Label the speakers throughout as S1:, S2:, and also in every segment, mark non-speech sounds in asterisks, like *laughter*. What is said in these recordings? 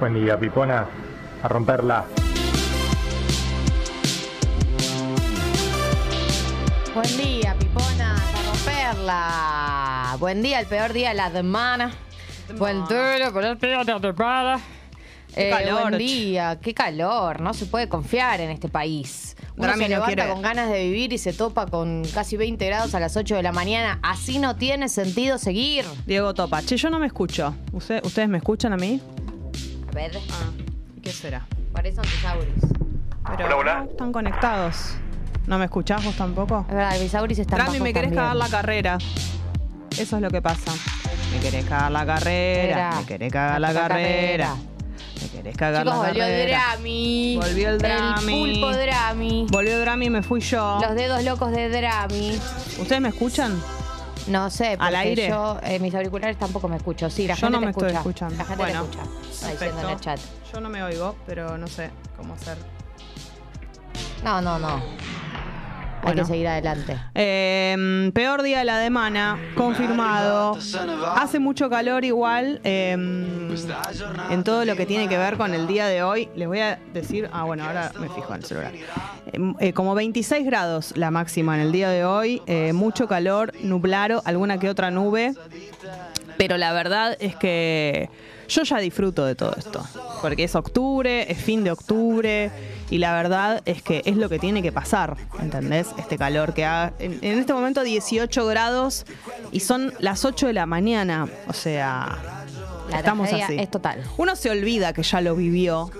S1: Buen día, Pipona. A romperla.
S2: Buen día, Pipona, a romperla. Buen día, el peor día de la semana. Buen día, por el peor día de la semana.
S3: Qué
S2: Eh,
S3: calor,
S2: Buen
S3: che.
S2: día, qué calor. No se puede confiar en este país. Uno se
S3: Rami no
S2: levanta
S3: quiere-
S2: con ganas de vivir y se topa con casi 20 grados a las 8 de la mañana. Así no tiene sentido seguir.
S3: Diego Topa. Che, yo no me escucho. Usted- ¿Ustedes me escuchan a mí?
S2: A ver,
S3: Ah, ¿Qué será?
S2: parecen tesauris.
S3: Pero
S4: Hola, hola.
S3: no están conectados. ¿No me escuchás vos tampoco?
S2: Es verdad, el bisauris está
S3: Rami, me querés cagar la carrera. Eso es lo que pasa. Me querés cagar la carrera.
S2: Era.
S3: Me querés cagar la
S2: Otra
S3: carrera.
S2: carrera.
S3: Me querés cagar
S2: Chicos,
S3: la
S2: volvió el
S3: carrera.
S2: Drami.
S3: Volvió el Drami.
S2: pulpo Drami.
S3: Volvió Drami y me fui yo.
S2: Los dedos locos de Drami.
S3: ¿Ustedes me escuchan?
S2: No sé, porque
S3: ¿Al aire?
S2: yo eh, mis auriculares tampoco me escucho. Sí, la
S3: Yo
S2: gente
S3: no
S2: te
S3: me estoy
S2: escucha.
S3: escuchando.
S2: La gente te
S3: Bueno,
S2: escucha. Está diciendo en el chat.
S3: Yo no me oigo, pero no sé cómo hacer.
S2: No, no, no. Hay que
S3: Bueno.
S2: seguir adelante.
S3: Eh, peor día de la demana, confirmado. Hace mucho calor igual. eh, en todo lo que tiene que ver con el día de hoy, les voy a decir. Ah, bueno, ahora me fijo en el celular. Eh, eh, como 26 grados la máxima en el día de hoy. eh, mucho calor, nublaro, alguna que otra nube. Pero la verdad es que yo ya disfruto de todo esto. Porque es octubre, es fin de octubre. Y la verdad es que es lo que tiene que pasar, ¿entendés? Este calor que ha. En, en este momento 18 grados y son las 8 de la mañana. O sea,
S2: La
S3: estamos
S2: tragedia
S3: así.
S2: es total.
S3: Uno se olvida que ya lo vivió.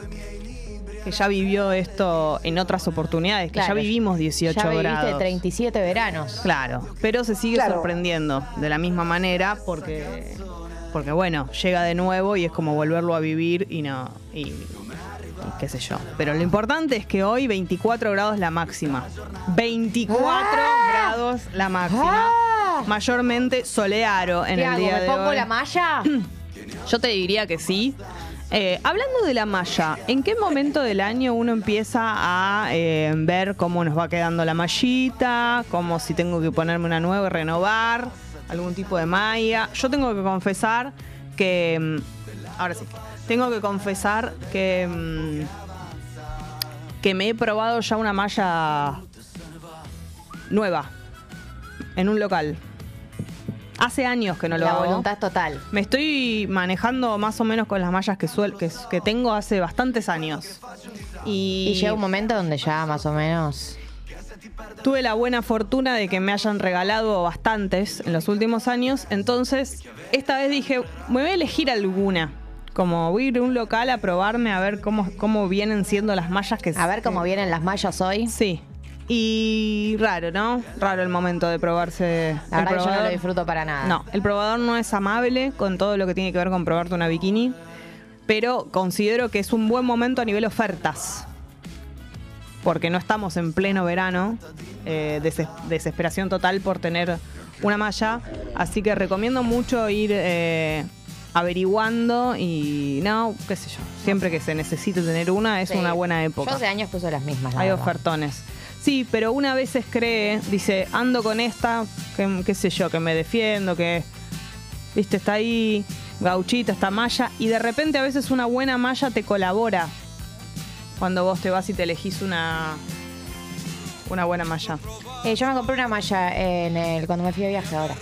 S3: Que ya vivió esto en otras oportunidades. Que
S2: Claro.
S3: ya vivimos 18
S2: ya viviste
S3: grados.
S2: 37 veranos.
S3: Claro, pero se sigue sorprendiendo de la misma manera porque, porque bueno, llega de nuevo y es como volverlo a vivir y no, y, y qué sé yo. Pero lo importante es que hoy 24 grados la máxima. 24
S2: ¡Ah!
S3: grados la máxima.
S2: ¡Ah!
S3: Mayormente soleado en
S2: ¿Qué
S3: el
S2: hago?
S3: día
S2: ¿Me
S3: de
S2: pongo
S3: hoy.
S2: la
S3: *clears throat*
S2: malla?
S3: Yo te diría que sí. Eh, hablando de la malla, ¿en qué momento del año uno empieza a eh, ver cómo nos va quedando la mallita? ¿Cómo si tengo que ponerme una nueva y renovar? ¿Algún tipo de malla? Yo tengo que confesar que... mm, Ahora sí. Tengo que confesar que... mm, que me he probado ya una malla nueva en un local. Hace años que no lo
S2: la
S3: hago.
S2: voluntad es total.
S3: Me estoy manejando más o menos con las mallas que, suel, que, que tengo hace bastantes años.
S2: Y,
S3: Y,
S2: llega un momento donde ya más o menos.
S3: tuve la buena fortuna de que me hayan regalado bastantes en los últimos años. Entonces, esta vez dije, me voy a elegir alguna. Como voy a ir a un local a probarme a ver cómo, cómo vienen siendo las mallas que
S2: A ver cómo vienen las mallas hoy.
S3: Sí. Y raro, ¿no? Raro el momento de probarse.
S2: La
S3: el
S2: verdad que yo no lo
S3: probador.
S2: disfruto para nada.
S3: No, el probador no es amable con todo lo que tiene que ver con probarte una bikini, pero considero que es un buen momento a nivel ofertas. Porque no estamos en pleno verano, eh, deses- desesperación total por tener una malla. Así que recomiendo mucho ir eh, averiguando y no, qué sé yo. Siempre que se necesite tener una es
S2: Sí.
S3: una buena época.
S2: Yo hace años que uso las mismas. la
S3: Hay
S2: verdad.
S3: ofertones. Sí, pero una vez cree, dice, ando con esta, que, qué sé yo, que me defiendo, que, viste, está ahí, gauchita, esta malla, y de repente a veces una buena malla te colabora cuando vos te vas y te elegís una, una buena malla.
S2: Eh, yo me compré una malla en el, cuando me fui de viaje ahora.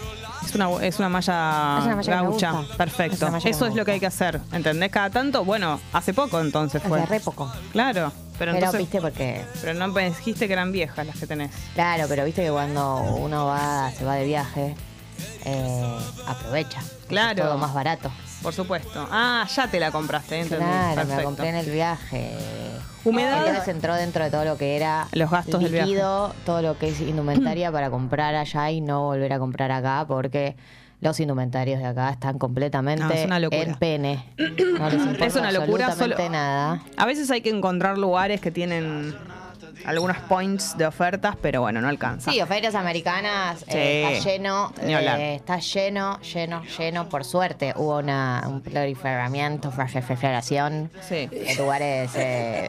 S3: Es una, es una malla,
S2: Es una malla que me
S3: gaucha,
S2: gusta. Es
S3: perfecto.
S2: una malla que
S3: Eso
S2: me
S3: es lo que hay que hacer, ¿entendés? Cada tanto, bueno, hace poco entonces fue.
S2: Hace re poco.
S3: Claro, pero
S2: Pero,
S3: entonces...
S2: viste, porque.
S3: Pero no me dijiste que eran viejas las que tenés.
S2: Claro, pero viste que cuando uno va, se va de viaje, eh, aprovecha.
S3: Claro.
S2: Es todo más barato.
S3: Por supuesto. Ah, ya te la compraste, entendí.
S2: Claro, me la
S3: Perfecto.
S2: compré en el viaje.
S3: Humedad.
S2: Entonces entró dentro de todo lo que era
S3: Los gastos del
S2: líquido, todo lo que es indumentaria para comprar allá y no volver a comprar acá porque los indumentarios de acá están completamente
S3: No, es una locura.
S2: en pene. No les importa
S3: *coughs* Es una locura, solo-
S2: absolutamente nada.
S3: A veces hay que encontrar lugares que tienen algunos points de ofertas, pero bueno, no alcanza.
S2: Sí, o ferias americanas eh,
S3: Sí.
S2: está lleno,
S3: Ni
S2: eh,
S3: hablar.
S2: está lleno, lleno, lleno. Por suerte hubo una, un proliferamiento, proliferación
S3: Sí.
S2: de lugares eh,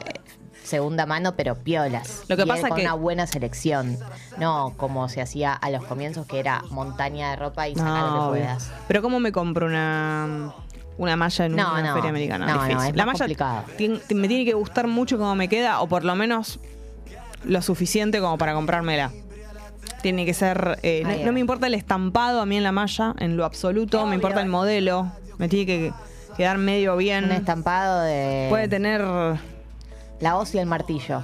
S2: segunda mano, pero piolas.
S3: Lo que
S2: Y
S3: pasa
S2: con
S3: que-
S2: una buena selección, no como se hacía a los comienzos que era montaña de ropa y sacar lo que
S3: Ah, obvio.
S2: puedas.
S3: Pero ¿cómo me compro una, una malla en
S2: No,
S3: una
S2: no.
S3: feria americana.
S2: No, no,
S3: difícil.
S2: es
S3: la
S2: más
S3: malla
S2: complicado.
S3: tien- te- me tiene que gustar mucho como me queda, o por lo menos lo suficiente como para comprármela. Tiene que ser. eh,
S2: Ahí
S3: no,
S2: va.
S3: no me importa el estampado a mí en la malla, en lo absoluto. me importa el modelo. Me tiene que quedar medio bien.
S2: Un estampado de
S3: Puede tener.
S2: la hoz y el martillo.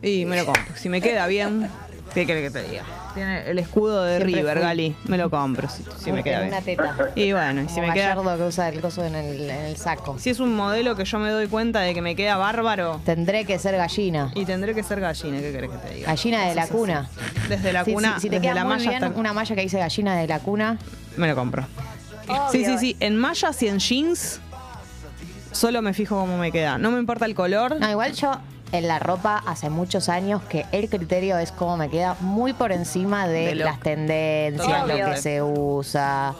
S3: Y me lo compro. Si me queda bien, ¿qué querés que te diga? Tiene el escudo de
S2: Siempre
S3: River,
S2: fui.
S3: Gali. Me lo compro si, si me queda
S2: Una
S3: bien.
S2: teta.
S3: Y bueno, *laughs* y si
S2: Como
S3: me queda.
S2: Gallardo que usa el coso en el, en el saco.
S3: Si es un modelo que yo me doy cuenta de que me queda bárbaro
S2: Tendré que ser gallina.
S3: y tendré que ser gallina, ¿qué querés que te diga?
S2: Gallina de la cuna.
S3: Desde la
S2: Sí,
S3: cuna,
S2: sí, si te
S3: desde
S2: queda
S3: la
S2: muy
S3: malla
S2: bien
S3: hasta el-
S2: una malla que dice gallina de la cuna.
S3: me lo compro. Sí, sí, sí, en mallas y en jeans solo me fijo cómo me queda, no me importa el color.
S2: No, igual yo en la ropa hace muchos años que el criterio es cómo me queda muy por encima de,
S3: De lo-
S2: las tendencias,
S3: Obvio.
S2: lo que se usa.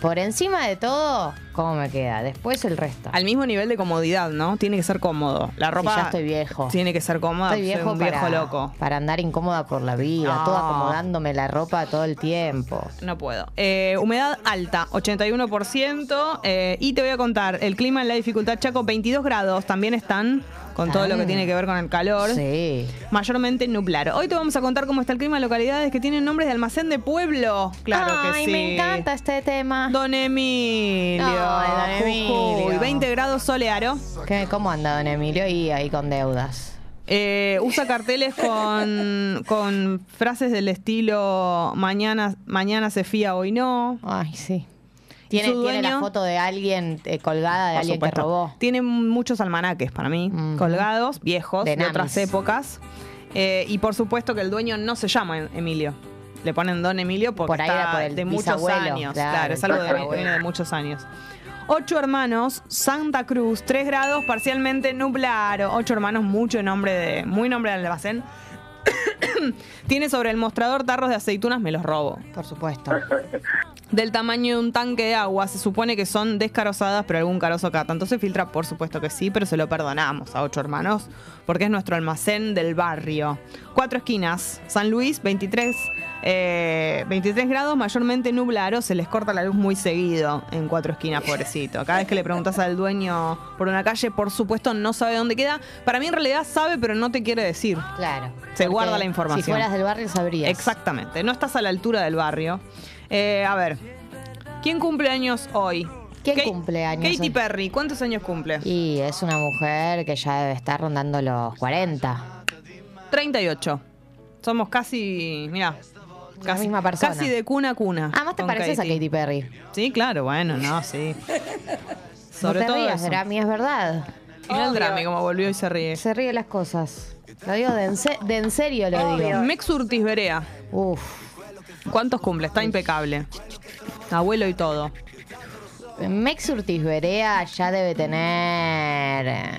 S2: Por encima de todo, cómo me queda. Después el resto.
S3: Al mismo nivel de comodidad, ¿no? Tiene que ser cómodo. La ropa
S2: ya estoy viejo.
S3: Tiene que ser cómoda,
S2: Estoy viejo,
S3: soy un viejo
S2: para,
S3: loco. Ah.
S2: para andar incómoda por la vida,
S3: No.
S2: todo acomodándome la ropa todo el tiempo.
S3: No puedo. Eh, humedad alta, 81%. eh, y te voy a contar, el clima en la dificultad Chaco, 22 grados. También están con todo lo que
S2: Ah.
S3: tiene que ver con el calor.
S2: Sí.
S3: Mayormente nublado. Hoy te vamos a contar cómo está el clima en localidades que tienen nombres de almacén de pueblo. Claro que
S2: Ay,
S3: sí.
S2: me encanta este tema.
S3: Don Emilio.
S2: Ay, don Emilio.
S3: Jujuy, 20 grados solearo.
S2: ¿Qué- ¿Cómo anda don Emilio? Y ahí con deudas.
S3: Eh, usa carteles con, con frases del estilo mañana, mañana se fía, hoy no.
S2: Ay, sí.
S3: ¿Y
S2: Tiene,
S3: su
S2: tiene la
S3: dueño?
S2: foto de alguien eh, colgada, de
S3: Por
S2: alguien
S3: supuesto.
S2: que robó.
S3: Tiene muchos almanaques para mí,
S2: Ujú.
S3: colgados, viejos,
S2: De
S3: de, otras
S2: Namis.
S3: épocas. Eh, y por supuesto que el dueño no se llama Em- Emilio. Le ponen Don Emilio porque
S2: Por ahí era
S3: está
S2: por el
S3: de muchos
S2: bisabuelo,
S3: años. Claro,
S2: claro,
S3: es algo
S2: el
S3: de,
S2: bisabuelo.
S3: viene de muchos años. Ocho hermanos, Santa Cruz, tres grados, parcialmente nublado. Ocho hermanos, mucho nombre de. Muy nombre de almacén. *coughs* Tiene sobre el mostrador tarros de aceitunas, me los robo
S2: Por supuesto.
S3: del tamaño de un tanque de agua. Se supone que son descarozadas, pero algún carozo cada tanto se filtra, por supuesto que sí, pero se lo perdonamos a ocho hermanos, porque es nuestro almacén del barrio. Cuatro esquinas, San Luis, 23, eh, 23 grados, mayormente nublado, se les corta la luz muy seguido en cuatro esquinas, pobrecito. Cada vez que le preguntas al dueño por una calle, por supuesto no sabe dónde queda. Para mí en realidad sabe, pero no te quiere decir.
S2: Claro.
S3: Se
S2: Porque
S3: guarda la información.
S2: Si fueras del barrio sabrías.
S3: Exactamente, no estás a la altura del barrio. Eh, a ver, ¿quién cumple años hoy?
S2: ¿Quién
S3: Kate-
S2: cumple años
S3: Katy
S2: hoy?
S3: Perry, ¿cuántos años cumple?
S2: Y es una mujer que ya debe estar rondando los 40.
S3: 38. Somos casi, mira, casi,
S2: misma persona.
S3: casi de cuna a cuna.
S2: Ah, más te
S3: con
S2: pareces a Katy Perry.
S3: Sí, claro, bueno,
S2: *laughs*
S3: no, sí. Sobre
S2: no te
S3: todo
S2: rías,
S3: eso.
S2: Drami, es verdad.
S3: Mirá el Drami como volvió y se ríe.
S2: Se ríe de las cosas. Lo digo de en, se- de en serio, lo digo.
S3: Mex Urtis Berea,
S2: Uf.
S3: ¿cuántos cumple? Está impecable. Abuelo y todo.
S2: Mex Urtis Berea ya debe tener. eh,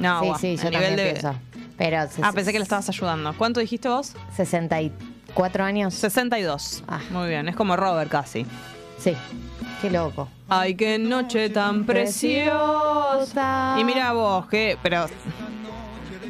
S3: No,
S2: sí,
S3: agua,
S2: sí,
S3: a
S2: yo
S3: nivel
S2: también
S3: de-
S2: pienso. Pero ses-
S3: Ah, pensé que le estabas ayudando. ¿Cuánto dijiste vos?
S2: 64 años.
S3: 62.
S2: Ah.
S3: Muy bien, es como Robert casi.
S2: Sí. Qué loco.
S3: Ay, qué noche tan preciosa. Y mira vos, que, pero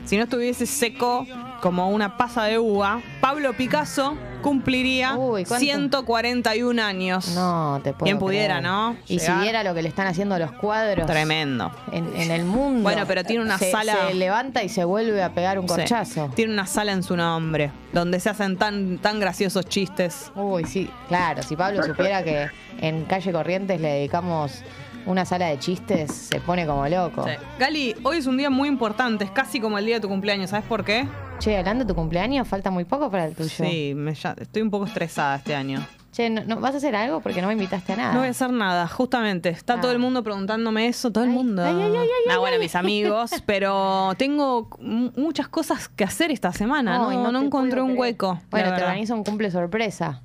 S3: si no estuviese seco como una pasa de uva, Pablo Picasso cumpliría
S2: Uy, ¿cuánto?
S3: 141 años.
S2: No, te puedo.
S3: Quien pudiera,
S2: creer.
S3: ¿no?
S2: Y si
S3: Llegar.
S2: viera lo que le están haciendo a los cuadros.
S3: Tremendo.
S2: En, en el mundo.
S3: Bueno, pero tiene una
S2: Se-
S3: sala-
S2: Se levanta y se vuelve a pegar un
S3: Sí.
S2: corchazo.
S3: Tiene una sala en su nombre, donde se hacen tan, tan graciosos chistes.
S2: Uy, sí, claro, si Pablo supiera que en Calle Corrientes le dedicamos una sala de chistes, se pone como loco.
S3: Sí. Gali, hoy es un día muy importante, es casi como el día de tu cumpleaños, ¿sabes por qué?
S2: Che, hablando de tu cumpleaños, falta muy poco para el tuyo.
S3: Sí, me- ya- estoy un poco estresada este año.
S2: Che, ¿no, no- vas a hacer algo? Porque no me invitaste a nada.
S3: No voy a hacer nada, justamente. Está
S2: Ah.
S3: todo el mundo preguntándome eso, todo el
S2: Ay,
S3: mundo.
S2: ay, ay, ay, ay,
S3: Ah, bueno,
S2: *laughs*
S3: mis amigos, pero tengo mu- muchas cosas que hacer esta semana,
S2: Ay,
S3: ¿no? No,
S2: te
S3: encontré
S2: puedo
S3: un
S2: creer.
S3: hueco. la
S2: Bueno, te
S3: verdad.
S2: organizo un cumple sorpresa,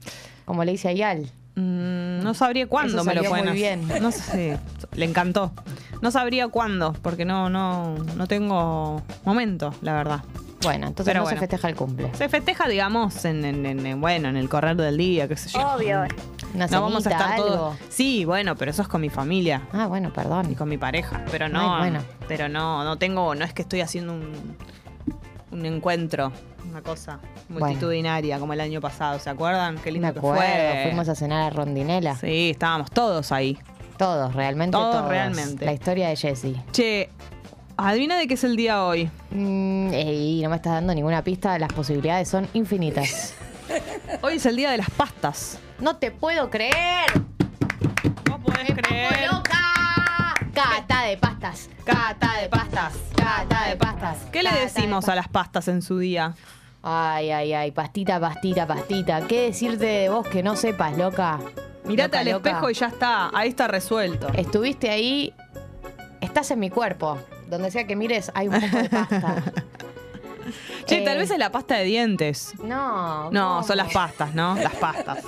S2: como le hice a Yal.
S3: Mm, no sabría cuándo
S2: Eso
S3: me lo
S2: salió
S3: pueden
S2: muy
S3: hacer.
S2: bien.
S3: No sé, le encantó. No sabría cuándo, porque no, no, no tengo momento, la verdad.
S2: Bueno, entonces
S3: Pero
S2: no
S3: bueno.
S2: se festeja el cumple.
S3: Se festeja, digamos, en, en- en- en- bueno, en el correr del día, qué sé yo. Obvio.
S2: Una
S3: No vamos a
S2: cenita,
S3: estar
S2: algo.
S3: todos. Sí, bueno, pero eso es con mi familia.
S2: Ah, bueno,
S3: y
S2: perdón.
S3: con mi pareja, pero no,
S2: Ay, bueno.
S3: pero no, no tengo, no es que estoy haciendo un, un encuentro, una cosa multitudinaria como el año pasado, ¿se acuerdan? Qué
S2: Me
S3: lindo que
S2: acuerdo,
S3: fue.
S2: fuimos a cenar a Rondinela.
S3: Sí, estábamos todos ahí.
S2: Todos, realmente todos.
S3: Todos, realmente.
S2: La historia de Jesse.
S3: Che, adivina de qué es el día hoy.
S2: Mm, ey, no me estás dando ninguna pista, las posibilidades son
S3: *laughs*
S2: infinitas.
S3: Hoy es el día de las pastas.
S2: no te puedo creer.
S3: No podés
S2: ¡Estoy loca! Cata de pastas. Cata de pastas. Cata de pastas.
S3: ¿Qué le
S2: cata de
S3: decimos a las pastas en su día?
S2: Ay, ay, ay, pastita, pastita, pastita. ¿Qué decirte de vos que no sepas, loca?
S3: Mirate
S2: Loca,
S3: al
S2: loca. Eh,
S3: espejo y ya está, ahí está resuelto.
S2: Estuviste ahí, estás en mi cuerpo. Donde sea que mires, hay un poco de
S3: *laughs*
S2: pasta.
S3: Che,
S2: Eh,
S3: tal vez es la pasta de dientes.
S2: No.
S3: No,
S2: ¿cómo?
S3: son las pastas, ¿no? Las pastas.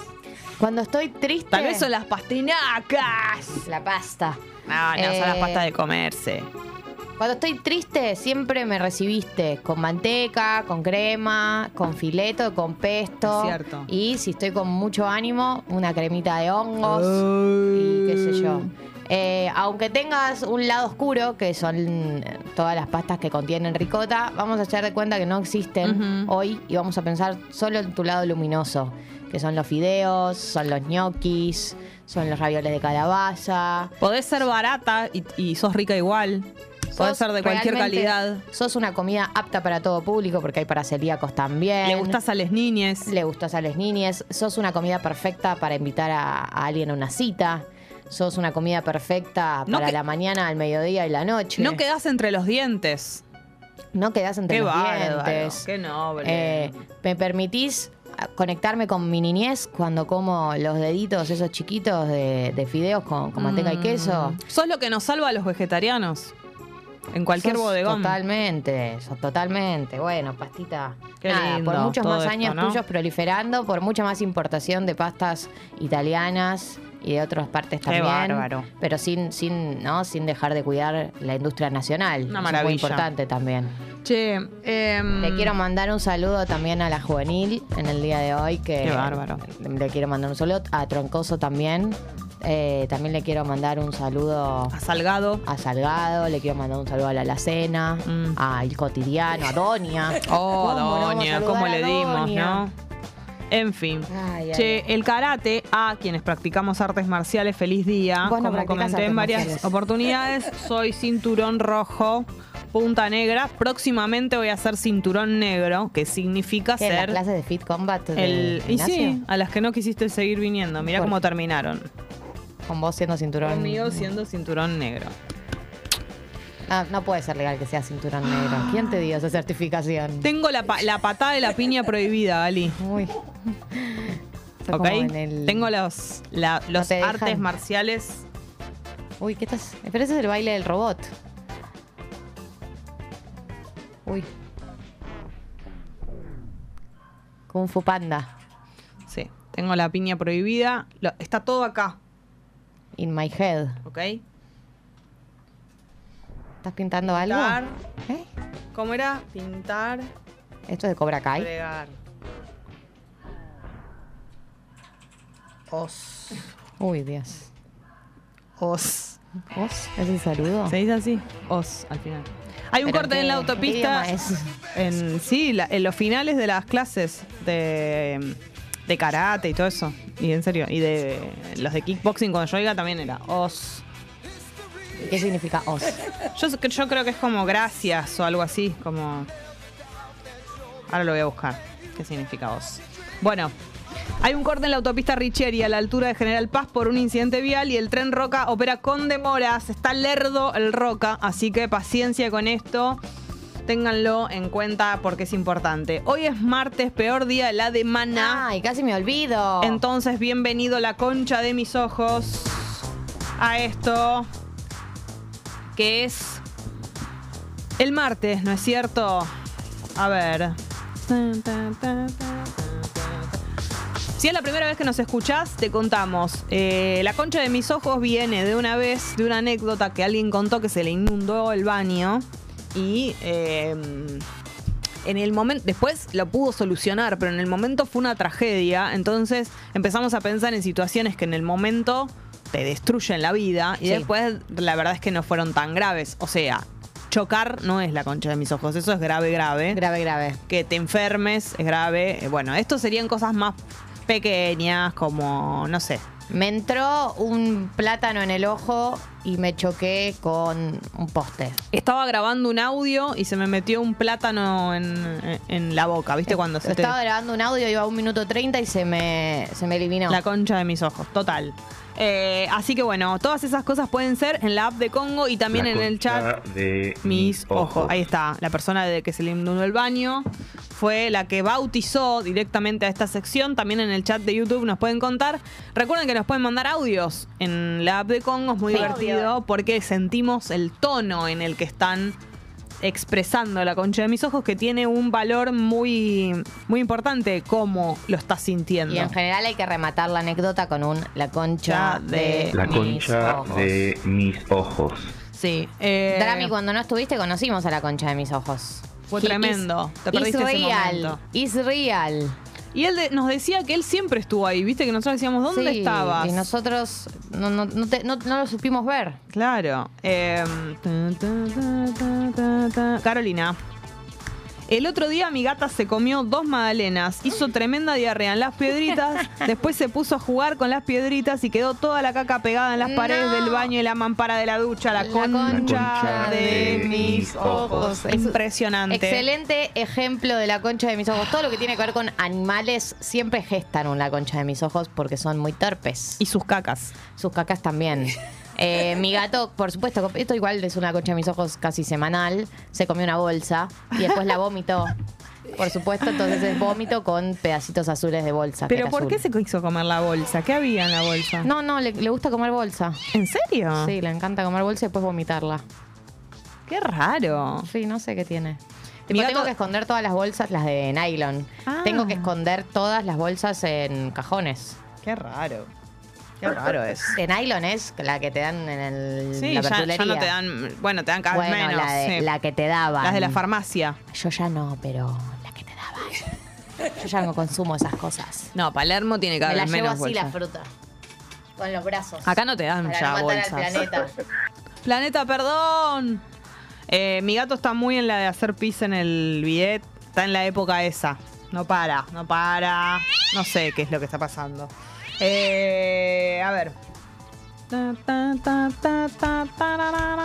S2: Cuando estoy triste.
S3: Tal vez son las pastinacas.
S2: La pasta.
S3: No, no, son las
S2: Eh,
S3: pastas de comerse.
S2: Cuando estoy triste, siempre me recibiste con manteca, con crema, con fileto, con pesto.
S3: Es cierto.
S2: Y si estoy con mucho ánimo, una cremita de hongos y qué sé
S3: Mm.
S2: yo. Eh, aunque tengas un lado oscuro, que son eh, todas las pastas que contienen ricota, vamos a echar de cuenta que no existen
S3: Ujú.
S2: hoy y vamos a pensar solo en tu lado luminoso, que son los fideos, son los ñoquis, son los ravioles de calabaza.
S3: Podés ser barata y, y sos rica igual. Podés
S2: Puede
S3: ser de cualquier calidad.
S2: Sos una comida apta para todo público porque hay para celíacos también.
S3: Le gustás a las niñes.
S2: Le gustas a las niñas. Sos una comida perfecta para invitar a, a alguien a una cita. Sos una comida perfecta
S3: No
S2: para
S3: que-
S2: la mañana, al mediodía y la noche.
S3: No quedás entre los dientes.
S2: No quedás entre
S3: Qué
S2: los
S3: bárbaro.
S2: dientes.
S3: Qué noble.
S2: Eh, ¿Me permitís ah, conectarme con mi niñez cuando como los deditos esos chiquitos de, de fideos con, con manteca y queso?
S3: Mm. Sos lo que nos salva a los vegetarianos. En cualquier
S2: Sos
S3: bodegón.
S2: Totalmente, sos totalmente. Bueno, pastita.
S3: Qué
S2: Nada,
S3: lindo,
S2: por muchos
S3: todo
S2: más
S3: esto,
S2: años
S3: ¿no?
S2: tuyos proliferando, por mucha más importación de pastas italianas y de otras partes
S3: Qué
S2: también.
S3: bárbaro.
S2: Pero sin, sin, ¿no? sin dejar de cuidar la industria nacional. Eso es muy
S3: maravilla.
S2: importante también.
S3: Che, em,
S2: Le quiero mandar un saludo también a la juvenil en el día de hoy. Que
S3: Qué bárbaro.
S2: Le quiero mandar un saludo a Troncoso también. Eh, también le quiero mandar un saludo
S3: a Salgado.
S2: a Salgado, le quiero mandar un saludo a la Alacena,
S3: Mm.
S2: a El Cotidiano, a
S3: *laughs*
S2: Doña.
S3: Oh,
S2: ¿Cómo no vamos a
S3: Doña,
S2: saludar
S3: cómo
S2: a
S3: le dimos,
S2: Doña?
S3: ¿no? En fin.
S2: Ay, ay,
S3: Che, el karate, a quienes practicamos artes marciales, feliz día.
S2: Vos no
S3: Como
S2: practicás
S3: comenté
S2: artes
S3: en varias
S2: marciales.
S3: oportunidades, soy cinturón rojo, punta negra. Próximamente voy a ser cinturón negro, que significa
S2: ¿Qué, las
S3: ser
S2: clases de Fit Combat del
S3: el. Y
S2: gimnasio?
S3: sí, a las que no quisiste seguir viniendo. Mirá
S2: ¿Por
S3: cómo
S2: qué?
S3: terminaron.
S2: Con vos siendo cinturón.
S3: Conmigo siendo cinturón negro.
S2: Ah, no puede ser legal que seas cinturón negro. ¿Quién te dio esa certificación?
S3: Tengo la, pa- la patada de la
S2: *laughs*
S3: piña prohibida, Ali. *laughs*
S2: Uy. Fue
S3: ¿Ok?
S2: como en el-
S3: Tengo los, la- los
S2: te
S3: artes
S2: dejan.
S3: marciales.
S2: Uy, ¿qué estás? Pero ese es el baile del robot. Uy. Kung Fu Panda.
S3: Sí, tengo la piña prohibida. Lo- está todo acá,
S2: In my head.
S3: ¿ok?
S2: ¿Estás pintando algo?
S3: Pintar.
S2: ¿Eh?
S3: ¿Cómo era? Pintar,
S2: Esto es de Cobra Kai.
S3: fregar. Os.
S2: Uy, Dios.
S3: Os.
S2: ¿Vos? ¿Es el saludo?
S3: ¿Se dice así? Os, al final. Hay un
S2: Oh. ¿Pero
S3: corte
S2: qué-
S3: en la
S2: qué idioma
S3: autopista.
S2: es?
S3: En, sí, la- en los finales de las clases de, de karate y todo eso. Y en serio, y de los de kickboxing cuando yo iba también era os.
S2: ¿Qué significa os?
S3: Yo, yo creo que es como gracias o algo así, como... Ahora lo voy a buscar. ¿Qué significa os? Bueno, hay un corte en la autopista Richeri a la altura de General Paz por un incidente vial y el tren Roca opera con demoras. Está lerdo el Roca, así que paciencia con esto. Ténganlo en cuenta porque es importante. Hoy es martes, peor día de la semana.
S2: Ay, casi me olvido.
S3: Entonces, bienvenido la concha de mis ojos a esto que es el martes, ¿no es cierto? A ver. Si es la primera vez que nos escuchás, te contamos. Eh, la concha de mis ojos viene de una vez, de una anécdota que alguien contó que se le inundó el baño y eh, en el momento, después lo pudo solucionar, pero en el momento fue una tragedia. Entonces empezamos a pensar en situaciones que en el momento te destruyen la vida y
S2: Sí.
S3: después la verdad es que no fueron tan graves. O sea, chocar no es la concha de mis ojos, eso es grave, grave.
S2: Grave, grave.
S3: que te enfermes es grave. Eh, Bueno, esto serían cosas más pequeñas, como, no sé.
S2: Me entró un plátano en el ojo y me choqué con un poste.
S3: Estaba grabando un audio y se me metió un plátano en, en la boca, ¿viste? Cuando se te...
S2: Eh, Estaba grabando un audio, iba a un minuto treinta y se me, se me eliminó.
S3: La concha de mis ojos, total. Eh, así que bueno, todas esas cosas pueden ser en la app de Congo y también
S4: La
S3: en el
S4: concha
S3: chat.
S4: de
S3: Mis ojos. Ahí está, la persona de que se le inundó el baño fue la que bautizó directamente a esta sección. También en el chat de YouTube nos pueden contar. Recuerden que nos pueden mandar audios en la app de Congo, es muy
S2: Sí.
S3: divertido porque sentimos el tono en el que están expresando la concha de mis ojos que tiene un valor muy, muy importante cómo lo estás sintiendo.
S2: Y en general hay que rematar la anécdota con un la concha
S3: Ya de
S2: de
S4: La
S2: mis
S4: concha
S2: ojos.
S4: de mis ojos.
S3: Sí. eh,
S2: Drami, cuando no estuviste conocimos a la concha de mis ojos.
S3: Fue
S2: He-
S3: tremendo.
S2: is-
S3: Te perdiste
S2: is
S3: ese
S2: real.
S3: momento.
S2: Is real.
S3: Y él de- nos decía que él siempre estuvo ahí, viste que nosotros decíamos, ¿dónde
S2: Sí,
S3: estabas?
S2: Y nosotros no, no- no te- no- no lo supimos ver.
S3: Claro. Em, ta, ta, ta, ta, ta. Carolina. El otro día mi gata se comió dos magdalenas, hizo tremenda diarrea en
S2: *laughs*
S3: las piedritas, después se puso a jugar con las piedritas y quedó toda la caca pegada en las paredes
S2: No.
S3: del baño y la mampara de la ducha, la,
S2: La
S3: concha,
S4: concha
S3: de,
S4: de
S3: mis
S4: mis
S3: ojos.
S4: ojos.
S3: Impresionante.
S2: Excelente ejemplo de la concha de mis ojos. Todo lo que tiene que ver con animales siempre gestan una concha de mis ojos porque son muy torpes.
S3: Y sus cacas.
S2: sus cacas
S3: *laughs*
S2: también. Eh, mi gato, por supuesto, esto igual es una concha de mis ojos casi semanal, se comió una bolsa y después la vomitó. Por supuesto, entonces es vómito con pedacitos azules de bolsa. que
S3: Pero
S2: era
S3: ¿por qué
S2: azul.
S3: se quiso comer la bolsa? ¿Qué había en la bolsa?
S2: No, no, le, le gusta comer bolsa.
S3: ¿En serio?
S2: Sí, le encanta comer bolsa y después vomitarla.
S3: Qué raro.
S2: Sí, no sé qué tiene.
S3: Mi
S2: Tipo,
S3: gato-
S2: Tengo que esconder todas las bolsas, las de nylon.
S3: Ah.
S2: Tengo que esconder todas las bolsas en cajones.
S3: Qué raro. Qué raro es.
S2: De nylon es la que te dan en el,
S3: Sí,
S2: la
S3: ya- ya,
S2: verdulería.
S3: no te dan. Bueno, te dan cada vez
S2: bueno,
S3: menos.
S2: la, de-
S3: sí.
S2: la que te daban.
S3: Las de la farmacia.
S2: Yo ya no, pero la que te daban. *laughs* Yo ya no consumo esas cosas.
S3: No, Palermo tiene cada
S2: Me la
S3: vez
S2: llevo
S3: menos.
S2: así la
S3: bolsas.
S2: fruta. Con los brazos.
S3: Acá no te dan
S2: para
S3: ya
S2: no matar al
S3: bolsas.
S2: planeta. *laughs*
S3: Planeta, perdón. Eh, mi gato está muy en la de hacer pis en el bidet. Está en la época esa. No para, no para. No sé qué es lo que está pasando. Eh, a ver.
S2: Acá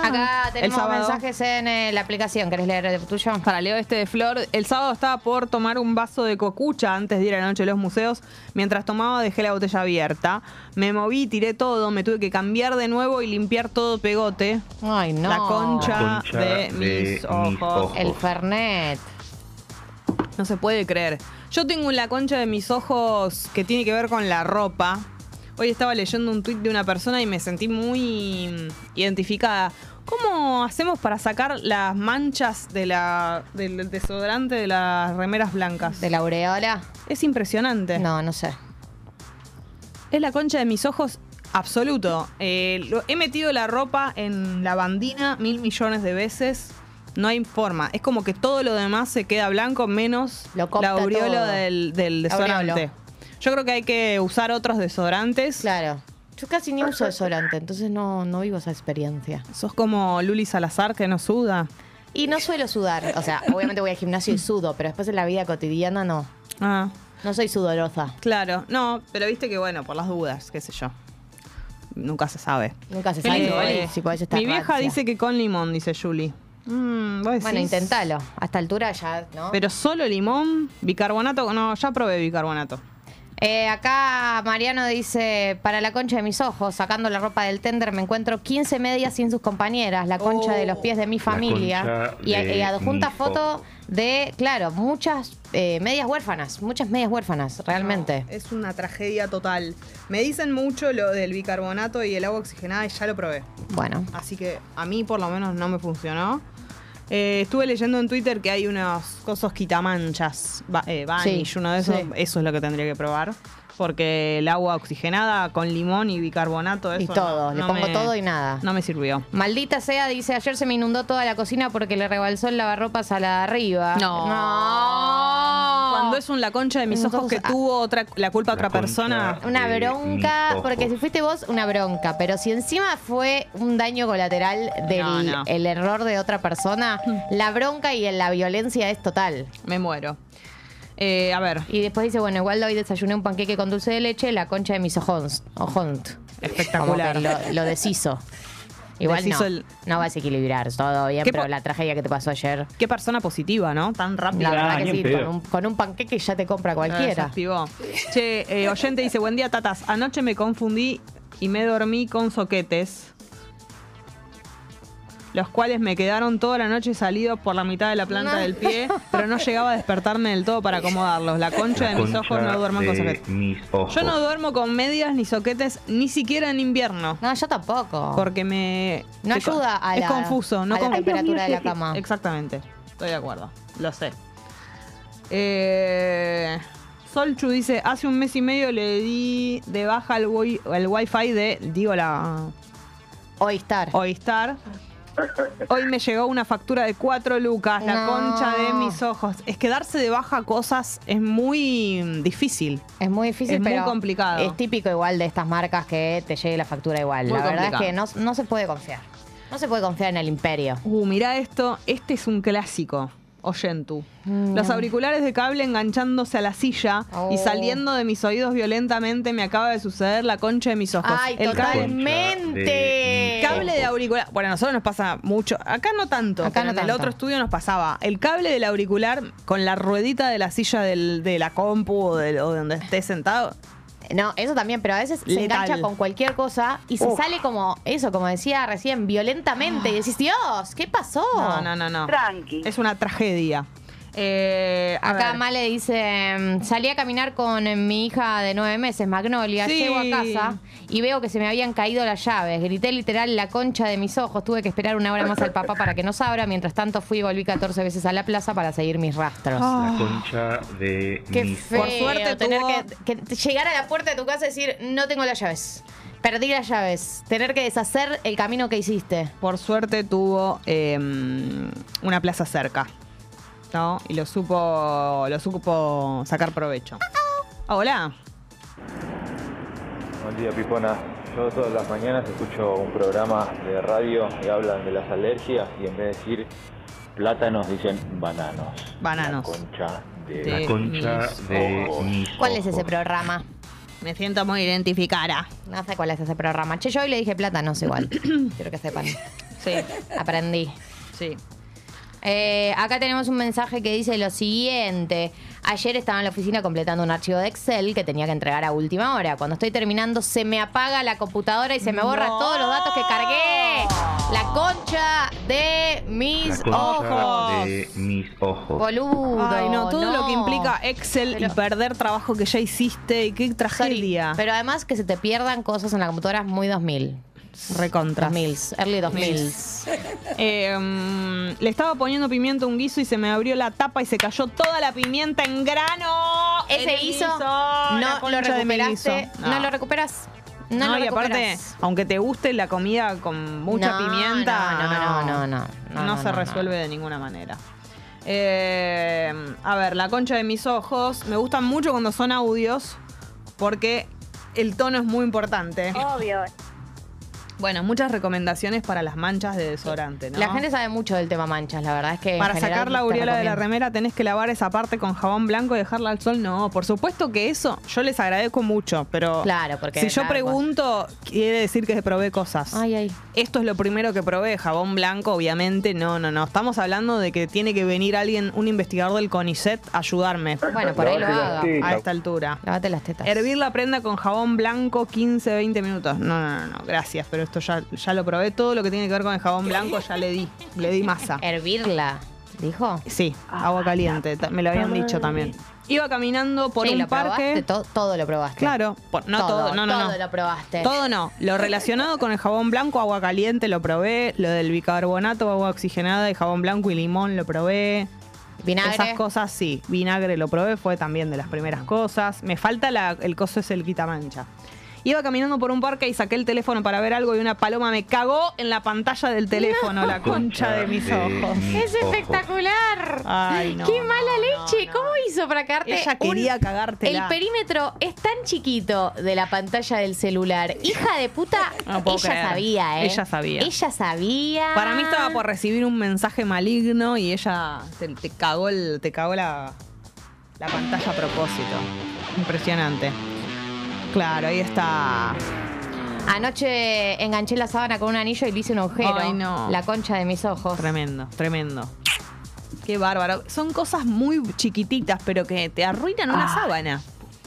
S3: Acá
S2: tenemos mensajes en eh, la aplicación. ¿Querés leer el tuyo?
S3: Para Leo este de Flor, el sábado estaba por tomar un vaso de cocucha antes de ir a la noche a los museos. Mientras tomaba dejé la botella abierta. Me moví, tiré todo, me tuve que cambiar de nuevo y limpiar todo pegote.
S2: Ay, no.
S3: La concha,
S4: La concha de
S3: de, mis
S4: mis
S3: ojos.
S4: ojos.
S2: El Fernet.
S3: No se puede creer. Yo tengo la concha de mis ojos que tiene que ver con la ropa. Hoy estaba leyendo un tuit de una persona y me sentí muy mm, identificada. ¿Cómo hacemos para sacar las manchas de la, del desodorante de las remeras blancas?
S2: ¿De la aureola?
S3: Es impresionante.
S2: No, no sé.
S3: Es la concha de mis ojos absoluto. Eh, lo- he metido la ropa en la bandina mil millones de veces. No hay forma. Es como que todo lo demás se queda blanco menos
S2: Lo copta
S3: la aureola
S2: todo.
S3: del, del desodorante.
S2: Aureolo.
S3: Yo creo que hay que usar otros desodorantes.
S2: Claro. Yo casi ni uso desodorante, entonces no, no vivo esa experiencia.
S3: Sos como Luli Salazar que no suda.
S2: Y no suelo sudar. O sea, obviamente voy al gimnasio y sudo, pero después en la vida cotidiana no.
S3: Ah,
S2: No soy sudorosa.
S3: claro. No, pero viste que bueno, por las dudas, qué sé yo. Nunca se sabe.
S2: Nunca se
S3: Qué
S2: sabe
S3: lindo,
S2: igual,
S3: Oli.
S2: si podés estar
S3: Mi vieja
S2: rancia.
S3: dice que con limón, dice Julie. Mm, vos
S2: Bueno,
S3: decís-
S2: intentalo. A esta altura ya, ¿no?
S3: Pero solo limón, bicarbonato, no, ya probé bicarbonato.
S2: Eh, acá Mariano dice, para la concha de mis ojos, sacando la ropa del tender, me encuentro 15 medias sin sus compañeras, la concha
S3: Oh.
S2: de los pies de mi familia.
S4: concha
S2: Y,
S4: de
S2: y adjunta
S4: mis
S2: foto
S4: ojos.
S2: de, claro, muchas eh, medias huérfanas, muchas medias huérfanas, realmente.
S3: No, es una tragedia total. Me dicen mucho lo del bicarbonato y el agua oxigenada y ya lo probé.
S2: Bueno,
S3: Así que a mí por lo menos no me funcionó. Eh, estuve leyendo en Twitter que hay unos cosos quitamanchas, ba- eh, vanish,
S2: Sí,
S3: uno de esos.
S2: sí.
S3: Eso es lo que tendría que probar. Porque el agua oxigenada con limón y bicarbonato, eso
S2: y todo,
S3: no-
S2: le
S3: no
S2: pongo
S3: me-
S2: todo y nada.
S3: No me sirvió.
S2: Maldita sea, dice, ayer se me inundó toda la cocina porque le rebalsó el lavarropas a la de arriba.
S3: No.
S2: No.
S3: Cuando es un la concha de mis
S2: Mis
S3: ojos que
S2: ojos, ah.
S3: tuvo otra, la culpa a
S4: La
S3: otra
S4: concha.
S3: persona.
S2: Una
S4: Eh,
S2: bronca,
S4: mis ojos.
S2: porque si fuiste vos, una bronca. Pero si encima fue un daño colateral del
S3: No, no.
S2: el error de otra
S3: *laughs*
S2: persona, la bronca y la violencia es total.
S3: Me muero. Eh, a ver,
S2: Y después dice, bueno, igual hoy desayuné un panqueque con dulce de leche, la concha de mis ojons. Ojont.
S3: Espectacular.
S2: Como que Lo, lo deshizo.
S3: *laughs*
S2: Igual
S3: Deshizo
S2: no,
S3: el-
S2: no vas a equilibrar todo bien,
S3: ¿Qué
S2: pero
S3: po-
S2: la tragedia que te pasó ayer,
S3: qué persona positiva, ¿no? Tan
S2: la
S3: rápida.
S1: Ah,
S2: verdad que
S1: ni en
S2: sí,
S1: pedo.
S2: con un, con un panqueque ya te compra
S3: Se
S2: cualquiera.
S3: activó. Che, eh, oyente dice, buen día, tatas. Anoche me confundí y me dormí con soquetes. Los cuales me quedaron toda la noche salidos por la mitad de la planta
S2: No.
S3: del pie, pero no llegaba a despertarme del todo para acomodarlos. La concha de mis ojos no duerman con soquetes.
S4: mis ojos.
S3: Yo no duermo con medias ni soquetes, ni siquiera en invierno.
S2: No, yo tampoco.
S3: Porque me.
S2: No
S3: te co-
S2: ayuda a
S3: Es
S2: la-
S3: confuso, no
S2: a la
S3: con-
S2: temperatura de la cama.
S3: Exactamente. Estoy de acuerdo. Lo sé. Eh, Solchu dice: Hace un mes y medio le di de baja el, wi el wifi de. Digo la.
S2: Hoy estar.
S3: Oistar. Hoy me llegó una factura de 4 lucas, la
S2: No.
S3: concha de mis ojos. Es que darse de baja cosas es muy mm, difícil.
S2: Es muy difícil,
S3: Es muy
S2: pero
S3: complicado.
S2: Es típico igual de estas marcas que te llegue la factura igual.
S3: Muy
S2: la verdad
S3: complicado.
S2: es que no, no se puede confiar. No se puede confiar en el imperio.
S3: Uh, mirá esto. Este es un clásico. Oyentu. Los auriculares de cable enganchándose a la silla y
S2: Mm. Oh.
S3: saliendo de mis oídos violentamente me acaba de suceder la concha de mis ojos.
S2: Ay,
S3: el cable,
S2: totalmente.
S4: de-
S3: cable de auricular. Bueno, a nosotros nos pasa mucho. Acá no tanto.
S2: Acá
S3: pero
S2: no
S3: en el
S2: tanto.
S3: otro estudio nos pasaba. El cable del auricular con la ruedita de la silla del- de la compu o de, o de donde estés sentado.
S2: No, eso también, pero a veces se
S3: Letal.
S2: engancha con cualquier cosa y se
S3: Uf.
S2: sale como eso, como decía recién, violentamente. Y decís, Dios, ¿qué pasó?
S3: No, no, no, no.
S5: Tranqui.
S3: Es una tragedia. Eh, a
S2: Acá
S3: ver.
S2: Male dice, mm, salí a caminar con eh, mi hija de nueve meses, Magnolia,
S3: Sí.
S2: llego a casa y veo que se me habían caído las llaves. Grité literal la concha de mis ojos, tuve que esperar una hora más al papá para que nos abra. Mientras tanto fui y volví 14 veces a la plaza para seguir mis rastros.
S3: Ah.
S4: La concha de
S2: Qué
S4: mis
S2: feo
S3: Por suerte
S2: tener
S3: tuvo-
S2: que, que llegar a la puerta de tu casa y decir, no tengo las llaves. Perdí las llaves. Tener que deshacer el camino que hiciste.
S3: por suerte tuvo eh, una plaza cerca, ¿no? Y lo supo, lo supo sacar provecho. Ah, Hola.
S6: Buen día, Pipona. Yo todas las mañanas escucho un programa de radio y hablan de las alergias y en vez de decir plátanos dicen bananos.
S3: Bananos.
S6: La concha de...
S3: Sí.
S4: La concha
S3: mis
S4: de
S6: ojos.
S4: mis
S2: ¿Cuál es ese
S4: ojos.
S2: programa?
S3: Me siento muy identificada.
S2: No sé cuál es ese programa. Che, yo hoy le dije plátanos igual.
S3: *clears throat*
S2: Quiero que sepan.
S3: Sí,
S2: Aprendí.
S3: sí.
S2: Eh, acá tenemos un mensaje que dice lo siguiente. Ayer estaba en la oficina completando un archivo de Excel que tenía que entregar a última hora. Cuando estoy terminando se me apaga la computadora y se me borra
S3: No.
S2: todos los datos que cargué. La concha de
S4: La
S2: mis
S4: concha
S2: ojos.
S4: de mis ojos.
S2: Boludo.
S3: Ay, no, todo lo que implica Excel y
S2: Pero-
S3: perder trabajo que ya hiciste y qué
S2: Sorry,
S3: tragedia.
S2: Pero además que se te pierdan cosas en la computadora es muy 2000.
S3: Recontra.
S2: 2000, early 2000.
S3: Eh, mm, le estaba poniendo pimiento a un guiso y se me abrió la tapa y se cayó toda la pimienta en grano. En
S2: Ese
S3: el
S2: hizo,
S3: guiso, la
S2: no lo
S3: concha de mi
S2: recuperaste,
S3: guiso.
S2: no. lo recuperas. No,
S3: No,
S2: lo
S3: y aparte,
S2: recuperás.
S3: aunque te guste la comida con mucha
S2: No,
S3: pimienta,
S2: no, no, no, no, no, no,
S3: no
S2: no,
S3: se
S2: no,
S3: resuelve de ninguna manera. Eh, a ver, la concha de mis ojos. Me gustan mucho cuando son audios porque el tono es muy importante.
S5: Obvio.
S3: Bueno, muchas recomendaciones para las manchas de desodorante, ¿no?
S2: La gente sabe mucho del tema manchas, la verdad es que. en
S3: para
S2: general
S3: sacar la
S2: te
S3: aureola de la
S2: recomiendo.
S3: remera tenés que lavar esa parte con jabón blanco y dejarla al sol. No, por supuesto que eso yo les agradezco mucho, pero
S2: Claro, porque.
S3: si yo
S2: nada,
S3: pregunto, quiere decir que probé cosas.
S2: bueno. Ay, ay.
S3: Esto es lo primero que probé, jabón blanco, obviamente. No, no, no. Estamos hablando de que tiene que venir alguien, un investigador del CONICET, a ayudarme
S2: Bueno, por ahí lo
S6: Lavate las
S2: hago.
S6: tetas.
S3: a esta altura.
S2: Lávate las tetas.
S3: Hervir la prenda con jabón blanco 15, 20 minutos. No, no, no, no, gracias, pero esto ya, ya lo probé. Todo lo que tiene que ver con el jabón blanco ya le di. Le di masa.
S2: Hervirla, dijo.
S3: Sí, agua caliente. ta- Me lo habían dicho también. Iba caminando por
S2: Sí,
S3: un
S2: lo probaste,
S3: parque.
S2: to- todo lo probaste.
S3: Claro, por- no todo, no, no,
S2: Todo
S3: no.
S2: lo probaste.
S3: Todo no. Lo relacionado con el jabón blanco, agua caliente, lo probé. Lo del bicarbonato, agua oxigenada y jabón blanco y limón, lo probé.
S2: Vinagre.
S3: Esas cosas sí. Vinagre lo probé, fue también de las primeras cosas. Me falta la- el coso es el quitamancha. Iba caminando por un parque y saqué el teléfono para ver algo y una paloma me cagó en la pantalla del teléfono, la concha de mis ojos.
S4: mis
S2: Es
S4: ojos.
S2: espectacular.
S3: Ay, no.
S2: Qué mala
S3: no,
S2: leche.
S3: no,
S2: ¿Cómo
S3: no.
S2: hizo para cagarte?
S3: Ella quería
S2: un-
S3: cagártela.
S2: El perímetro es tan chiquito de la pantalla del celular. Hija de puta,
S3: No puedo
S2: ella
S3: creer.
S2: sabía, ¿eh?
S3: Ella sabía.
S2: Ella sabía.
S3: Para mí estaba por recibir un mensaje maligno y ella te, te cagó, el, te cagó la, la pantalla a propósito. Impresionante. Claro, ahí está.
S2: Anoche enganché la sábana con un anillo y le hice un agujero.
S3: Ay, no.
S2: La concha de mis ojos.
S3: Tremendo, tremendo. Qué bárbaro. Son cosas muy chiquititas, pero que te arruinan una sábana.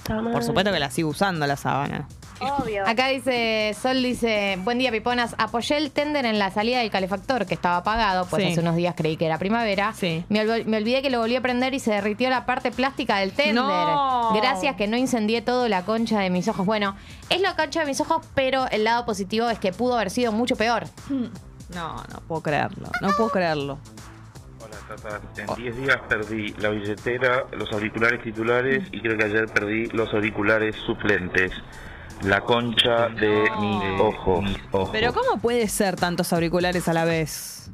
S3: Por supuesto que la sigo usando la sábana.
S5: Obvio.
S2: Acá dice, Sol dice, buen día Piponas, apoyé el tender en la salida del calefactor que estaba apagado, pues
S3: Sí.
S2: hace unos días creí que era primavera.
S3: Sí.
S2: Me, olvi- me olvidé que lo volví a prender y se derritió la parte plástica del tender.
S3: No.
S2: Gracias que no incendié todo la concha de mis ojos. Bueno, es la concha de mis ojos, pero el lado positivo es que pudo haber sido mucho peor.
S3: No, no puedo creerlo. No puedo creerlo.
S4: Hola, Tata. En 10 días perdí la billetera, los auriculares titulares y creo que ayer perdí los auriculares suplentes. La concha de mis ojos.
S3: Pero ¿cómo puede ser tantos auriculares a la vez?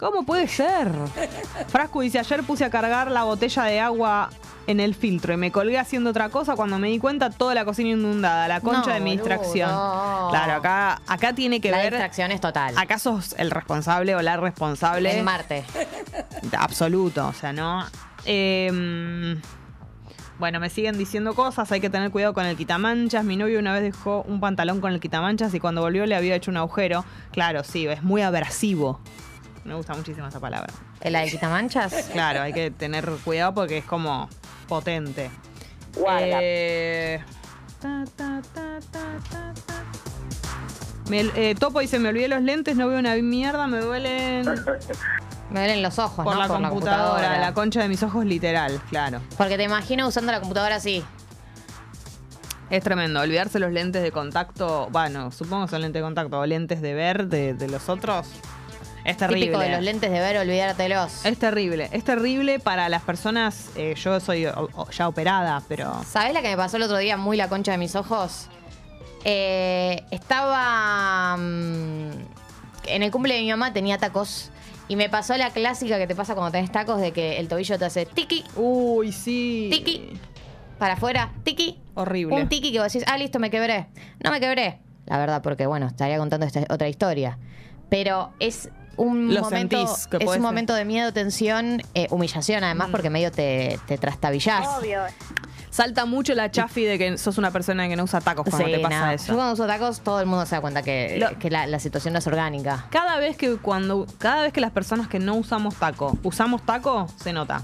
S3: ¿Cómo puede ser? Frasco dice, ayer puse a cargar la botella de agua en el filtro y me colgué haciendo otra cosa cuando me di cuenta toda la cocina inundada, la concha
S2: No,
S3: de mi distracción.
S2: boludo.
S3: Claro, acá, acá tiene que
S2: la
S3: ver...
S2: distracción es total.
S3: Acá sos el responsable o la responsable.
S2: En Marte.
S3: Absoluto, o sea, ¿no? Eh, bueno, me siguen diciendo cosas, hay que tener cuidado con el quitamanchas. Mi novio una vez dejó un pantalón con el quitamanchas y cuando volvió le había hecho un agujero. Claro, sí, es muy abrasivo. Me gusta muchísimo esa palabra.
S2: ¿La de quitamanchas?
S3: Claro, hay que tener cuidado porque es como potente.
S5: Guarda.
S3: Eh, ta, ta, ta, ta, ta, ta. Me- eh, Topo dice, me olvidé los lentes, no veo una mierda, me duelen
S2: Me duelen los ojos,
S3: Pues por
S2: ¿no?
S3: la computadora, la concha de mis ojos literal, claro.
S2: Porque te imagino usando la computadora así.
S3: Es tremendo, olvidarse los lentes de contacto, bueno, supongo que son lentes de contacto, o lentes de ver de, de los otros, es terrible.
S2: Típico de los lentes de ver, olvidártelos.
S3: Es terrible, es terrible para las personas, eh, yo soy o- o- ya operada, pero...
S2: ¿Sabés la que me pasó el otro día muy la concha de mis ojos? Eh, estaba. mm, en el cumple de mi mamá tenía tacos. Y me pasó la clásica que te pasa cuando tenés tacos de que el tobillo te hace tiki
S3: Uy, sí.
S2: Tiki. para afuera, tiki.
S3: Horrible.
S2: Un tiki que vos decís, ah, listo, me quebré. No me quebré. La verdad, porque bueno, estaría contando esta otra historia. Pero es un
S3: Lo
S2: momento.
S3: sentís que Mm.
S2: es
S3: podés-
S2: un momento de miedo, tensión, eh, humillación, además, porque medio te, te trastabillás.
S5: Obvio.
S3: Salta mucho la chafi de que sos una persona que no usa tacos cuando
S2: Sí,
S3: te
S2: no.
S3: pasa
S2: Yo
S3: eso.
S2: cuando uso tacos, todo el mundo se da cuenta que,
S3: Lo-
S2: que la, la situación no es orgánica.
S3: Cada vez que cuando cada vez que las personas que no usamos taco, usamos taco, se nota.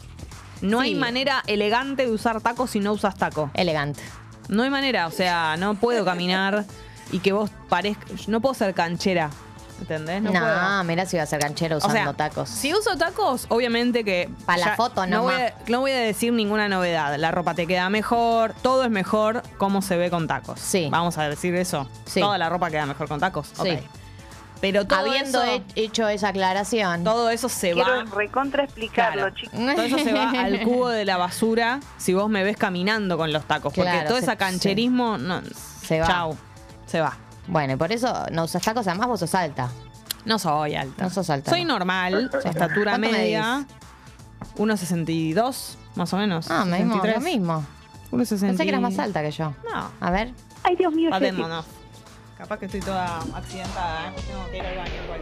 S3: No
S2: Sí.
S3: hay manera elegante de usar taco si no usas taco.
S2: Elegante.
S3: No hay manera, o sea, no puedo caminar y que vos parezcas no puedo ser canchera, ¿entendés?
S2: No,
S3: No, puedo.
S2: mirá si iba a ser canchero
S3: O
S2: usando
S3: sea,
S2: tacos.
S3: Si uso tacos, obviamente que.
S2: Pa' la
S3: ya
S2: foto
S3: no voy,
S2: nomás.
S3: a, no voy a decir ninguna novedad. La ropa te queda mejor, todo es mejor como se ve con tacos.
S2: Sí.
S3: Vamos a decir eso.
S2: Sí.
S3: Toda la ropa queda mejor con tacos.
S2: Sí.
S3: ok. Pero todo
S2: Habiendo
S3: eso,
S2: he- hecho esa aclaración.
S3: todo eso se
S5: Quiero
S3: va.
S5: recontra explicarlo,
S3: Claro.
S5: chicos.
S3: *laughs* Todo eso se va
S2: *laughs*
S3: al cubo de la basura si vos me ves caminando con los tacos. porque
S2: Claro,
S3: todo
S2: se-
S3: ese cancherismo, no,
S2: Se va.
S3: Chau. Se va.
S2: Bueno, y por eso no usas tacos, además vos sos alta.
S3: No soy alta.
S2: No sos alta.
S3: Soy normal, estatura
S2: ¿Cuánto
S3: media. 1,62, más o menos.
S2: Ah, me mismo, lo
S3: 63.
S2: mismo.
S3: 1,60.
S2: Pensé que eras más alta que yo.
S3: No,
S2: A ver.
S5: Ay, Dios mío, Ceci.
S7: *laughs*
S3: patémonos. Capaz que estoy toda accidentada, ¿eh? Tengo que ir al baño igual.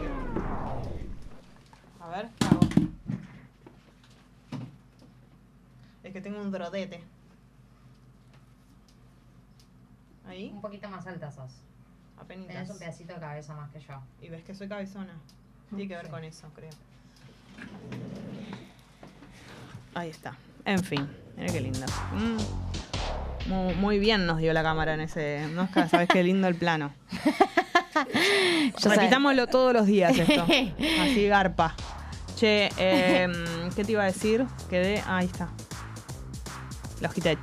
S3: A ver, ¿qué hago? Es que tengo un drodete. Ahí,
S2: poquito más alta sos.
S3: apenas.
S2: pedacito de cabeza más que yo.
S3: Y ves que soy cabezona. Tiene que ver con eso, creo. Ahí está. En fin, mira qué lindo. Mm. Muy, muy bien nos dio la cámara en ese. No sabes qué lindo el *laughs* plano.
S2: sé.
S3: Repitámoslo todos los días *laughs* esto. Así garpa. Che, em, ¿qué te iba a decir? Quedé. Ahí está. Los Hitech.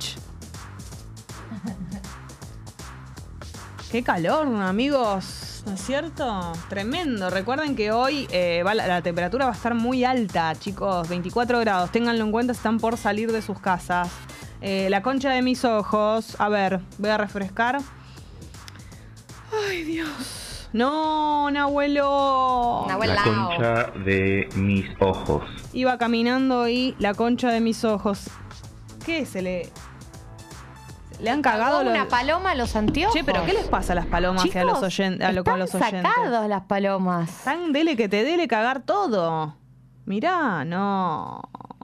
S3: Qué calor, amigos, ¿no es cierto? Tremendo. Recuerden que hoy eh, va la, la temperatura va a estar muy alta, chicos. 24 grados. Ténganlo en cuenta, están por salir de sus casas. Eh, la concha de mis ojos. A ver, voy a refrescar. Ay, Dios. No, Nahuelo.
S4: La
S2: Nahuel Lao.
S4: concha de mis ojos.
S3: Iba caminando y la concha de mis ojos. ¿Qué se le. Le han cagado los.
S2: una paloma a los anteojos.
S3: Che, pero ¿qué les pasa a las palomas y a los
S2: Chicos,
S3: oyen- a lo- con los
S2: están
S3: oyentes?
S2: sacados las palomas.
S3: Tan dele que te dele cagar todo. Mirá, no.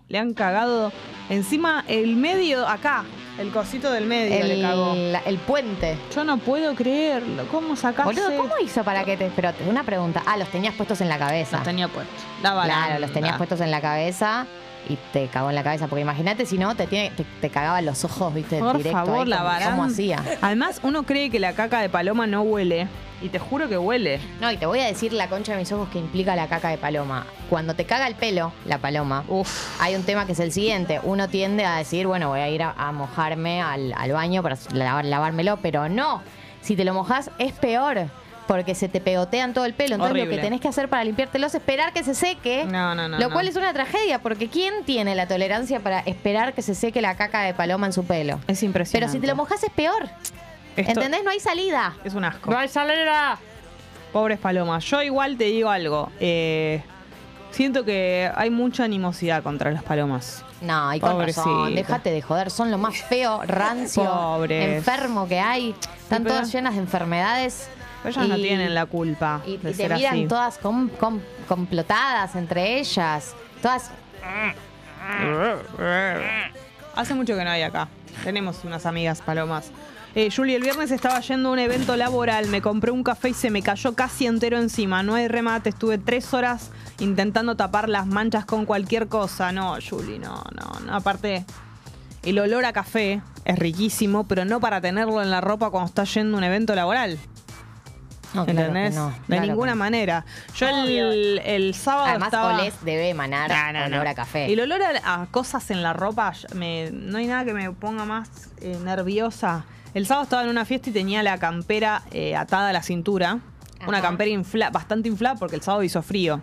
S3: Le han cagado. Encima, el medio, acá. El cosito del medio le cagó.
S2: El, el puente.
S3: Yo no puedo creerlo. ¿Cómo sacaste?
S2: Boludo, ¿cómo hizo para que te.? Pero una pregunta. Ah, los tenías puestos en la cabeza.
S3: Los tenía puestos. La
S2: Ah. claro, los
S3: baranda.
S2: tenías puestos en la cabeza y te cagó en la cabeza. Porque imagínate si no, te, tiene, te, te cagaba en los ojos, viste,
S3: Por
S2: directo. ahí,
S3: favor, la
S2: como-
S3: baranda.
S2: ¿Cómo hacía?
S3: Además, uno cree que la caca de paloma no huele. Y te juro que huele.
S2: No, y te voy a decir la concha de mis ojos que implica la caca de paloma. Cuando te caga el pelo, la paloma,
S3: Uf.
S2: hay un tema que es el siguiente. Uno tiende a decir, bueno, voy a ir a, a mojarme al, al baño para lavar- lavármelo, pero no. Si te lo mojas es peor, porque se te pegotean todo el pelo. Entonces
S3: Horrible.
S2: lo que tenés que hacer para limpiártelo es esperar que se seque.
S3: No, no, no,
S2: ¿Eh? Lo
S3: no.
S2: cual es una tragedia, porque ¿quién tiene la tolerancia para esperar que se seque la caca de paloma en su pelo?
S3: Es impresionante.
S2: Pero si te lo mojas es peor.
S3: Esto
S2: ¿Entendés? No hay salida.
S3: Es un asco.
S2: hay salida.
S3: Pobres palomas. Yo igual te digo algo. Eh, siento que hay mucha animosidad contra las palomas.
S2: No, y con razón,
S3: Pobrecita.
S2: déjate de joder, son lo más feo, rancio,
S3: Pobres.
S2: enfermo que hay. Están
S3: pero-
S2: todas llenas de enfermedades.
S3: Pero ellas no tienen la culpa
S2: Y, y
S3: de
S2: te
S3: ser
S2: miran
S3: así.
S2: todas com- com- complotadas entre ellas. Todas.
S3: Hace mucho que no hay acá. Tenemos unas amigas palomas. Eh, Juli, el viernes estaba yendo a un evento laboral, me compré un café y se me cayó casi entero encima. No hay remate, estuve tres horas intentando tapar las manchas con cualquier cosa. No, Juli, no, no, no. Aparte, el olor a café es riquísimo, pero no para tenerlo en la ropa cuando estás yendo a un evento laboral.
S2: No, claro que
S3: ¿Entendés?
S2: no,
S3: De
S2: claro que
S3: ninguna
S2: no.
S3: manera. Yo el, el sábado
S2: Además,
S3: estaba...
S2: olés debe emanar
S3: No, no, no.
S2: olor a café.
S3: El olor a, a cosas en la ropa, ya- me- no hay nada que me ponga más eh, nerviosa. El sábado estaba en una fiesta y tenía la campera eh, atada a la cintura. Una
S2: Ajá.
S3: campera infla, bastante inflada porque el sábado hizo frío.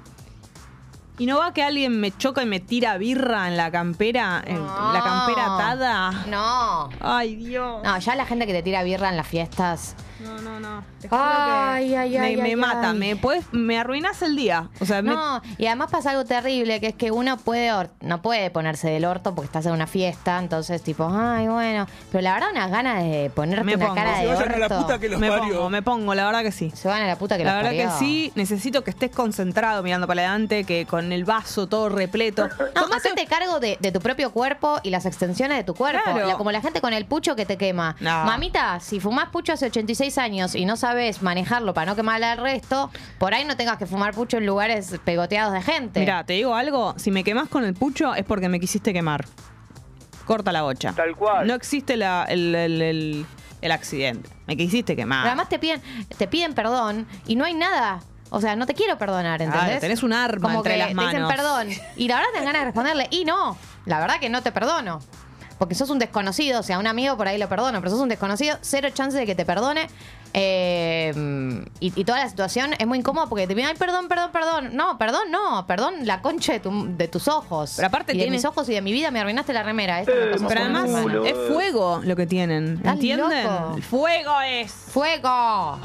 S3: Y no va que alguien me choca y me tira birra en la campera, en
S2: No.
S3: la campera atada.
S2: No.
S3: Ay, Dios.
S2: No, ya la gente que te tira birra en las fiestas.
S3: No, no, no. Te juro
S2: Ay,
S3: que
S2: ay,
S3: me,
S2: ay,
S3: me
S2: ay,
S3: mata,
S2: ay.
S3: me puedes, me arruinas el día. O sea, me-
S2: No, y además pasa algo terrible, que es que uno puede or- no puede ponerse del orto porque estás en una fiesta, entonces tipo, ay, bueno, pero la verdad unas ganas de ponerte
S3: Me
S2: una
S3: pongo.
S2: cara
S3: Se
S2: de
S8: vayan a la
S2: orto.
S8: puta que los
S3: me
S8: parió.
S3: pongo, me pongo, la verdad que sí.
S2: Se van a la puta que
S3: la
S2: los
S3: verdad que
S2: parió.
S3: sí, necesito que estés concentrado mirando para adelante, que con el vaso todo repleto.
S2: *laughs* No,
S3: Tomás,
S2: hacete cargo de, de tu propio cuerpo y las extensiones de tu cuerpo.
S3: Claro.
S2: La- como la gente con el pucho que te quema.
S3: No.
S2: Mamita, si fumás pucho hace 86 años y no sabes manejarlo para no quemar al resto, por ahí no tengas que fumar pucho en lugares pegoteados de gente.
S3: Mira, te digo algo, si me quemás con el pucho es porque me quisiste quemar. Corta la bocha.
S8: Tal cual.
S3: No existe la- el, el- el- el accidente. Me quisiste quemar.
S2: Pero además te piden, te piden perdón y no hay nada. O sea, no te quiero perdonar, ¿entendés?
S3: Claro, tenés un arma
S2: Como
S3: entre
S2: que
S3: las
S2: Te dicen
S3: manos.
S2: perdón. Y la verdad te dan ganas de responderle, y no, la verdad que no te perdono. Porque sos un desconocido, o sea, un amigo por ahí lo perdono, pero sos un desconocido, cero chance de que te perdone. Eh, y, y toda la situación es muy incómoda porque te piden, ay, perdón, perdón, perdón. No, perdón, no, perdón la concha de, tu- de tus ojos.
S3: Pero aparte
S2: y de
S3: tiene-
S2: mis ojos y de mi vida me arruinaste la remera. Esto me pasó hace
S3: Pero
S2: una
S3: además
S2: semana.
S8: eh.
S3: es fuego lo que tienen.
S2: Estás
S3: ¿Entienden?
S2: loco.
S3: El Fuego es.
S2: ¡Fuego!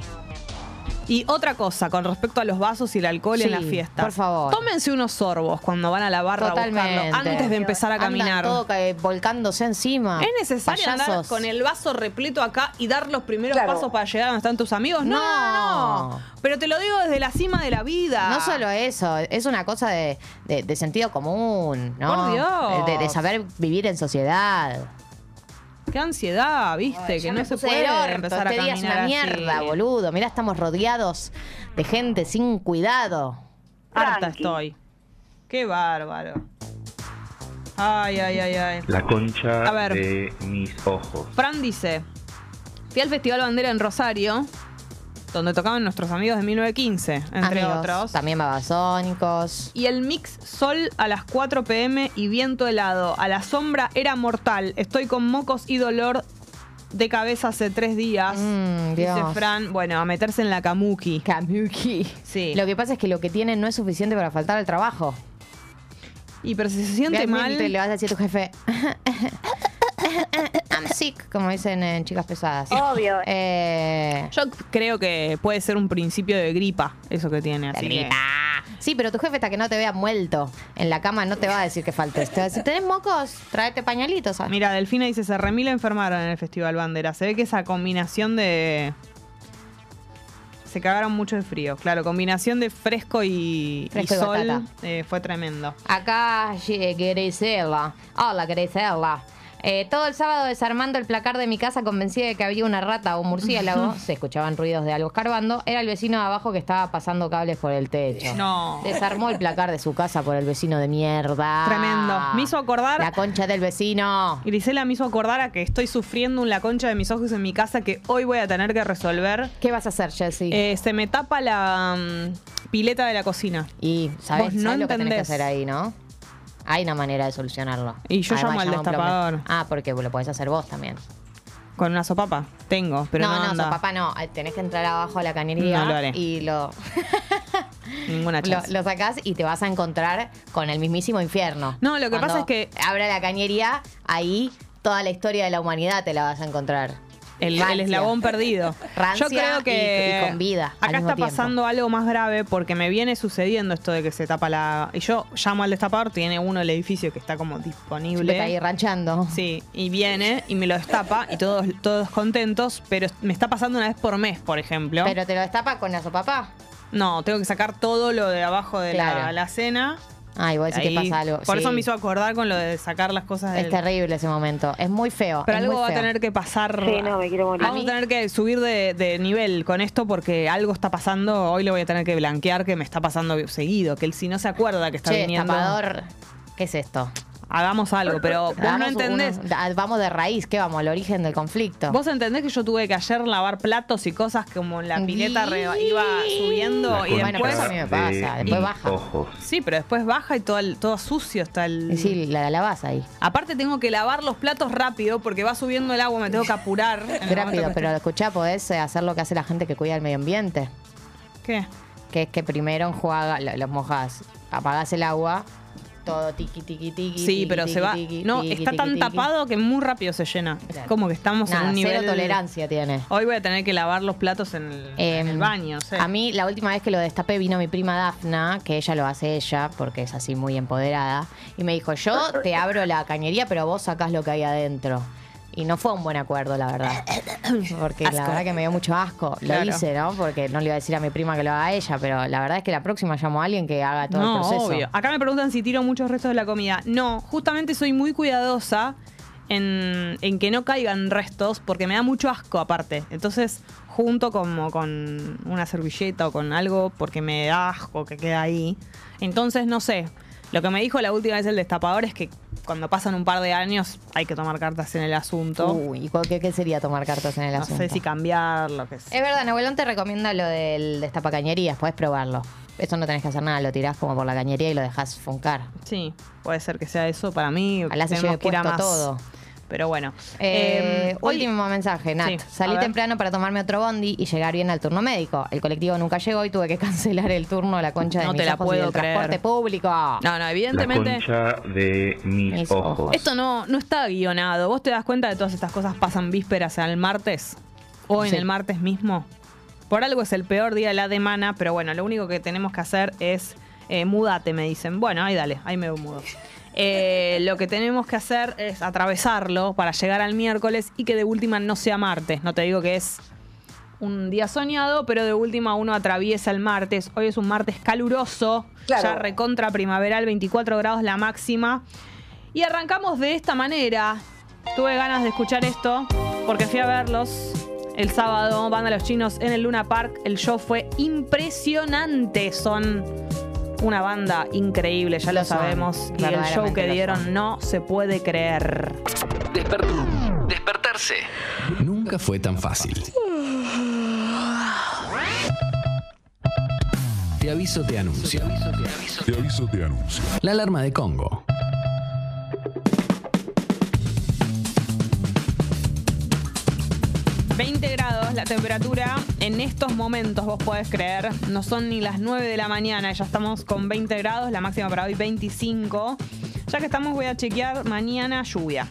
S3: Y otra cosa con respecto a los vasos y el alcohol
S2: Sí,
S3: en las fiestas.
S2: por favor.
S3: Tómense unos sorbos cuando van a la barra a
S2: Totalmente.
S3: buscarlo antes de empezar a
S2: Andan
S3: caminar.
S2: todo ca- eh, volcándose encima.
S3: ¿Es necesario andar
S2: Payasos.
S3: con el vaso repleto acá y dar los primeros
S5: Claro.
S3: pasos para llegar a donde están tus amigos? No, no,
S2: No.
S3: no. Pero te lo digo desde la cima de la vida.
S2: No solo eso, es una cosa de, de- de sentido común, ¿no?
S3: Por Dios.
S2: De, de saber vivir en sociedad.
S3: Qué ansiedad, viste, que
S2: Ya
S3: no
S2: me
S3: se
S2: puse
S3: puede
S2: del orto,
S3: empezar a
S2: este día
S3: caminar
S2: es una mierda,
S3: así.
S2: boludo. Mirá, estamos rodeados de gente sin cuidado.
S3: Harta
S5: Tranqui.
S3: estoy. Qué bárbaro. Ay, ay, ay, ay.
S4: La
S3: A
S4: concha
S3: ver.
S4: de mis ojos.
S3: Fran dice, fui al Festival Bandera en Rosario, donde tocaban nuestros amigos de 1915, entre
S2: Amigos,
S3: otros.
S2: También babasónicos.
S3: y el mix sol a las 4 pm y viento helado. A la sombra era mortal. Estoy con mocos y dolor de cabeza hace tres días.
S2: Mm,
S3: dice
S2: Dios.
S3: Fran, bueno, a meterse en la kamuki.
S2: Kamuki.
S3: Sí.
S2: Lo que pasa es que lo que tienen no es suficiente para faltar al trabajo.
S3: Y pero si se siente mal.
S2: Realmente le vas a decir a tu jefe. "Ah, I'm sick, como dicen en Chicas Pesadas.
S5: Obvio.
S2: Eh,
S8: Yo creo que puede ser un principio de gripa, eso que tiene.
S2: la
S8: Así que-
S2: gripa. Sí, pero tu jefe hasta que no te vea muerto en la cama no te va a decir que faltes. Te va a decir, ¿tenés mocos? Tráete pañalitos. ¿sabes?
S3: Mira, Delfina dice, se remila enfermaron en el Festival Bandera. Se ve que esa combinación de... Se cagaron mucho de frío. Claro, combinación de fresco y, y
S2: Fresco y
S3: sol
S2: batata.
S3: eh, fue tremendo.
S2: Acá eh, Grisela. Hola, Grisela. Eh, todo el sábado desarmando el placar de mi casa convencida de que había una rata o un murciélago.
S3: *laughs*
S2: Se escuchaban ruidos de algo escarbando. Era el vecino de abajo que estaba pasando cables por el techo.
S3: No.
S2: Desarmó el placar de su casa por el vecino de mierda.
S3: Tremendo. Me hizo acordar-
S2: La concha del vecino.
S3: Grisela me hizo acordar a que estoy sufriendo un la concha de mis ojos en mi casa que hoy voy a tener que resolver.
S2: ¿Qué vas a hacer, Jessy?
S3: Eh, se me tapa la mm, pileta de la cocina.
S2: y sabes,
S3: vos no
S2: sabés lo que tenés que
S3: entendés.
S2: hacer ahí, ¿no? Hay una manera de solucionarlo.
S3: Y yo llamo al
S2: llama a un plomero.
S3: destapador.
S2: Ah, porque lo podés hacer vos también.
S3: Con una sopapa. Tengo, pero no,
S2: no,
S3: anda.
S2: papá no. Ay, Tenés que entrar abajo a la cañería
S3: No, lo haré.
S2: y lo,
S3: Ninguna
S2: lo,
S3: chance.
S2: lo sacás y te vas a encontrar con el mismísimo infierno.
S3: No, lo que
S2: Cuando
S3: pasa es que-
S2: Abra la cañería, ahí toda la historia de la humanidad te la vas a encontrar.
S3: El, el
S2: Rancia.
S3: eslabón perdido.
S2: Rancia
S3: Yo creo que.
S2: y- y con vida al
S3: Acá
S2: mismo
S3: está
S2: tiempo.
S3: pasando algo más grave porque me viene sucediendo esto de que se tapa la. Y yo llamo al destapador, tiene uno el edificio que está como
S2: Siempre está ahí
S3: disponible.
S2: ranchando.
S3: Sí, y viene y me lo destapa y todos, todos contentos, pero me está pasando una vez por mes, por ejemplo.
S2: Pero te lo destapa con la sopapá.
S3: no, tengo que sacar todo lo de abajo de la-
S2: Claro.
S3: la, cena.
S2: Ay, vos decís que
S3: Ahí-
S2: pasa algo.
S3: Por
S2: Sí.
S3: eso me hizo acordar con lo de sacar las cosas
S2: Es
S3: del.
S2: terrible ese momento. Es muy feo.
S3: Pero
S2: es
S3: algo
S2: muy
S3: va a
S2: feo.
S3: tener que pasar.
S5: Sí, no, me quiero morir.
S3: Vamos a tener que subir de, de nivel con esto porque algo está pasando. Hoy lo voy a tener que blanquear que me está pasando seguido. Que él si no se acuerda que está
S2: Che,
S3: viniendo.
S2: destapador. ¿Qué es esto?
S3: Hagamos algo, pero vos no
S2: Hagamos
S3: entendés.
S2: uno- da- vamos de raíz, ¿qué vamos? Al origen del conflicto.
S3: Vos entendés que yo tuve que ayer lavar platos y cosas como la pileta re- iba subiendo
S4: La
S3: y
S4: concha
S2: Bueno, pero
S3: después.
S2: eso a mí me pasa,
S4: de
S2: después
S4: mis
S2: baja.
S4: Ojos.
S3: Sí, pero después baja y todo, el- todo sucio está el.
S2: Es decir, la, la lavás ahí.
S3: Aparte tengo que lavar los platos rápido porque va subiendo el agua, me tengo que apurar. en el momento
S2: Rápido,
S3: que
S2: pero
S3: estoy-
S2: escuchá, podés eh, hacer lo que hace la gente que cuida el medio ambiente.
S3: ¿Qué?
S2: Que es que primero enjuaga, lo- los mojás, apagás el agua, todo tiqui, tiqui, tiqui.
S3: Sí,
S2: tiqui,
S3: pero se
S2: tiqui,
S3: va.
S2: tiqui,
S3: No,
S2: tiqui,
S3: está
S2: tiqui,
S3: tan
S2: tiqui.
S3: tapado que muy rápido se llena. Es
S2: Claro.
S3: como que estamos
S2: Nada,
S3: en un nivel.
S2: Cero tolerancia tiene.
S3: Hoy voy a tener que lavar los platos en el, en
S2: Eh,
S3: el baño. sí.
S2: A mí, la última vez que lo destapé, vino mi prima Dafna, que ella lo hace ella, porque es así muy empoderada, y me dijo: Yo te
S3: *coughs*
S2: abro la cañería, pero vos sacás lo que hay adentro. Y no fue un buen acuerdo, la verdad.
S3: *coughs*
S2: Porque la
S3: Asco.
S2: verdad que me dio mucho asco. Lo
S3: Claro.
S2: hice, ¿no? Porque no le iba a decir a mi prima que lo haga ella, pero la verdad es que la próxima llamo a alguien que haga todo el
S3: No,
S2: proceso.
S3: obvio. Acá me preguntan si tiro muchos restos de la comida. No, justamente soy muy cuidadosa en, en que no caigan restos porque me da mucho asco aparte. Entonces, junto como con una servilleta o con algo porque me da asco que queda ahí. Entonces, no sé. Lo que me dijo la última vez el destapador es que cuando pasan un par de años hay que tomar cartas en el asunto.
S2: Uy, ¿y cuál- qué, qué sería tomar cartas en Uh, el
S3: no
S2: asunto?
S3: sé si cambiarlo, que
S2: Es verdad, Nahuelón te recomienda lo del destapacañerías, podés probarlo. Eso no tenés que hacer nada, lo tirás como por la cañería y lo dejás funcar.
S3: Sí, puede ser que sea eso para mí.
S2: Ojalá se
S3: tenemos
S2: lleve puesto todo.
S3: Pero bueno.
S2: Eh,
S3: Eh, hoy-
S2: último mensaje, Nat.
S3: Sí, a
S2: Salí
S3: ver.
S2: temprano para tomarme otro bondi y llegar bien al turno médico. El colectivo nunca llegó y tuve que *laughs* cancelar el turno a la concha de
S3: No
S2: mis
S3: te la
S2: ojos y
S3: puedo
S2: del transporte
S3: creer.
S2: público.
S3: No, no,
S4: La
S3: evidentemente.
S4: concha de mis,
S2: Mis
S4: ojos.
S2: ojos.
S3: Esto no, no está guionado. ¿Vos te das cuenta de todas estas cosas pasan vísperas al martes? ¿O en
S2: Sí.
S3: el martes mismo? Por algo es el peor día de la semana, pero bueno, lo único que tenemos que hacer es eh, mudate, me dicen. Bueno, ahí dale, ahí me mudo. Eh, lo que tenemos que hacer es atravesarlo para llegar al miércoles y que de última no sea martes. No te digo que es un día soñado, pero de última uno atraviesa el martes. Hoy es un martes caluroso, ya recontra primaveral, 24 grados la máxima. Y arrancamos de esta manera. Tuve ganas de escuchar esto porque fui a verlos el sábado, Banda Los Chinos en el Luna Park. El show fue impresionante. Son una banda increíble, ya lo,
S2: Lo son,
S3: sabemos. Y el show
S2: verdaderamente
S3: que
S2: lo son.
S3: dieron no se puede creer.
S9: Desper- despertarse nunca fue tan fácil. Te aviso, te anuncio.
S10: Te aviso, te anuncio.
S9: La alarma de Congo.
S3: Mm. 20 grados la temperatura en estos momentos, vos podés creer. No son ni las 9 de la mañana, ya estamos con 20 grados, la máxima para hoy 25. Ya que estamos, voy a chequear mañana lluvia.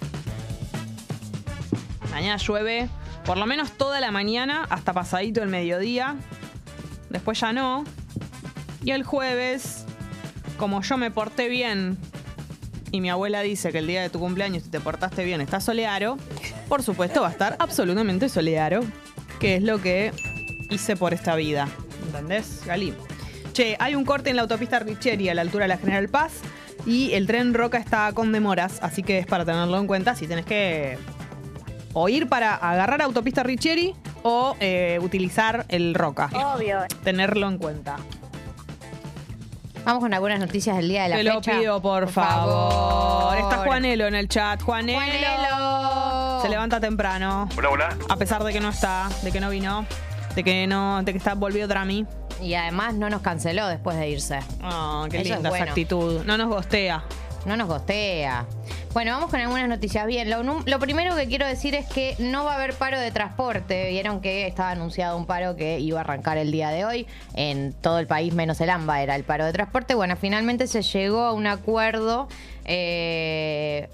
S3: Mañana llueve por lo menos toda la mañana hasta pasadito el mediodía. Después ya no. Y el jueves, como yo me porté bien y mi abuela dice que el día de tu cumpleaños, si te portaste bien, está solearo, por supuesto va a estar absolutamente solearo, que es lo que hice por esta vida. ¿Entendés, Galí? Che, hay un corte en la autopista Richieri a la altura de la General Paz y el tren Roca está con demoras, así que es para tenerlo en cuenta si tenés que o ir para agarrar autopista Richieri o eh, utilizar el Roca.
S7: Obvio.
S3: Tenerlo en cuenta.
S2: Vamos con algunas noticias del día de la
S3: Te
S2: fecha.
S3: lo pido, por, favor. Está Juanelo en el chat. Juanelo.
S2: Juanelo.
S3: Se levanta temprano.
S11: Hola, hola.
S3: A pesar de que no está, de que no vino, de que no, de que está volvido Drami.
S2: Y además no nos canceló después de irse.
S3: Ah, qué
S2: Eso es
S3: linda
S2: bueno.
S3: esa actitud. No nos gostea.
S2: No nos gostea. Bueno, vamos con algunas noticias. Bien, lo, nu- lo primero que quiero decir es que no va a haber paro de transporte. Vieron que estaba anunciado un paro que iba a arrancar el día de hoy en todo el país, menos el AMBA, era el paro de transporte. Bueno, finalmente se llegó a un acuerdo. eh,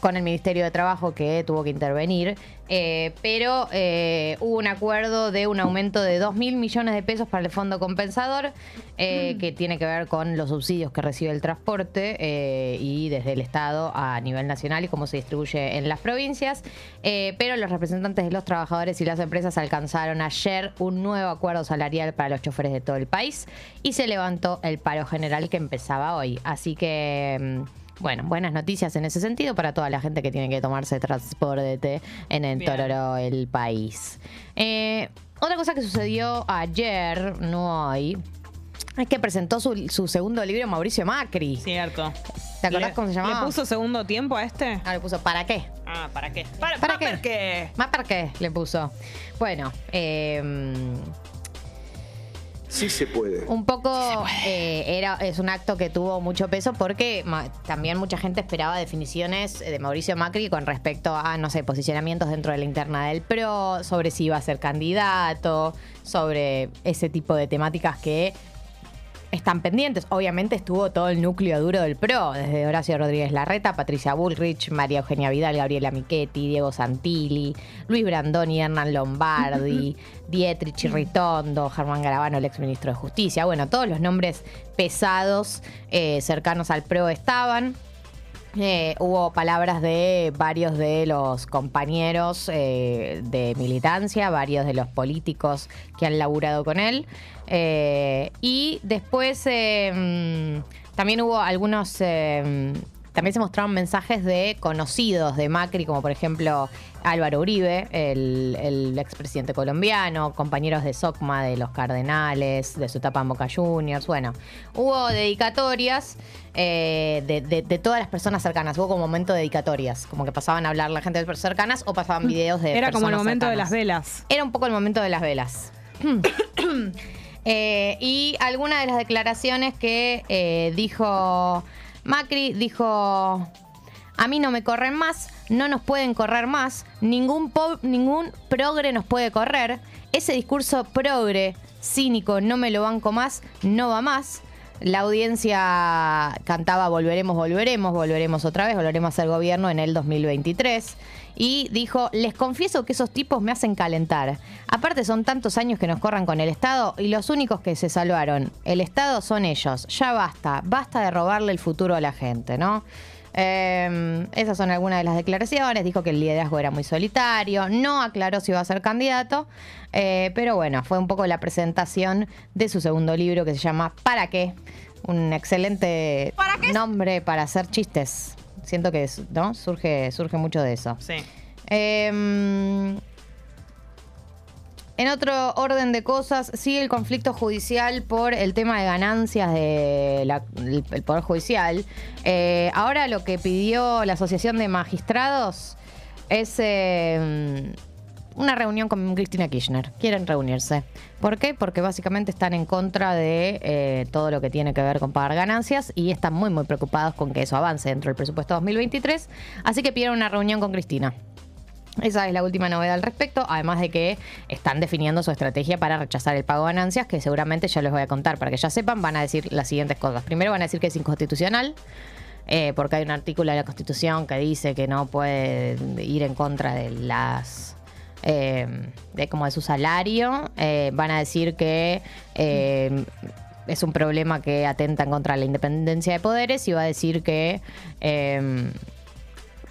S2: con el Ministerio de Trabajo que tuvo que intervenir, eh, pero eh, hubo un acuerdo de un aumento de 2 mil millones de pesos para el fondo compensador, eh, que tiene que ver con los subsidios que recibe el transporte eh, y desde el Estado a nivel nacional y cómo se distribuye en las provincias. Eh, pero los representantes de los trabajadores y las empresas alcanzaron ayer un nuevo acuerdo salarial para los choferes de todo el país y se levantó el paro general que empezaba hoy. Así que... mm, bueno, buenas noticias en ese sentido para toda la gente que tiene que tomarse transporte en el
S3: Bien.
S2: Tororo, el país. Eh, otra cosa que sucedió ayer, no hoy, es que presentó su, su segundo libro Mauricio Macri.
S3: Cierto.
S2: ¿Te acordás
S3: Le-
S2: cómo se llamaba?
S3: ¿Le puso segundo tiempo a este?
S2: Ah, le puso ¿Para qué?
S3: Ah, ¿para qué? ¿Para,
S2: ¿Para qué?
S3: ¿Para qué?
S2: ¿Más para qué? Le puso. Bueno, eh,
S12: Sí se puede.
S2: Un poco eh, era, es un acto que tuvo mucho peso porque ma- también mucha gente esperaba definiciones eh, de Mauricio Macri con respecto a, no sé, posicionamientos dentro de la interna del PRO, sobre si iba a ser candidato, sobre ese tipo de temáticas que están pendientes. Obviamente estuvo todo el núcleo duro del PRO, desde Horacio Rodríguez Larreta, Patricia Bullrich, María Eugenia Vidal, Gabriela Michetti, Diego Santilli, Luis Brandoni, Hernán Lombardi, Dietrich Ritondo, Germán Garabano, el exministro de Justicia. Bueno, todos los nombres pesados eh, cercanos al PRO estaban. Eh, hubo palabras de varios de los compañeros eh, de militancia, varios de los políticos que han laburado con él. Eh, y después eh, mm, también hubo algunos... eh, también se mostraron mensajes de conocidos de Macri, como por ejemplo Álvaro Uribe, el, el expresidente colombiano, compañeros de SOCMA, de los Cardenales, de su etapa en Boca Juniors. Bueno, hubo dedicatorias eh, de, de- de todas las personas cercanas. Hubo como momento de dedicatorias, como que pasaban a hablar la gente de personas cercanas o pasaban videos de
S3: Mm, Era como el
S2: personas
S3: momento de las
S2: cercanas.
S3: velas.
S2: Era un poco el momento de las
S3: *coughs*
S2: velas. Eh, y alguna de las declaraciones que eh, dijo Macri, dijo, a mí no me corren más, no nos pueden correr más, ningún, po- ningún progre nos puede correr, ese discurso progre, cínico, no me lo banco más, no va más. La audiencia cantaba Volveremos, volveremos, volveremos otra vez, volveremos a ser gobierno en el 2023. Y dijo, les confieso que esos tipos me hacen calentar. Aparte son tantos años que nos corran con el Estado y los únicos que se salvaron, el Estado son ellos. Ya basta, basta de robarle el futuro a la gente, ¿no? Eh, esas son algunas de las declaraciones. Dijo que el liderazgo era muy solitario. No aclaró si iba a ser candidato. Eh, pero bueno, fue un poco la presentación de su segundo libro que se llama ¿Para qué? Un excelente nombre para hacer chistes. Siento que ¿no? surge, surge mucho de eso.
S3: Sí.
S2: Eh, en otro orden de cosas, sigue el conflicto judicial por el tema de ganancias del Poder Judicial. Eh, ahora lo que pidió la Asociación de Magistrados es eh, una reunión con Cristina Kirchner. Quieren reunirse. ¿Por qué? Porque básicamente están en contra de eh, todo lo que tiene que ver con pagar ganancias y están muy, muy preocupados con que eso avance dentro del presupuesto 2023. Así que pidieron una reunión con Cristina. Esa es la última novedad al respecto, además de que están definiendo su estrategia para rechazar el pago de ganancias, que seguramente ya les voy a contar para que ya sepan, van a decir las siguientes cosas. Primero van a decir que es inconstitucional, eh, porque hay un artículo de la Constitución que dice que no puede ir en contra de las eh, de como de su salario, eh, van a decir que eh, es un problema que atenta en contra de la independencia de poderes y va a decir que eh,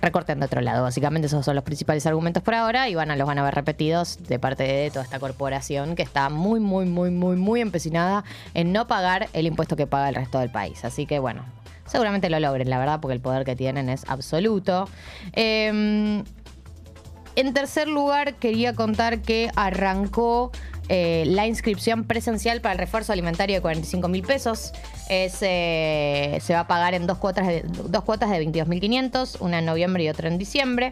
S2: recorten de otro lado. Básicamente esos son los principales argumentos por ahora y van a, los van a ver repetidos de parte de toda esta corporación que está muy, muy, muy, muy, muy empecinada en no pagar el impuesto que paga el resto del país. Así que bueno, seguramente lo logren, la verdad, porque el poder que tienen es absoluto. Eh, en tercer lugar, quería contar que arrancó eh, la inscripción presencial para el refuerzo alimentario de 45 mil pesos. Es, eh, se va a pagar en dos cuotas de, dos cuotas de 22.500, una en noviembre y otra en diciembre.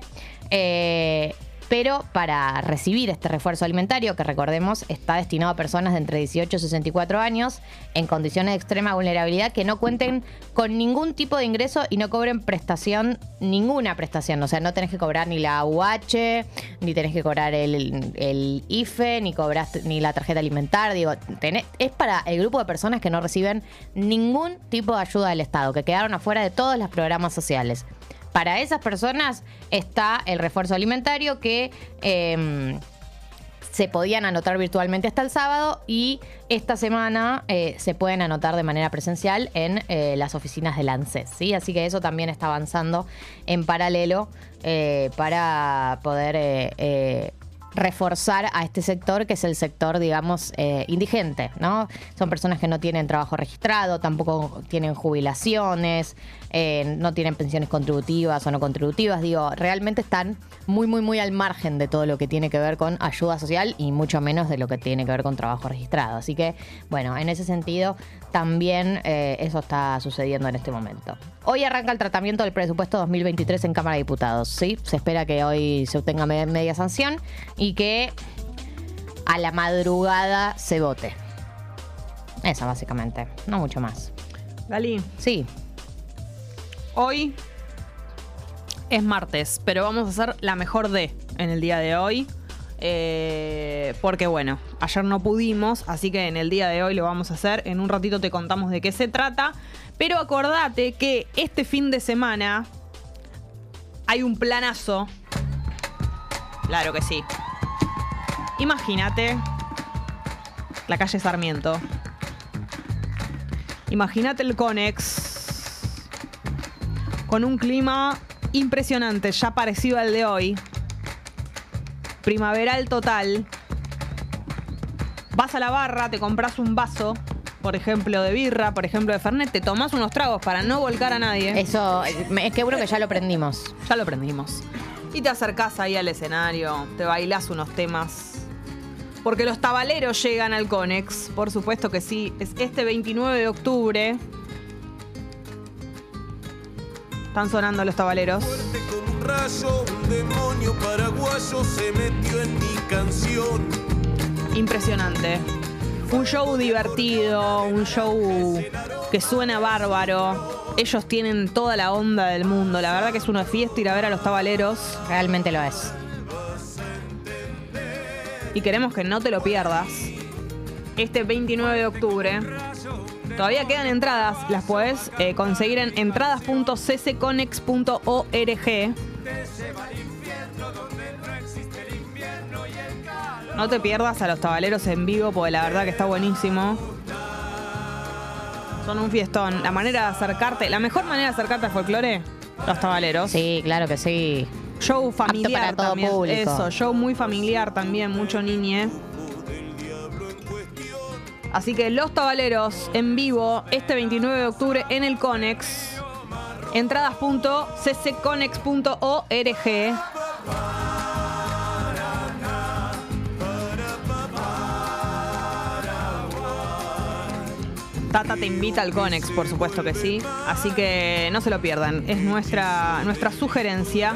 S2: Eh, pero para recibir este refuerzo alimentario, que recordemos está destinado a personas de entre 18 y 64 años en condiciones de extrema vulnerabilidad que no cuenten con ningún tipo de ingreso y no cobren prestación, ninguna prestación. O sea, no tenés que cobrar ni la UH, ni tenés que cobrar el, el IFE, ni cobrás ni la tarjeta alimentar. Digo, tenés- es para el grupo de personas que no reciben ningún tipo de ayuda del Estado, que quedaron afuera de todos los programas sociales. Para esas personas está el refuerzo alimentario que em, se podían anotar virtualmente hasta el sábado y esta semana eh, se pueden anotar de manera presencial en eh, las oficinas del ANSES. ¿sí? Así que eso también está avanzando en paralelo eh, para poder eh, eh, reforzar a este sector, que es el sector, digamos, eh, indigente, ¿no? Son personas que no tienen trabajo registrado, tampoco tienen jubilaciones, eh, no tienen pensiones contributivas o no contributivas, digo, realmente están muy, muy, muy al margen de todo lo que tiene que ver con ayuda social y mucho menos de lo que tiene que ver con trabajo registrado. Así que, bueno, en ese sentido, también eh, eso está sucediendo en este momento. Hoy arranca el tratamiento del presupuesto 2023 en Cámara de Diputados, ¿sí? Se espera que hoy se obtenga me- media sanción y que a la madrugada se vote. Esa básicamente, no mucho más.
S3: Dalí.
S2: Sí.
S3: Hoy es martes, pero vamos a hacer la mejor de en el día de hoy. Eh, porque bueno, ayer no pudimos, así que en el día de hoy lo vamos a hacer. En un ratito te contamos de qué se trata. Pero acordate que este fin de semana hay un planazo. Claro que sí. Imagínate la calle Sarmiento. Imagínate el Conex con un clima impresionante, ya parecido al de hoy. Primaveral total. Vas a la barra, te compras un vaso, por ejemplo, de birra, por ejemplo, de Fernet, te tomás unos tragos para no volcar a nadie.
S2: Eso, es que bueno que ya lo prendimos.
S3: Ya lo prendimos. Y te acercás ahí al escenario, te bailás unos temas. Porque los tabaleros llegan al Conex, por supuesto que sí. Es este 29 de octubre. Están sonando los tabaleros.
S13: Un rayo, un demonio paraguayo se metió en mi canción.
S3: Impresionante. Un show divertido, un show que suena bárbaro. Ellos tienen toda la onda del mundo. La verdad que es una fiesta ir a ver a los tabaleros.
S2: Realmente lo es.
S3: Y queremos que no te lo pierdas. Este 29 de octubre. Todavía quedan entradas. Las puedes eh, conseguir en entradas.ccconex.org. No te pierdas a los tabaleros en vivo porque la verdad que está buenísimo. Son un fiestón. La manera de acercarte, la mejor manera de acercarte al folclore, los tabaleros.
S2: Sí, claro que sí.
S3: Show familiar
S2: para todo
S3: también.
S2: público.
S3: Eso, show muy familiar también, mucho niñe. Así que los tabaleros en vivo este 29 de octubre en el Conex. Entradas.ccconex.org. Tata te invita al Conex, por supuesto que sí. Así que no se lo pierdan. Es nuestra, nuestra sugerencia.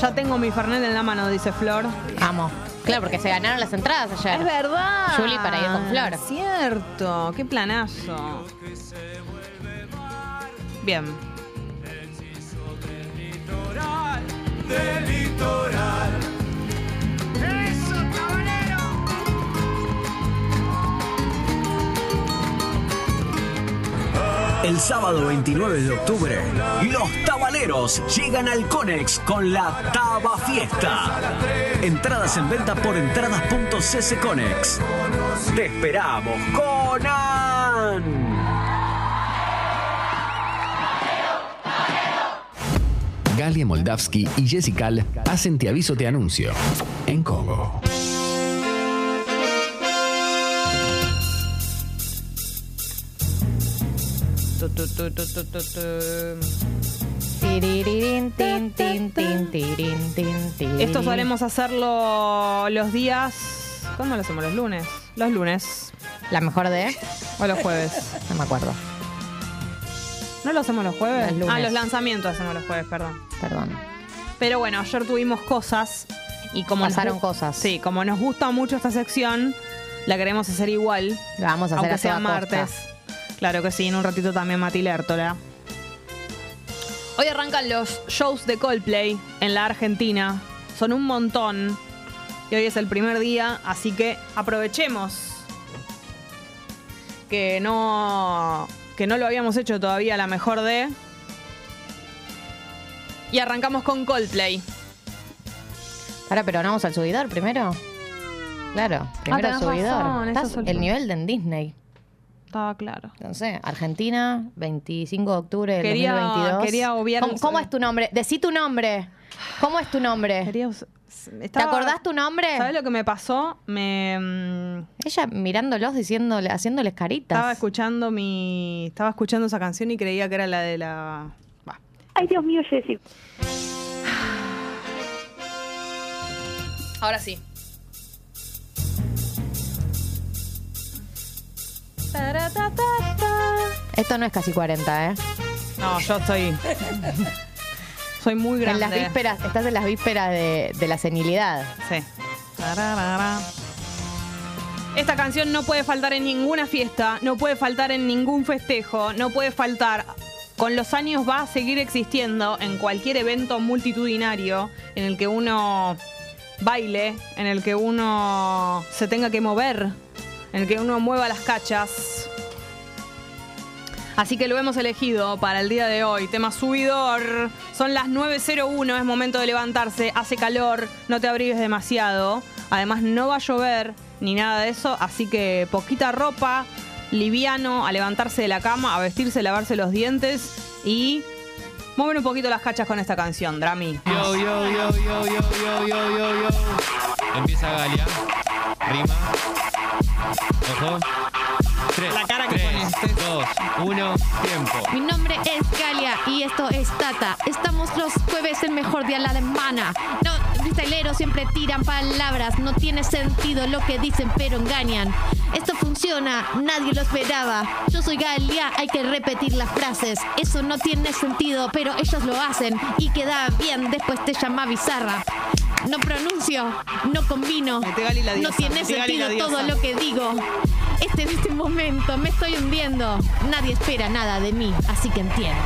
S3: Ya tengo mi Fernet en la mano, dice Flor.
S2: Amo. Claro, porque se ganaron las entradas ayer.
S3: Es verdad.
S2: Juli para ir con Flor.
S3: Cierto, qué planazo. Bien.
S13: Del litoral. ¡Eso, caballero! Ah.
S14: El sábado 29 de octubre, los tabaleros llegan al Conex con la Taba Fiesta. Entradas en venta por entradas.cconex. Te esperamos, Conan.
S15: Galia Moldavsky y Jessica Al hacen Te aviso, te anuncio en Congo.
S3: Tu, tu, tu, tu, tu, tu, tu.
S2: Tiriririn, tin, tin, tin, tirin, tin, tirin.
S3: Esto solemos hacerlo los días. ¿Cuándo lo hacemos? Los lunes. Los lunes.
S2: ¿La mejor de?
S3: O
S2: *laughs*
S3: los jueves.
S2: No me acuerdo.
S3: ¿No lo hacemos los jueves?
S2: Los lunes.
S3: Ah, los lanzamientos hacemos los jueves, perdón.
S2: Perdón.
S3: Pero bueno, ayer tuvimos cosas y como nos
S2: Pasaron
S3: gu-
S2: cosas.
S3: Sí, como nos gusta mucho esta sección, la queremos hacer igual.
S2: La vamos a hacer
S3: aunque
S2: a
S3: sea
S2: toda costa.
S3: martes. Claro que sí, en un ratito también Mati Lertola. Hoy arrancan los shows de Coldplay en la Argentina. Son un montón. Y hoy es el primer día, así que aprovechemos que no que no lo habíamos hecho todavía la mejor de y arrancamos con Coldplay.
S2: Ahora, pero no vamos al subidor primero. Claro, primero
S3: Ah, tenés
S2: al subidor.
S3: razón, eso
S2: Estás
S3: es el-
S2: el nivel de en Disney.
S3: Estaba claro.
S2: Entonces, Argentina, 25 de octubre del
S3: Quería-
S2: 2022.
S3: quería obviar-
S2: ¿Cómo, cómo es tu nombre? Decí tu nombre. ¿Cómo es tu nombre?
S3: Estaba-
S2: Eh. ¿Te acordás tu nombre?
S3: ¿Sabes lo que me pasó? Me mm,
S2: Ella mirándolos, diciéndole, haciéndoles caritas.
S3: estaba escuchando mi estaba escuchando esa canción y creía que era la de la
S7: Ay, Dios mío, Jessy.
S3: Ahora sí.
S2: Esto no es casi 40, ¿eh?
S3: No, yo estoy *laughs* soy muy
S2: En
S3: grande.
S2: las vísperas, estás en las vísperas de, de la senilidad.
S3: Sí. Tararara. Esta canción no puede faltar en ninguna fiesta, no puede faltar en ningún festejo, no puede faltar. Con los años va a seguir existiendo en cualquier evento multitudinario en el que uno baile, en el que uno se tenga que mover, en el que uno mueva las cachas. Así que lo hemos elegido para el día de hoy. Tema subidor. Son las 9.01, es momento de levantarse. Hace calor, no te abrigues demasiado. Además, no va a llover ni nada de eso. Así que poquita ropa, liviano, a levantarse de la cama, a vestirse, lavarse los dientes y. Mover un poquito las cachas con esta canción, Drami.
S16: Ah.
S9: Yo, yo, yo, yo, yo, yo, yo, yo, yo. Empieza Galia. Rima. Ojo. Tres. La cara que Tres, dos, uno, tiempo.
S16: Mi nombre es Galia y esto es Tata. Estamos los jueves en Mejor Día la Alemana. No, freestyleros siempre tiran palabras. No tiene sentido lo que dicen, pero engañan. Esto funciona, nadie lo esperaba. Yo soy Galia, hay que repetir las frases. Eso no tiene sentido, pero ellos lo hacen y queda bien. Después te llama bizarra. No pronuncio, no combino.
S3: Gali la
S16: no
S3: diosa,
S16: tiene
S3: mete Gali la
S16: sentido todo
S3: diosa.
S16: lo que digo. Este en este momento me estoy hundiendo. Nadie espera nada de mí, así que entiendo.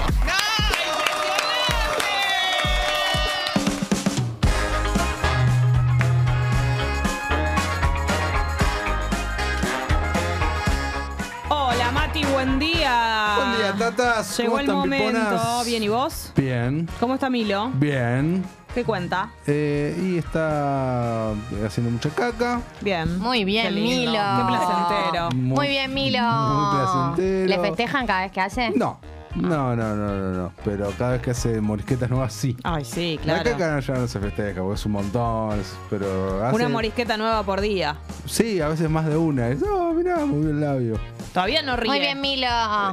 S3: Hola Mati, buen día.
S13: Buen día, tatas.
S3: Llegó
S13: ¿Cómo
S3: el
S13: están,
S3: momento.
S13: pimponas?
S3: Bien, ¿y vos?
S13: Bien,
S3: ¿Cómo está Milo?
S13: bien.
S3: ¿Qué cuenta?
S13: Eh, y está haciendo mucha caca.
S3: Bien.
S2: Muy bien,
S3: Qué lindo.
S2: Milo.
S3: Qué placentero.
S2: Muy, bien, Milo.
S13: muy placentero.
S2: ¿Le festejan cada vez que hace?
S13: No. No, no, no, no, no. Pero cada vez que hace morisquetas nuevas, sí.
S3: Ay, sí,
S13: La
S3: claro.
S13: caca ya no se festeja, porque es un montón. es- Pero hace,
S3: Una morisqueta nueva por día.
S13: Sí, a veces más de una. Es, oh, mirá, movió el labio.
S3: Todavía no ríe.
S2: Muy bien, Milo.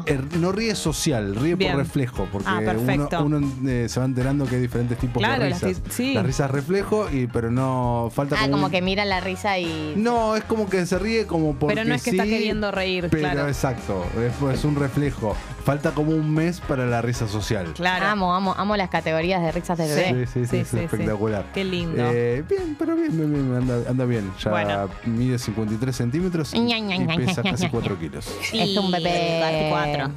S13: Eh, no ríe social, ríe
S3: Bien.
S13: por reflejo, porque
S3: Ah,
S13: uno,
S3: perfecto.
S13: uno, eh, se va enterando que hay diferentes tipos
S3: Claro,
S13: de
S3: las
S13: risas.
S3: ri- sí.
S13: Las risas reflejo, y, pero no falta
S2: Ah,
S13: como
S2: como
S13: un-
S2: que mira la risa y.
S13: No, es como que se ríe como porque
S3: Pero no es que está
S13: sí,
S3: queriendo reír,
S13: pero
S3: claro.
S13: exacto, es, es un reflejo. Falta como un mes para la risa social.
S2: Amo, amo, amo las categorías de risas de
S13: Sí,
S2: bebé.
S13: sí, sí, es espectacular.
S2: Qué lindo.
S13: Eh, bien, pero bien, bien, bien, anda, anda bien. Ya
S2: Bueno.
S13: mide 53 centímetros y,
S2: Ña, ña,
S13: y
S2: ña,
S13: pesa
S2: ña,
S13: casi
S2: ña,
S13: 4
S2: ña.
S13: kilos.
S2: Es un bebé.
S3: Sí, 24.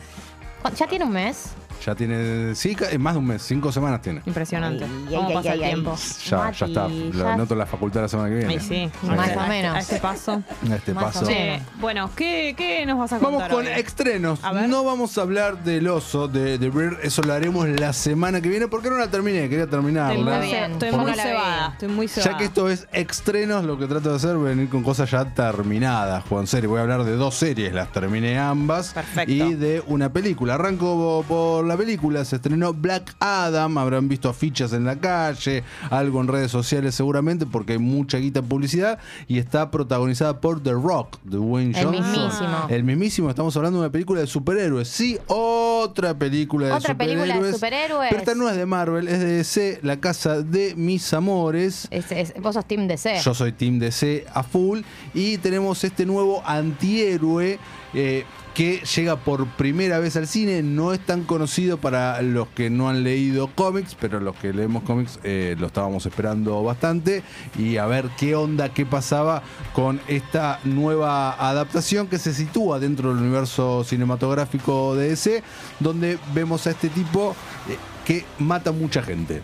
S2: ¿Ya tiene un mes?
S13: Ya tiene. Sí, ca- eh, más de un mes, cinco semanas tiene.
S8: Impresionante.
S2: Ay,
S8: ¿Cómo
S2: ay,
S8: pasa
S2: ay,
S8: el
S2: ay.
S8: tiempo?
S13: Ya, ya está. Lo
S8: ya-
S13: anoto en la facultad la semana que viene.
S8: Ay, sí.
S13: Ahí
S8: Más
S13: está.
S8: o menos. A este paso.
S13: A este paso.
S8: Che, bueno, ¿qué, ¿qué nos vas a
S13: Vamos
S8: contar?
S13: con
S8: hoy?
S13: estrenos. No vamos a hablar del oso de, de Bird, eso lo haremos la semana que viene porque no la terminé, quería
S8: Estoy muy,
S13: terminarla.
S8: ce- estoy muy cebada. Estoy muy cebada.
S13: Ya que esto es estrenos, lo que trato de hacer es venir con cosas ya terminadas, Juan Serie. Voy a hablar de dos series, las terminé ambas. Y de una película. Arranco por la película, se estrenó Black Adam, habrán visto fichas en la calle, algo en redes sociales seguramente, porque hay mucha guita en publicidad. Y está protagonizada por The Rock, de Wayne
S2: El
S13: Johnson.
S2: mismísimo.
S13: El mismísimo, estamos hablando de una película de superhéroes. Sí, otra película de
S2: Otra
S13: superhéroes.
S2: película de superhéroes.
S13: Pero esta no es de Marvel, es de DC, La Casa de Mis Amores.
S2: Es- es- vos sos Team DC.
S13: Yo soy Team DC a full. Y tenemos este nuevo antihéroe eh, que llega por primera vez al cine. No es tan conocido para los que no han leído cómics, pero los que leemos cómics eh, lo estábamos esperando bastante. Y a ver qué onda, qué pasaba con esta nueva adaptación que se sitúa dentro del universo cinematográfico de DC, donde vemos a este tipo eh, que mata mucha gente.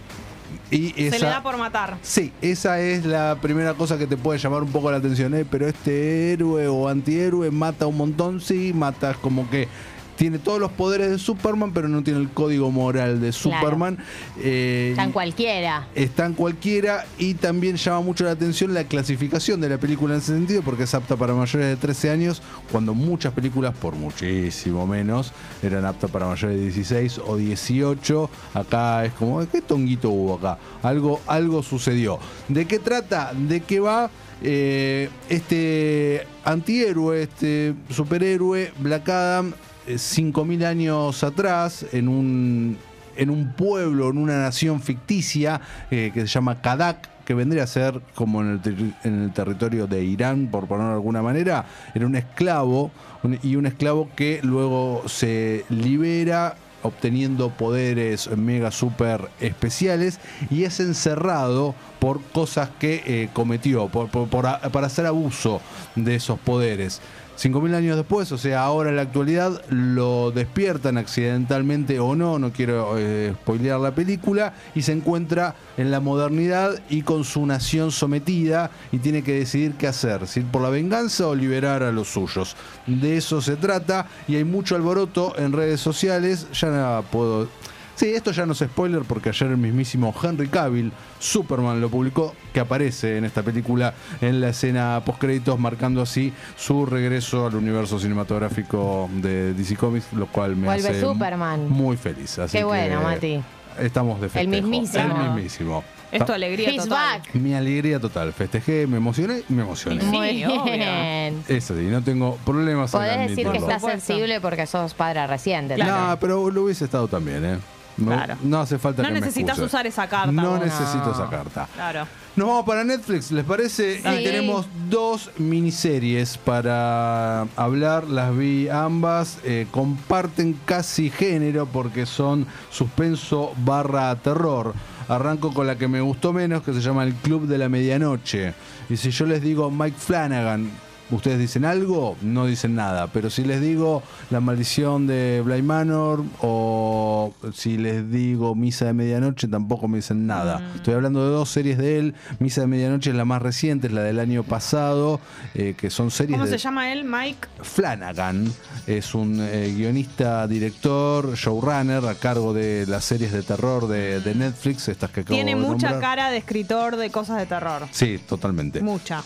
S13: Y
S8: Se le
S13: esa-
S8: da por matar.
S13: Sí, esa es la primera cosa que te puede llamar un poco la atención, ¿eh? pero este héroe o antihéroe mata un montón, sí, mata como que tiene todos los poderes de Superman, pero no tiene el código moral de
S2: Claro.
S13: Superman. Eh,
S2: Tan cualquiera.
S13: están cualquiera y también llama mucho la atención la clasificación de la película en ese sentido porque es apta para mayores de 13 años cuando muchas películas por muchísimo menos eran aptas para mayores de 16 o 18 acá es como qué tonguito hubo acá algo algo sucedió de qué trata de qué va Eh, este antihéroe este superhéroe Black Adam eh, 5000 años atrás en un en un pueblo, en una nación ficticia eh, que se llama Kadak, que vendría a ser como en el, terri- en el territorio de Irán, por ponerlo de alguna manera, era un esclavo un- y un esclavo que luego se libera obteniendo poderes mega super especiales y es encerrado por cosas que eh, cometió, por, por- por a- para hacer abuso de esos poderes. 5.000 años después, o sea, ahora en la actualidad, lo despiertan accidentalmente o no, no quiero eh, spoilear la película, y se encuentra en la modernidad y con su nación sometida y tiene que decidir qué hacer, si ir por la venganza o liberar a los suyos. De eso se trata y hay mucho alboroto en redes sociales, ya no puedo... Sí, esto ya no es spoiler porque ayer el mismísimo Henry Cavill, Superman, lo publicó, que aparece en esta película en la escena postcréditos, marcando así su regreso al universo cinematográfico de DC Comics, lo cual me
S2: Vuelve
S13: hace
S2: Superman.
S13: muy feliz. Así
S2: Qué
S13: que
S2: bueno, Mati.
S13: Estamos de festejo.
S2: mismísimo.
S13: El mismísimo.
S8: Es tu alegría
S2: He's
S8: total.
S2: back.
S13: Mi alegría total. Festejé, me emocioné y me emocioné.
S2: Muy bien.
S13: Eso sí, no tengo problemas en
S2: Podés decir que
S13: admitirlo.
S2: estás sensible porque sos padre reciente.
S13: No, pero lo hubiese estado también, ¿eh? No, no hace falta
S8: No
S13: que me
S8: necesitas
S13: excuses.
S8: usar esa carta.
S13: No
S8: vos.
S13: necesito esa carta.
S8: Claro.
S13: Nos vamos para Netflix, ¿les parece?
S8: Dale.
S13: Y tenemos dos miniseries para hablar. Las vi ambas. eh, comparten casi género porque son suspenso barra terror. Arranco con la que me gustó menos, que se llama El Club de la Medianoche. Y si yo les digo Mike Flanagan, ¿Ustedes dicen algo? No dicen nada. Pero si les digo La maldición de Bly Manor o si les digo Misa de Medianoche, tampoco me dicen nada.
S8: Mm.
S13: Estoy hablando de dos series de él. Misa de Medianoche es la más reciente, es la del año pasado, eh, que son series
S8: ¿Cómo
S13: de...
S8: se llama él, Mike?
S13: Flanagan es un eh, guionista, director, showrunner a cargo de las series de terror de, de Netflix, estas que acabo
S8: Tiene
S13: de
S8: mucha
S13: nombrar.
S8: cara de escritor de cosas de terror.
S13: Sí, totalmente.
S8: Mucha.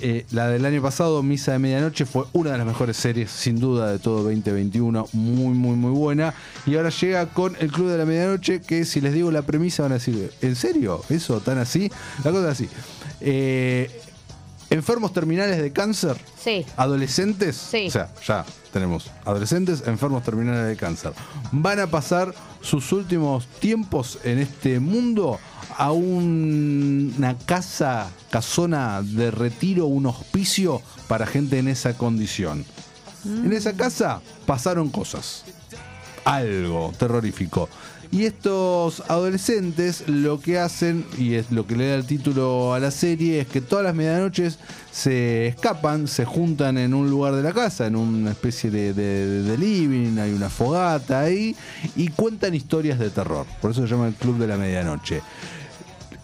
S13: Eh, la del año pasado, Misa de Medianoche, fue una de las mejores series, sin duda, de todo 2021. Muy, muy, muy buena. Y ahora llega con El Club de la Medianoche, que si les digo la premisa van a decir, ¿en serio? ¿Eso tan así? La cosa es así. Eh, enfermos terminales de cáncer.
S2: Sí.
S13: Adolescentes.
S2: Sí.
S13: O sea, ya tenemos adolescentes enfermos terminales de cáncer. Van a pasar sus últimos tiempos en este mundo a un- una casa, casona de retiro, un hospicio para gente en esa condición. En esa casa pasaron cosas. algo terrorífico. Y estos adolescentes lo que hacen, y es lo que le da el título a la serie, es que todas las medianoches se escapan, se juntan en un lugar de la casa, en una especie de, de- de living, hay una fogata ahí, y cuentan historias de terror. Por eso se llama el Club de la Medianoche.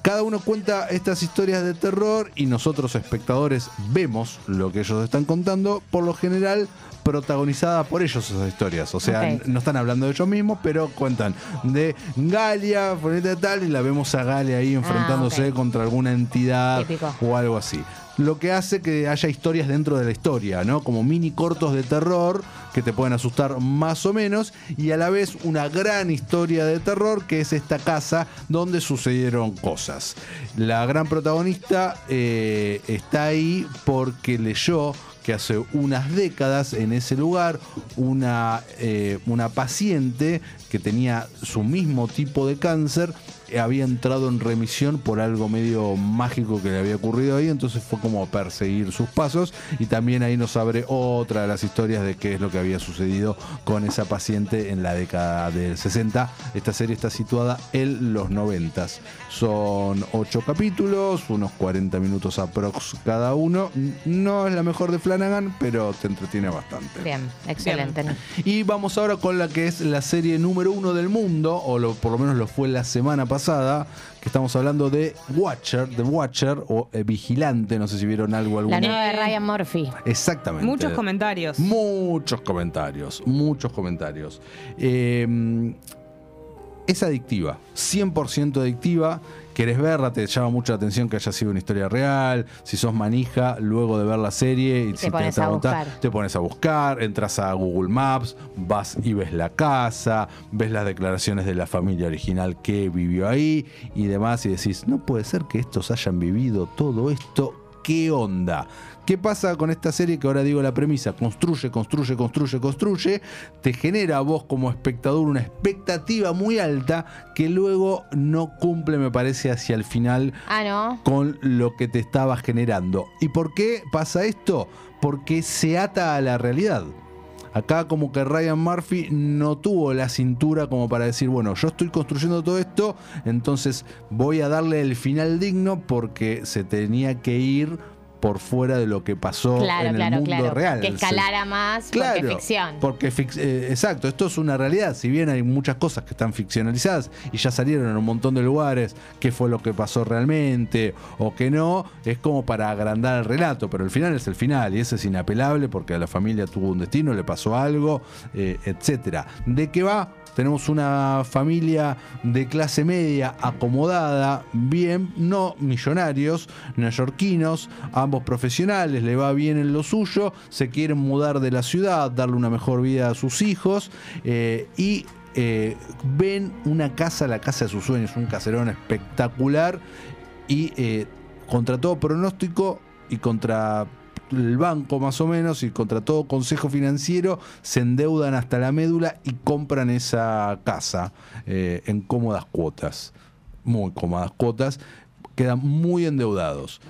S13: Cada uno cuenta estas historias de terror y nosotros espectadores vemos lo que ellos están contando, por lo general protagonizada por ellos esas historias. O sea,
S17: Ok.
S13: n- no están hablando de ellos mismos, pero cuentan de Galia, de tal, y la vemos a Galia ahí enfrentándose contra alguna entidad
S17: Típico.
S13: o algo así. Lo que hace que haya historias dentro de la historia, ¿no? Como mini cortos de terror que te pueden asustar más o menos y a la vez una gran historia de terror que es esta casa donde sucedieron cosas. La gran protagonista eh, está ahí porque leyó que hace unas décadas en ese lugar una, eh, una paciente que tenía su mismo tipo de cáncer eh, había entrado en remisión por algo medio mágico que le había ocurrido ahí, entonces fue como perseguir sus pasos y también ahí nos abre otra de las historias de qué es lo que había sucedido con esa paciente en la década del 60. Esta serie está situada en los 90. Son ocho capítulos, unos 40 minutos aprox cada uno. N- No es la mejor de Flanagan, pero te entretiene bastante.
S2: Bien, excelente. ¿no?
S13: Y vamos ahora con la que es la serie número uno del mundo, o lo- por lo menos lo fue la semana pasada, que estamos hablando de Watcher, The Watcher, o eh, Vigilante, no sé si vieron algo alguna.
S2: La nueva de Ryan Murphy.
S13: Exactamente.
S2: Muchos
S13: comentarios. Muchos comentarios, muchos comentarios. Eh, es adictiva, 100% adictiva. Querés verla, te llama mucho la atención que haya sido una historia real. Si sos manija, luego de ver la serie, y
S2: Te
S13: si te
S2: pones
S13: gusta,
S2: a buscar.
S13: te pones a buscar, entras a Google Maps, vas y ves la casa, ves las declaraciones de la familia original que vivió ahí y demás, y decís, no puede ser que estos hayan vivido todo esto. ¿Qué onda? ¿Qué pasa con esta serie que ahora digo la premisa? Construye, construye, construye, construye. Te genera a vos como espectador una expectativa muy alta que luego no cumple, me parece, hacia el final
S2: Ah, ¿no?
S13: con lo que te estaba generando. ¿Y por qué pasa esto? Porque se ata a la realidad. Acá como que Ryan Murphy no tuvo la cintura como para decir, bueno, yo estoy construyendo todo esto, entonces voy a darle el final digno porque se tenía que ir por fuera de lo que pasó
S2: Claro,
S13: en el
S2: claro,
S13: mundo
S2: claro.
S13: real.
S2: Que
S13: Se-
S2: escalara más porque es ficción.
S13: porque fic- eh, exacto, esto es una realidad. Si bien hay muchas cosas que están ficcionalizadas y ya salieron en un montón de lugares, qué fue lo que pasó realmente o qué no, es como para agrandar el relato. Pero el final es el final y ese es inapelable porque a la familia tuvo un destino, le pasó algo, eh, etcétera. ¿De qué va? Tenemos una familia de clase media acomodada, bien, no millonarios, neoyorquinos, ambos profesionales, le va bien en lo suyo, se quieren mudar de la ciudad, darle una mejor vida a sus hijos eh, y eh, ven una casa, la casa de sus sueños, un caserón espectacular y eh, contra todo pronóstico y contra el banco más o menos y contra todo consejo financiero se endeudan hasta la médula y compran esa casa eh, en cómodas cuotas, muy cómodas cuotas, quedan muy endeudados.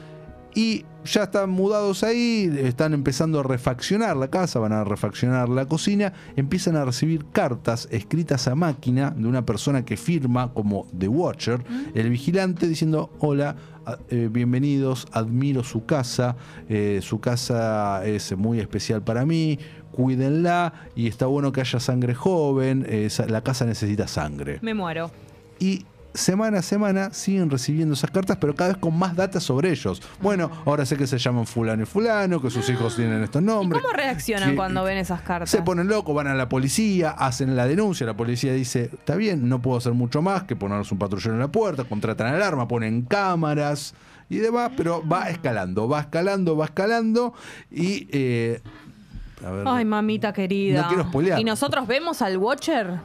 S13: Y ya están mudados ahí, están empezando a refaccionar la casa, van a refaccionar la cocina, empiezan a recibir cartas escritas a máquina de una persona que firma como The Watcher, el vigilante, diciendo, hola, a- eh, bienvenidos, admiro su casa, eh, su casa es muy especial para mí, cuídenla y está bueno que haya sangre joven, eh, esa- la casa necesita sangre
S8: Me muero.
S13: y semana a semana siguen recibiendo esas cartas, pero cada vez con más data sobre ellos. Bueno, ahora sé que se llaman fulano y fulano, que sus hijos tienen estos nombres.
S8: ¿Cómo reaccionan
S13: que-
S8: cuando ven esas cartas?
S13: Se ponen locos, van a la policía, hacen la denuncia, la policía dice, está bien, no puedo hacer mucho más que ponerles un patrullero en la puerta, contratan alarma, ponen cámaras y demás,
S8: Ah.
S13: pero va escalando, va escalando, va escalando y... eh, a ver,
S8: Ay, mamita querida.
S13: No quiero spoilear.
S8: ¿Y nosotros vemos al Watcher?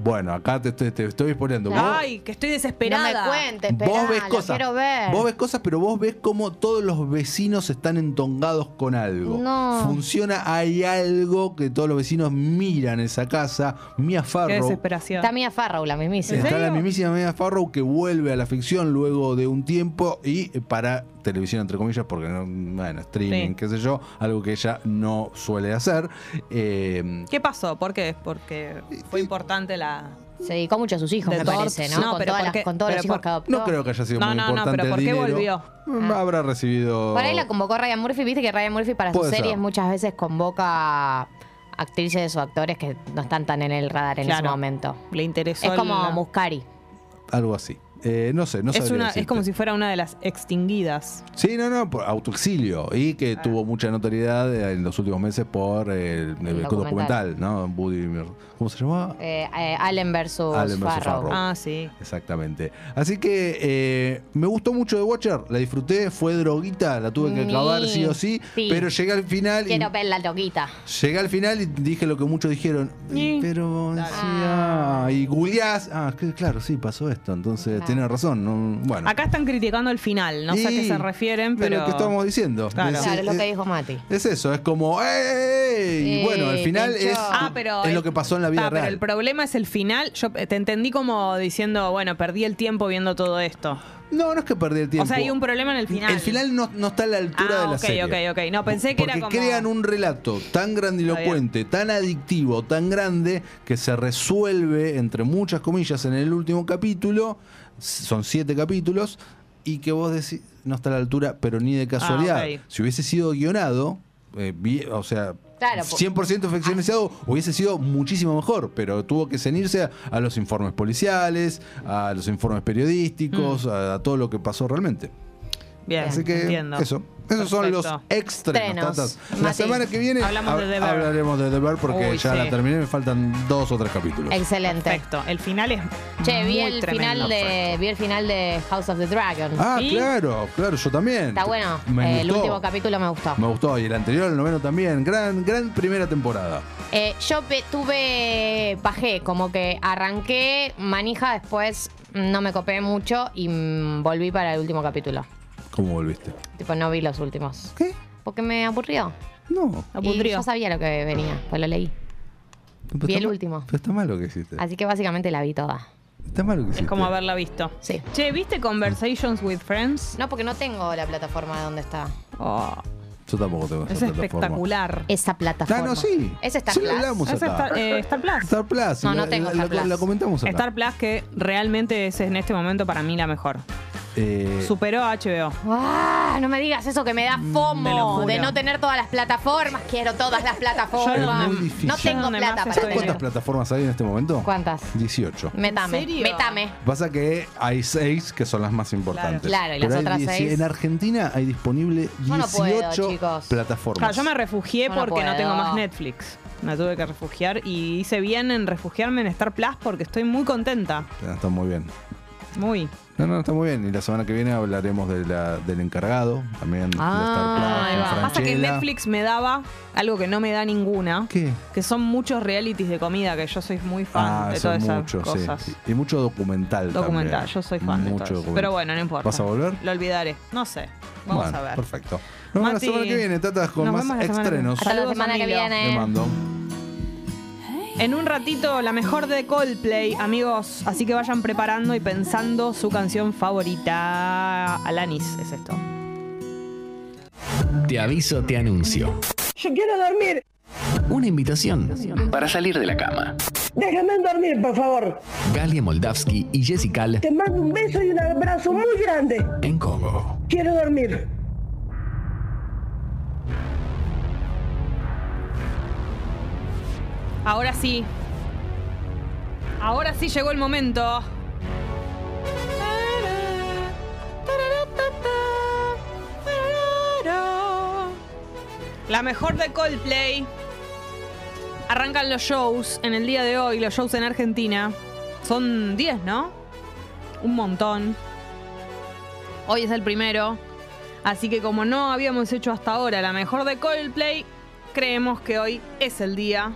S13: bueno, acá te, te- te estoy exponiendo.
S8: Ay, que estoy desesperada.
S2: No me cuentes,
S13: vos ves
S2: lo
S13: cosas.
S2: quiero ver.
S13: Vos ves cosas, pero vos ves cómo todos los vecinos están entongados con algo.
S2: No.
S13: Funciona, hay algo que todos los vecinos miran esa casa. Mia Farrow.
S2: Está Mia Farrow, la mismísima.
S13: Está la mismísima Mia Farrow que vuelve a la ficción luego de un tiempo y eh, para televisión, entre comillas, porque no, bueno, streaming,
S2: Sí.
S13: qué sé yo, algo que ella no suele hacer. Eh,
S3: ¿Qué pasó? ¿Por qué? Porque fue importante la.
S2: Se dedicó mucho a sus hijos, me parece, ¿no? Con todas las- con todos los hijos que adoptó.
S13: no creo que haya sido
S3: No,
S13: muy
S3: no, no,
S13: importante
S3: pero
S13: el
S3: ¿por qué
S13: dinero.
S3: volvió?
S13: Mm, Habrá recibido.
S2: Ah. Por ahí la convocó Ryan Murphy, viste que Ryan Murphy para sus
S13: Puede ser.
S2: series muchas veces convoca actrices o actores que no están tan en el radar en
S3: Claro.
S2: ese momento.
S3: Le
S2: Es
S3: interesó.
S2: como
S3: la-
S2: Muscari.
S13: Algo así. Eh, no sé, no
S3: es,
S13: sabría
S3: una, es
S13: decirte.
S3: como si fuera una de las extinguidas.
S13: Sí, no, no, por autoexilio. Y que tuvo mucha notoriedad eh, en los últimos meses por eh, el, el
S2: documental.
S13: documental, ¿no? Woody, ¿Cómo se llamaba?
S2: Eh, eh, Allen versus,
S13: Allen versus Farrow. Ah,
S3: sí.
S13: Exactamente. Así que eh, me gustó mucho de Watcher, la disfruté, fue droguita, la tuve que
S2: Ni-
S13: acabar sí o sí,
S2: sí.
S13: pero llegué al final y
S2: Quiero ver la loquita.
S13: llegué al final y dije lo que muchos dijeron. Pero decía, y googleás, ah, que- claro, sí, pasó esto, entonces
S3: Claro.
S13: tienen razón, no- bueno.
S3: Acá están criticando el final, no sé a qué
S13: Y-
S3: se refieren, pero.
S13: lo que estamos diciendo.
S3: Claro.
S13: Decí-
S3: Claro, es lo que
S13: eh,
S2: Dijo Mati.
S13: es eso, es como, ¡ey!
S3: Eh,
S13: Y bueno, al final
S3: pinchó.
S13: es,
S3: Ah, pero
S13: es
S3: el-
S13: lo que pasó en la vida
S3: Ta, pero
S13: real.
S3: el problema es el final. Yo eh, te entendí como diciendo, bueno, perdí el tiempo viendo todo esto.
S13: No, no es que perdí el tiempo.
S3: O sea, hay un problema en el final.
S13: El final no, no está a la altura
S3: Ah,
S13: de la
S3: ok,
S13: serie.
S3: ok, ok. No, pensé que
S13: Porque
S3: era como.
S13: crean un relato tan grandilocuente, tan adictivo, tan grande, que se resuelve, entre muchas comillas, en el último capítulo, s- son siete capítulos, y que vos decís, no está a la altura, pero
S3: Ah,
S13: ni de casualidad.
S18: ok.
S13: Si hubiese sido guionado, eh, vi- o sea...
S18: Claro, po-
S13: 100% ficcionalizado hubiese sido muchísimo mejor, pero tuvo que ceñirse a, a los informes policiales, a los informes periodísticos,
S3: Mm.
S13: a- a todo lo que pasó realmente.
S3: Bien,
S13: Así que
S3: entiendo.
S13: eso. Esos son los extrenos.
S3: Estrenos.
S13: tatas. La
S3: Mati,
S13: semana que viene
S3: hablamos de
S13: hab-
S3: The Bear.
S13: hablaremos de The Bear porque
S3: Uy,
S13: ya
S3: sí.
S13: la terminé, me faltan dos o tres capítulos.
S2: Excelente.
S3: Perfecto. El final es.
S2: Che, vi
S3: muy
S2: el,
S3: tremendo.
S2: final de, vi el final de House of the Dragon.
S13: ah,
S2: ¿Y?
S13: claro, claro, yo también.
S2: Está bueno.
S13: Me
S2: Eh, el
S13: gustó.
S2: último capítulo me gustó.
S13: Me gustó y el anterior, el noveno también. Gran, gran primera temporada.
S2: Eh, yo pe- tuve, bajé, como que arranqué manija, después no me copé mucho y mm, volví para el último capítulo.
S13: ¿Cómo volviste?
S2: Tipo, no vi los últimos.
S13: ¿Qué?
S2: Porque me aburrió.
S13: No.
S2: Y yo sabía lo que venía, pues lo leí. Vi el último.
S13: Pero está mal lo que hiciste.
S2: Así que básicamente la vi toda.
S13: Está mal lo que hiciste.
S3: Como haberla visto.
S2: Sí.
S3: Che, ¿viste Conversations with Friends?
S2: No, porque no tengo la plataforma donde está.
S13: Yo tampoco tengo esa
S3: es
S13: plataforma.
S3: espectacular.
S2: Esa plataforma.
S13: Ah, no, sí.
S2: Es Star
S13: Sí, la
S2: Plus.
S13: hablamos
S3: Es
S13: acá.
S3: Star, eh, Star Plus.
S13: Star Plus.
S3: No,
S13: la-
S3: no tengo
S13: la-
S3: Star
S13: la-
S3: Plus.
S13: La comentamos acá.
S3: Star Plus que realmente es en este momento para mí la mejor.
S13: Eh,
S3: Superó a HBO.
S2: Ah, no me digas eso que me da
S3: Te Mm, lo
S2: FOMO
S3: juro.
S2: de no tener todas las plataformas. Quiero todas las
S13: Es
S2: plataformas.
S13: muy difícil.
S2: No tengo plata para
S13: ¿Sabes cuántas
S2: tener.
S13: plataformas hay en este momento?
S2: ¿Cuántas?
S13: 18.
S2: Metame. Metame.
S13: Pasa que hay seis que son las más importantes.
S2: Claro, y las
S13: Pero hay
S2: otras
S13: 10
S2: seis.
S13: En Argentina hay disponible 18
S2: Yo no puedo, chicos.
S13: plataformas.
S3: Claro, yo me refugié
S2: Yo no
S3: porque no,
S2: puedo.
S3: tengo más Netflix. Me tuve que refugiar y hice bien en refugiarme en Star Plus porque estoy muy contenta.
S13: Ah, Está muy bien.
S3: Muy.
S13: No, no, está muy bien. Y la semana que viene hablaremos de la- del encargado, también de Star Plus, con
S3: Ah, Pasa que
S13: Franchella.
S3: Netflix me daba algo que no me da ninguna.
S13: ¿Qué?
S3: Que son muchos realities de comida, que yo soy muy fan
S13: Ah,
S3: de
S13: eso
S3: todas
S13: es
S3: esas
S13: mucho, sí.
S3: cosas.
S13: Y mucho documental
S3: Documental,
S13: también.
S3: yo soy fan de
S13: Mucho
S3: todo eso.
S13: documental.
S3: Pero bueno, no importa.
S13: ¿Vas a volver?
S3: Lo olvidaré. No sé. Vamos
S13: Bueno,
S3: a ver.
S13: Perfecto. Nos vemos
S3: Mati,
S13: la semana que viene, tatas, con
S3: nos
S13: más
S3: vemos la semana que-
S13: estrenos.
S3: Hasta la Saludos, semana que amigo. viene.
S13: Te mando.
S3: En un ratito, la mejor de Coldplay, amigos. Así que vayan preparando y pensando su canción favorita. Alanis es esto.
S9: Te aviso, te anuncio.
S7: Yo quiero dormir.
S9: Una invitación para salir de la cama.
S7: Déjame dormir, por favor.
S9: Galia Moldavsky y Jessica Al
S7: Te mando un beso y un abrazo muy grande.
S9: en Congo.
S7: Quiero dormir.
S3: Ahora sí. Ahora sí llegó el momento. La mejor de Coldplay. Arrancan los shows en el día de hoy, los shows en Argentina. Son 10, ¿no? Un montón. Hoy es el primero. Así que como no habíamos hecho hasta ahora la mejor de Coldplay, creemos que hoy es el día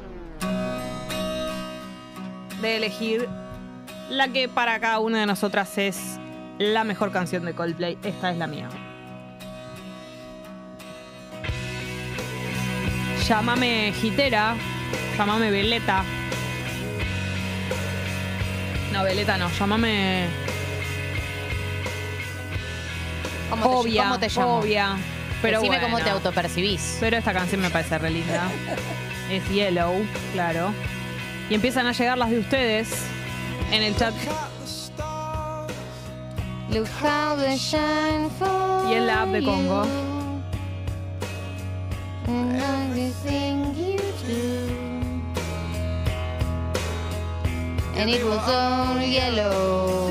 S3: de elegir la que para cada una de nosotras es la mejor canción de Coldplay. Esta es la mía. Llámame Gitera, llámame Veleta. No, Veleta no, llámame
S2: ¿Cómo te-
S3: obvia,
S2: cómo te llamo?
S3: obvia. Pero
S2: Decime
S3: bueno.
S2: cómo te autopercibís.
S3: Pero esta canción me parece re linda. Es Yellow, claro. Y empiezan a llegar las de ustedes en el chat.
S19: Y
S3: en la app de Congo.
S19: And it was all yellow.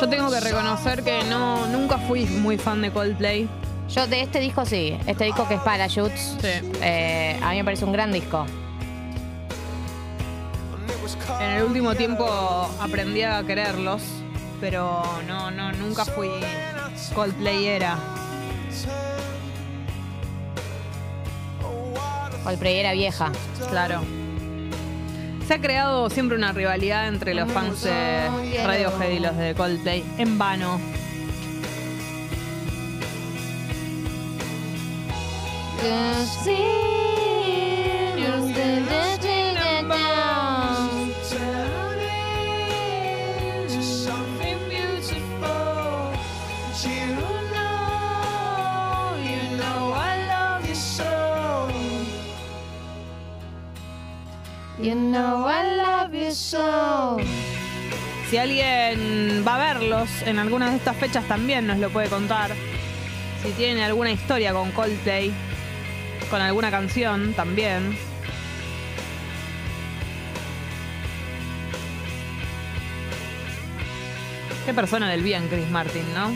S3: Yo tengo que reconocer que no nunca fui muy fan de Coldplay.
S2: Yo de este disco sí, este disco que es Parachutes, eh, a mí me parece un gran disco.
S3: En el último tiempo aprendí a quererlos, pero no, no, nunca fui Coldplayera.
S2: Coldplay era vieja.
S3: Claro. Se ha creado siempre una rivalidad entre los fans de Radiohead y los de Coldplay. En vano.
S19: You know I love you so.
S3: Si alguien va a verlos en algunas de estas fechas también nos lo puede contar. Si tienen alguna historia con Coldplay, con alguna canción también. Qué persona del bien, Chris Martin, ¿no?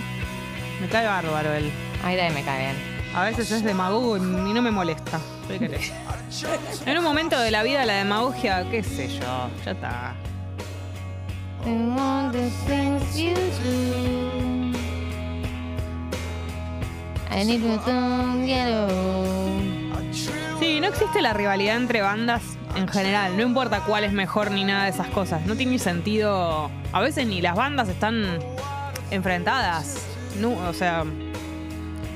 S3: Me cae bárbaro él.
S2: Ay, de ahí me cae bien.
S3: A veces es demagogo y y no me molesta. ¿Qué querés? En un momento de la vida la demagogia, qué sé yo, ya está.
S19: And all the things you do. And it was all yellow.
S3: Sí, no existe la rivalidad entre bandas en general. No importa cuál es mejor ni nada de esas cosas. No tiene ni sentido. A veces ni las bandas están enfrentadas. No, o sea,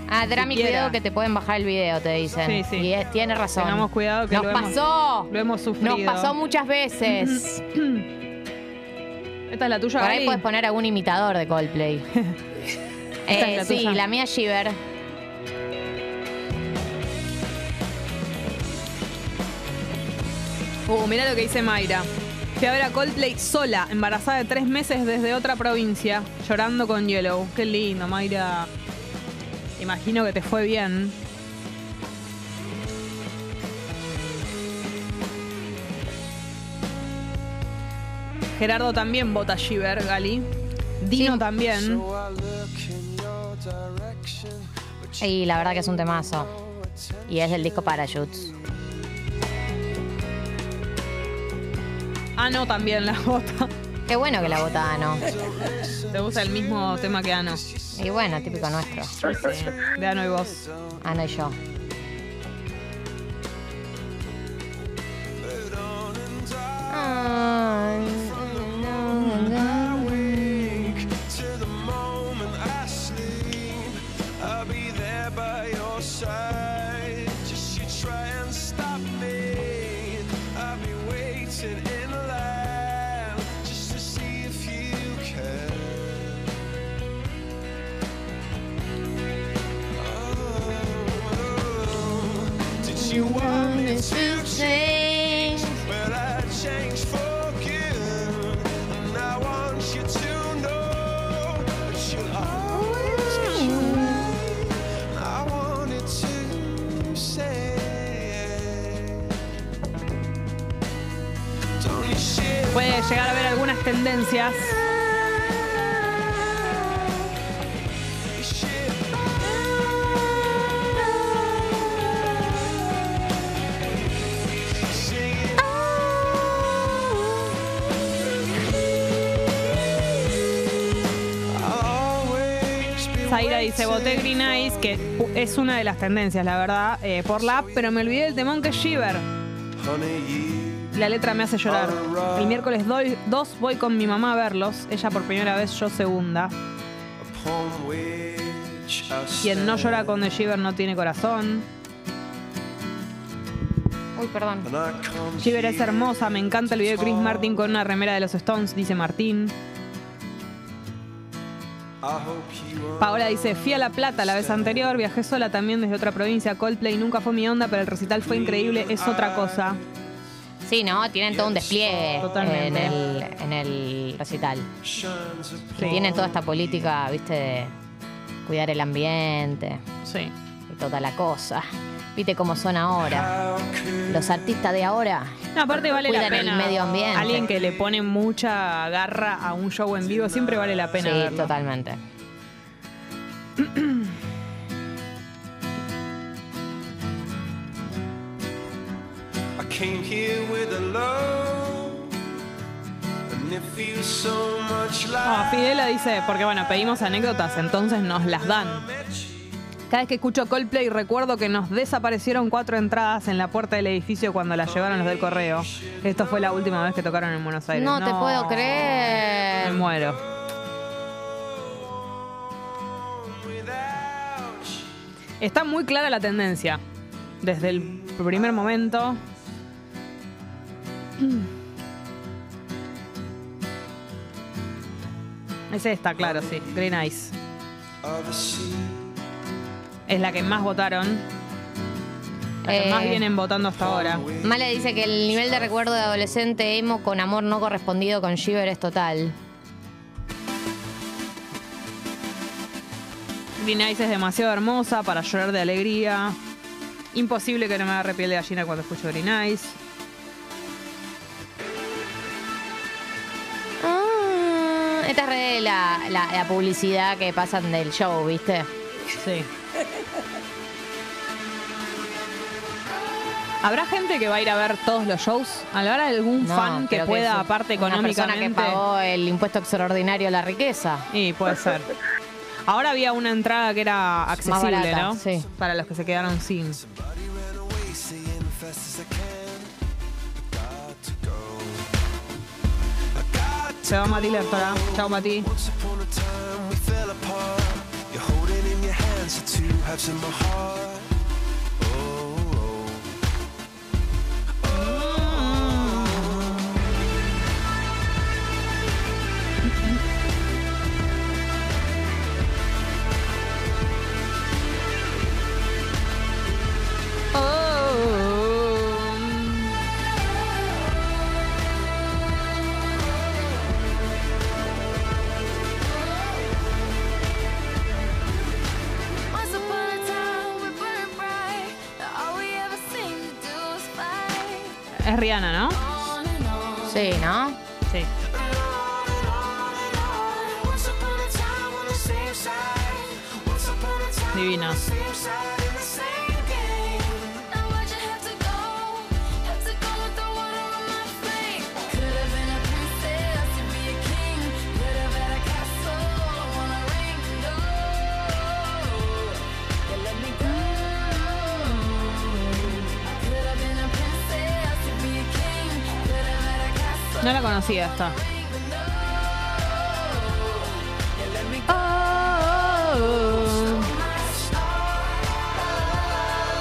S2: Ah, Drami,
S3: Siquiera.
S2: cuidado que te pueden bajar el video, te dicen.
S3: Sí, sí.
S2: Y es- tiene razón.
S3: tengamos cuidado que
S2: Nos
S3: lo hemos-
S2: pasó.
S3: lo hemos sufrido.
S2: Nos pasó muchas veces.
S3: Esta es la tuya,
S2: Por ahí
S3: Gali?
S2: puedes poner algún imitador de
S3: *laughs*
S2: Coldplay.
S3: Esta
S2: Eh,
S3: es la
S2: sí,
S3: tuya.
S2: la mía Shiver.
S3: Uh, mirá lo que dice Mayra. Fui a ver a Coldplay sola, embarazada de tres meses desde otra provincia, llorando con Yellow. Qué lindo, Mayra. Imagino que te fue bien. Gerardo también vota Shiver, Gali. Dino también.
S2: Y la verdad que es un temazo. Y es del disco Parachutes.
S3: Ano también la *laughs* vota.
S2: Qué bueno que la vota Ano.
S3: Te gusta el mismo tema que Ano.
S2: Y bueno, típico nuestro.
S3: De Ano y vos.
S2: Ano y yo.
S13: You want me to change, but I changed for you. And I want you to know that you'll always be mine. I wanted to say, don't you share
S3: Puede llegar a haber algunas tendencias. Zaira dice, voté Green Eyes, que pu- es una de las tendencias, la verdad, eh, por la app, pero me olvidé del temón que es Shiver. La letra me hace llorar. El miércoles 2 voy con mi mamá a verlos, ella por primera vez, yo segunda.
S13: upon which I
S3: Quien no
S13: stand.
S3: llora con The Shiver no tiene corazón.
S2: Uy, perdón.
S13: And I come
S3: Shiver es
S13: here
S3: hermosa, me encanta el video de Chris Martin con una remera de los Stones, dice Martín. Paola dice, fui a La Plata la vez anterior, viajé sola también desde otra provincia, Coldplay nunca fue mi onda, pero el recital fue increíble, es otra cosa.
S2: Sí, ¿no? Tienen todo un despliegue
S3: Totalmente.
S2: en el, en el recital. Y tienen toda esta política, viste, de cuidar el ambiente.
S3: Sí.
S2: Y toda la cosa. Viste cómo son ahora. Los artistas de ahora.
S3: No, aparte vale la
S2: cuidan
S3: pena.
S2: el medio ambiente.
S3: Alguien que le pone mucha garra a un show en vivo siempre vale la pena.
S2: Sí,
S3: verlo.
S2: totalmente.
S13: I came here with a love, and it feels so much
S3: No,
S13: like.
S3: Fidela dice, porque bueno, pedimos anécdotas, entonces nos las dan. Cada vez que escucho Coldplay recuerdo que nos desaparecieron cuatro entradas en la puerta del edificio cuando las llevaron los del correo. Esto fue la última vez que tocaron en Buenos Aires.
S2: No te puedo creer.
S3: Me muero. Está muy clara la tendencia. Desde el primer momento. *clears throat* Es esta, claro, sí. Green Eyes. Es la que más votaron. La que
S2: Eh,
S3: más vienen votando hasta ahora.
S2: Male dice que el nivel de recuerdo de adolescente emo con amor no correspondido con Shiver es total.
S3: Green Eyes es demasiado hermosa para llorar de alegría. Imposible que no me agarre piel de gallina cuando escucho Green Eyes.
S2: Ah, esta es re la, la- la publicidad que pasan del show, ¿viste?
S3: Sí. ¿Habrá gente que va a ir a ver todos los shows? ¿Habrá algún fan que pueda, aparte económicamente?
S2: Una persona que pagó el impuesto extraordinario a la riqueza.
S3: Sí, puede ser. Ahora había una entrada que era accesible,
S2: barata,
S3: ¿no?
S2: sí.
S3: Para los que se quedaron sin. Se va Mati Lertora. Chao, Mati.
S13: You're holding in your hands the two halves of my heart.
S7: Once upon a time we burned bright. All we ever seem to do is fight.
S3: Es Rihanna, ¿no?
S7: On and on.
S2: Sí, ¿no?
S3: Sí.
S7: Once upon a time on the same side. Once upon a time
S3: Divina.
S7: on the same side in the same game. Now why'd you have to go? Have to go with the water on my flame. Could have been a princess to be a king. Could have had a castle. I wanna ring. No. You let me go. I could have been a princess to be a king. Could have had a castle.
S3: No la conocía esta. Oh,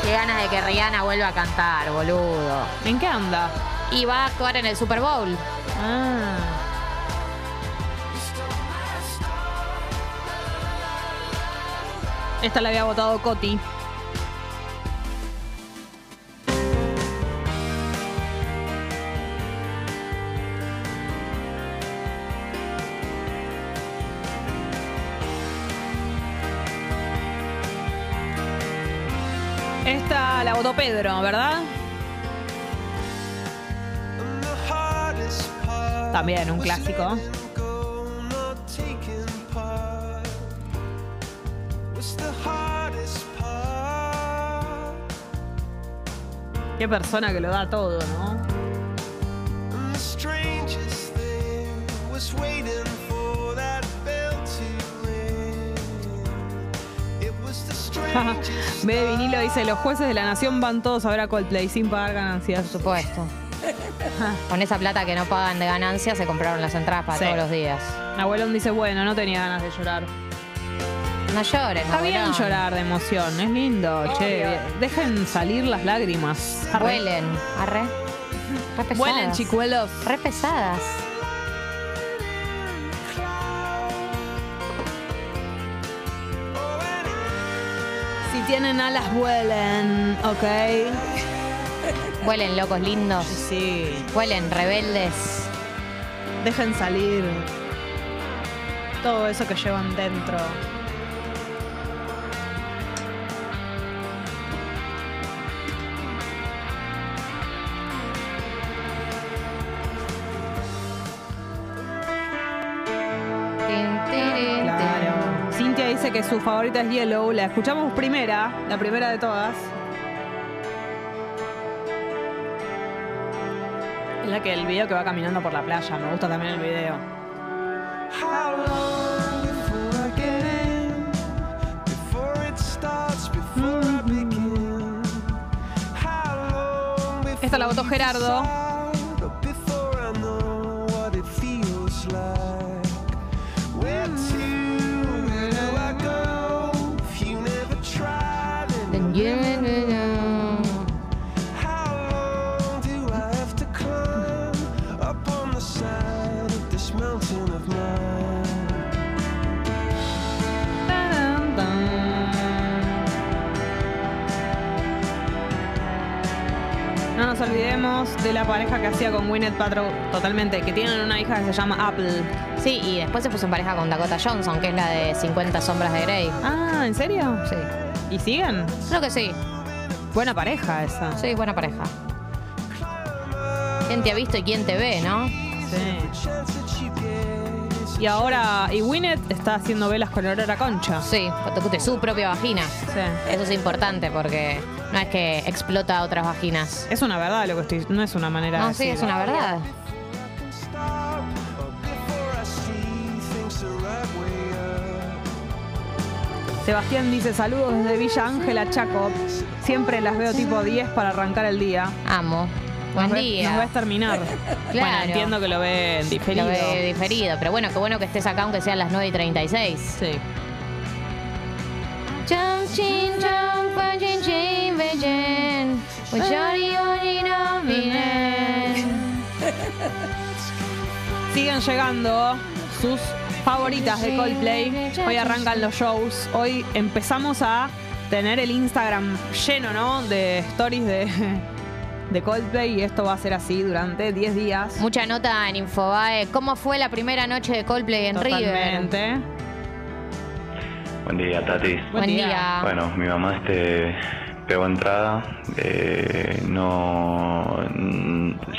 S2: Qué ganas de que Rihanna vuelva a cantar, boludo.
S3: oh. ¿En qué anda?
S2: Y va a actuar en el Super Bowl.
S3: Ah. Esta la había votado Coti. Esta la votó Pedro, ¿verdad? También un clásico. Qué persona que lo da todo, ¿no? *laughs* Ve de vinilo dice, los jueces de la nación van todos a ver a Coldplay sin pagar ganancias. Por
S2: supuesto. Con esa plata que no pagan de ganancias se compraron las entradas para
S3: Sí.
S2: todos los días.
S3: Abuelón dice, bueno, no tenía ganas de llorar.
S2: No llores,
S3: Está bien
S2: abuelón.
S3: llorar de emoción, es lindo, che.
S2: Obvio.
S3: Dejen salir las lágrimas. Arre.
S2: Vuelen, arre. Re pesadas.
S3: Vuelen, chicuelos.
S2: Re pesadas.
S3: tienen alas, vuelen, ¿ok?
S2: Vuelen, locos lindos.
S3: Sí.
S2: Vuelen, rebeldes.
S3: Dejen salir todo eso que llevan dentro. Claro. Cintia dice que su favorita es Yellow. La escuchamos primera, la primera de todas. Es la que el video que va caminando por la playa. Me gusta también el video.
S20: How long before I get in? Before it starts, before I begin. How long before
S8: Esta la votó
S20: you
S8: Gerardo.
S20: decide, or Before I know what it feels like. Where to? Where do I go? If you never tried and how long do I have to climb up on the side of this mountain of mine?
S3: No nos olvidemos de la pareja que hacía con Gwyneth Paltrow totalmente, que tienen una hija que se llama Apple.
S2: Sí, y después se puso en pareja con Dakota Johnson, que es la de 50 sombras de Grey.
S3: Ah, ¿en serio?
S2: Sí.
S3: ¿Y siguen?
S2: Creo que sí.
S3: Buena pareja esa.
S2: Sí, buena pareja. ¿Quién te ha visto y quién te ve, no?
S3: Sí. Y ahora, y Winnet está haciendo velas con olor a concha.
S2: Sí, de su propia vagina. Eso es importante porque no es que explota otras vaginas.
S3: Es una verdad lo que estoy, no es una manera de
S2: No, sí, es
S3: decirlo.
S2: una verdad.
S3: Sebastián dice, saludos desde Villa Ángela Chaco. Siempre las veo tipo 10 para arrancar el día.
S2: Amo. Buen
S3: nos ve-
S2: día.
S3: nos ves
S2: *laughs*
S3: terminar. Bueno, entiendo que lo ve en diferido.
S2: Lo ve eh, diferido, pero bueno, qué bueno que estés acá aunque sean las 9 y 36.
S3: Sí.
S2: Jump, chin, jump, pa, chin, chin, ve, chin. Uy, yori, yori, no, miren.
S3: Siguen llegando sus favoritas de Coldplay. Hoy arrancan los shows. Hoy empezamos a tener el Instagram lleno, ¿no? De stories de, *laughs* de Coldplay y esto va a ser así durante 10 días.
S2: Mucha nota en Infobae. ¿Cómo fue la primera noche de Coldplay en River?
S3: Totalmente.
S21: Buen día, Tatis.
S2: Buen
S3: Ah.
S2: día.
S21: Bueno, mi mamá este pegó entrada. eh, no.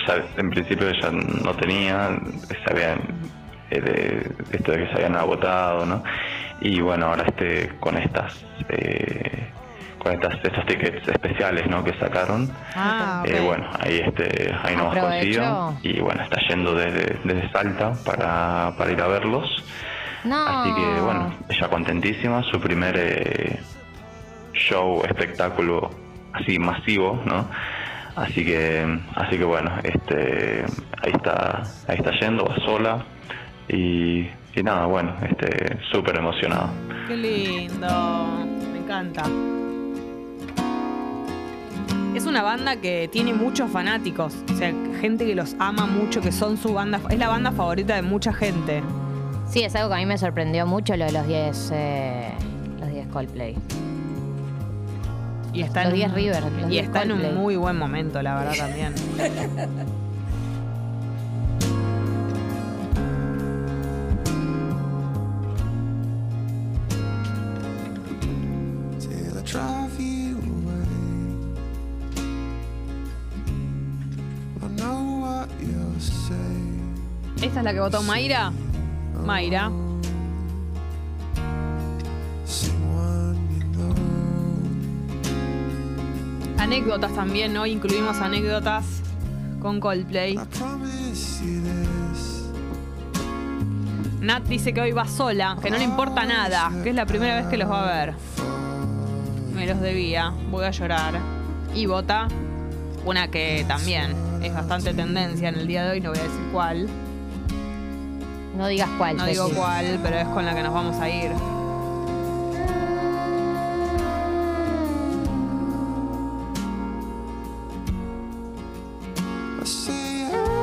S21: Ya, en principio ya no tenía. Se habían. eh, de- esto de que se habían agotado, ¿no? Y bueno, ahora este con estas. eh, con estas, estos tickets especiales ¿no? que sacaron.
S2: Ah,
S21: Eh, bueno, ahí este, ahí no
S2: Aprovechó.
S21: consigo. Y bueno, está yendo desde, desde Salta para, para ir a verlos.
S2: No.
S21: Así que bueno, ella contentísima, su primer eh, show, espectáculo así masivo, ¿no? Así que, así que bueno, este, ahí está, ahí está yendo, va sola y, y nada, bueno, este, súper emocionado.
S3: Qué lindo. Me encanta. Es una banda que tiene muchos fanáticos. O sea, gente que los ama mucho, que son su banda. Es la banda favorita de mucha gente.
S2: Sí, es algo que a mí me sorprendió mucho lo de los 10 eh, los 10 Coldplay.
S3: Y está
S2: Los
S3: en
S2: 10
S3: un-
S2: River, los
S3: Y
S2: 10
S3: está en un
S2: Coldplay.
S3: muy buen momento, la verdad, también.
S20: till I drive you away. I know what you'll say.
S3: Esta es la que votó Mayra. Mayra. Anécdotas también, hoy incluimos anécdotas con Coldplay. Nat dice que hoy va sola, que no le importa nada, que es la primera vez que los va a ver. Me los debía, voy a llorar. Y vota una que también es bastante tendencia en el día de hoy, no voy a decir cuál.
S2: No digas cuál.
S3: No digo
S2: Ceci.
S3: cuál, pero es con la que nos vamos a ir.
S20: I say, oh.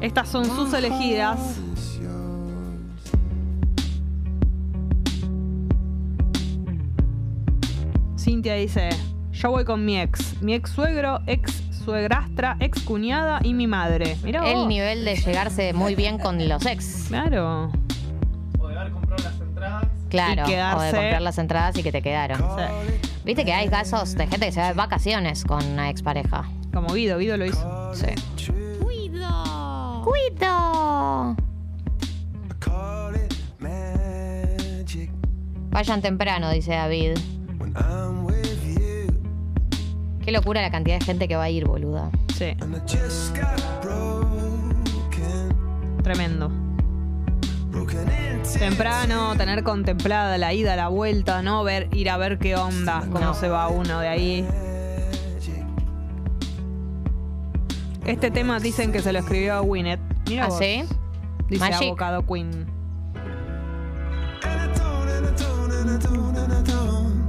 S3: Estas son sus elegidas. Cintia dice, yo voy con mi ex, mi ex suegro, ex suegrastra, ex cuñada y mi madre. Mirá
S2: El
S3: vos.
S2: nivel de llegarse muy bien con los ex.
S3: Claro.
S2: Claro,
S3: Y quedarse-
S2: o de comprar las entradas y que te quedaron. Viste que hay casos de gente que se va de vacaciones con una expareja.
S3: Como Guido, Guido lo hizo.
S2: Sí.
S3: Oh.
S22: ¡Cuido!
S2: ¡Cuido! Vayan temprano, dice David. Qué locura la cantidad de gente que va a ir, boluda.
S3: Sí. Tremendo. Temprano, tener contemplada la ida, la vuelta, ¿no? Ver, ir a ver qué onda, cómo se va uno de ahí. Este tema dicen que se lo escribió a Winnet. Mira
S2: ¿Ah,
S3: vos.
S2: sí?
S3: Dice
S2: Magic.
S3: Avocado Queen.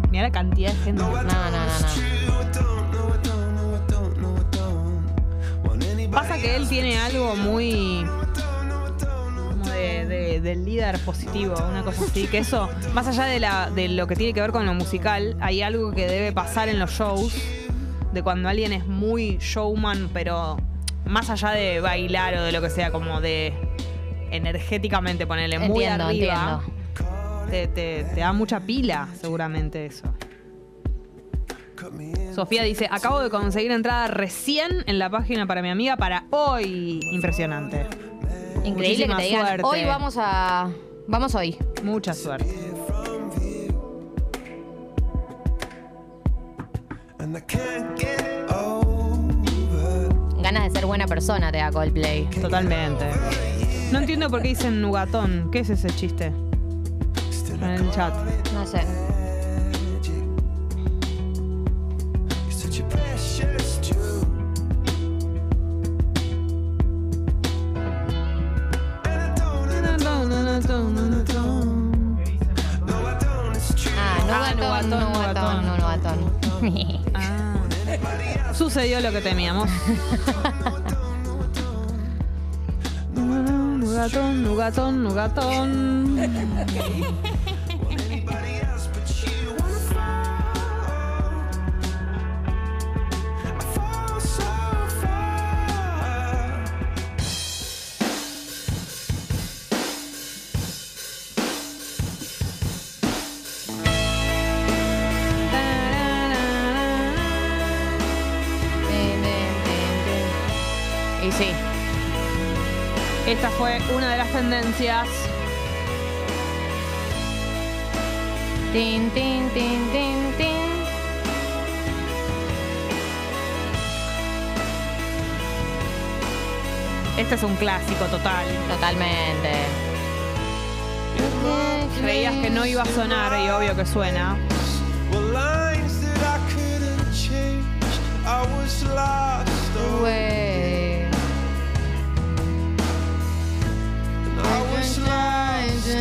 S3: Mira la cantidad de gente. No, no, Pasa que él tiene algo muy. como de- de- del líder positivo, una cosa así. Que eso, más allá de, la, de lo que tiene que ver con lo musical, hay algo que debe pasar en los shows. De cuando alguien es muy showman, pero más allá de bailar o de lo que sea, como de energéticamente ponerle muy
S2: Entiendo,
S3: arriba. Te, te- te da mucha pila, seguramente, eso. Sofía dice, acabo de conseguir entrada recién en la página para mi amiga para hoy. Impresionante.
S2: Increíble que
S3: Muchísima
S2: te digan,
S3: suerte.
S2: hoy vamos a... Vamos hoy.
S3: Mucha suerte.
S2: Ganas de ser buena persona te da Coldplay.
S3: Totalmente. No entiendo por qué dicen nugatón. ¿Qué es ese chiste? En el chat.
S2: No sé.
S3: Ah,
S2: Ah, nugatón, nugatón,
S3: nugatón,
S2: nugatón.
S3: *laughs* Ah. Sucedió lo que temíamos. *laughs* Nugatón, nugatón, nugatón.
S2: Y sí.
S3: Esta fue una de las tendencias.
S2: Tin, tin, tin, tin, tin.
S3: Este es un clásico total.
S2: Totalmente.
S3: Creías que no iba a sonar y obvio que suena.
S13: Were lines that I couldn't change. I was lost
S2: Pues,
S13: away.
S2: pues.
S13: I was lost, I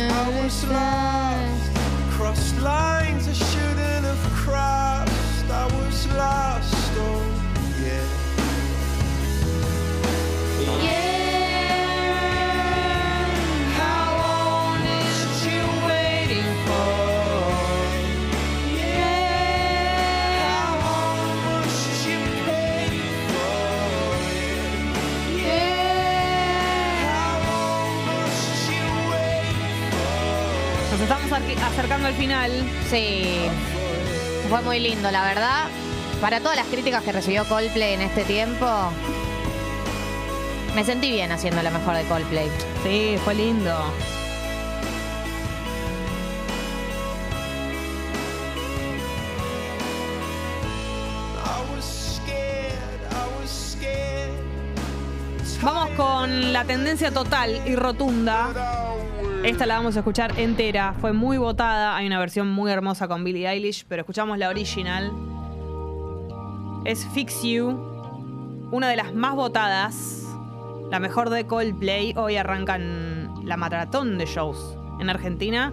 S13: was lost. Crossed lines I shouldn't have crossed. I was lost, oh yeah. Yeah. How long is you waiting for? Yeah. How long must you pay for? Yeah. How long must you
S3: Nos estamos arqui- acercando al final.
S2: Sí. Fue muy lindo, la verdad. Para todas las críticas que recibió Coldplay en este tiempo, me sentí bien haciendo lo mejor de Coldplay.
S3: Sí, fue lindo. Vamos con la tendencia total y rotunda. Esta la vamos a escuchar entera. Fue muy votada. Hay una versión muy hermosa con Billie Eilish, pero escuchamos la original. Es Fix You, una de las más votadas. La mejor de Coldplay. Hoy arrancan la maratón de shows en Argentina.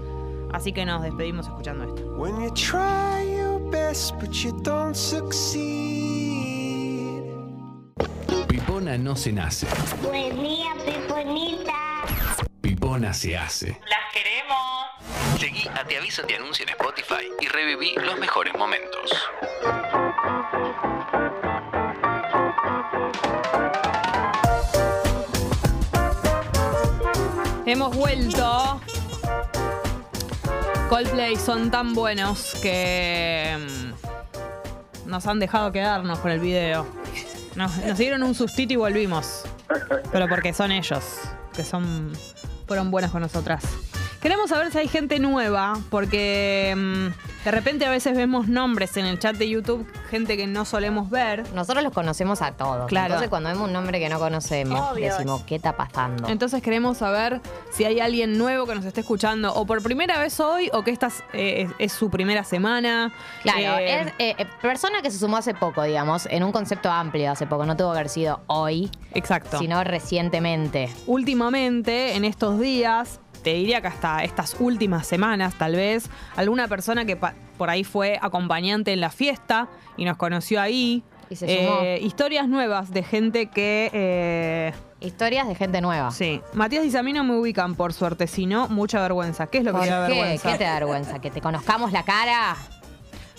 S3: Así que nos despedimos escuchando esto.
S13: When you try your best but you don't succeed.
S9: Pipón Pipona no se nace,
S7: Buen día, Piponita.
S9: Pipona se hace.
S7: Las queremos.
S9: Seguí a Te Aviso Te Anuncio en Spotify y reviví los mejores momentos.
S3: Hemos vuelto. Coldplay son tan buenos que mm, nos han dejado quedarnos por el video. Nos, nos dieron un sustito y volvimos. Pero porque son ellos, que son fueron buenos con nosotras. Queremos saber si hay gente nueva, porque mm, de repente a veces vemos nombres en el chat de YouTube, gente que no solemos ver.
S2: Nosotros los conocemos a todos.
S3: Claro.
S2: Entonces, cuando vemos un nombre que no conocemos,
S3: Obvio.
S2: decimos, ¿qué está pasando?
S3: Entonces queremos saber si hay alguien nuevo que nos esté escuchando o por primera vez hoy o que esta es, eh, es- es su primera semana.
S2: Claro,
S3: Eh,
S2: es eh, eh, persona que se sumó hace poco, digamos, en un concepto amplio, hace poco, no tuvo que haber sido hoy.
S3: Exacto.
S2: Sino recientemente.
S3: Últimamente, en estos días, te diría que hasta estas últimas semanas tal vez, alguna persona que pa- por ahí fue acompañante en la fiesta y nos conoció ahí. Eh,
S2: Y se sumó.
S3: historias nuevas de gente que... eh,
S2: Historias de gente nueva.
S3: Sí. Matías dice, a mí no me ubican, por suerte, sino mucha vergüenza. ¿Qué es lo que
S2: ¿Por
S3: te da
S2: qué?
S3: vergüenza?
S2: ¿Qué te da vergüenza? ¿Que te conozcamos la cara?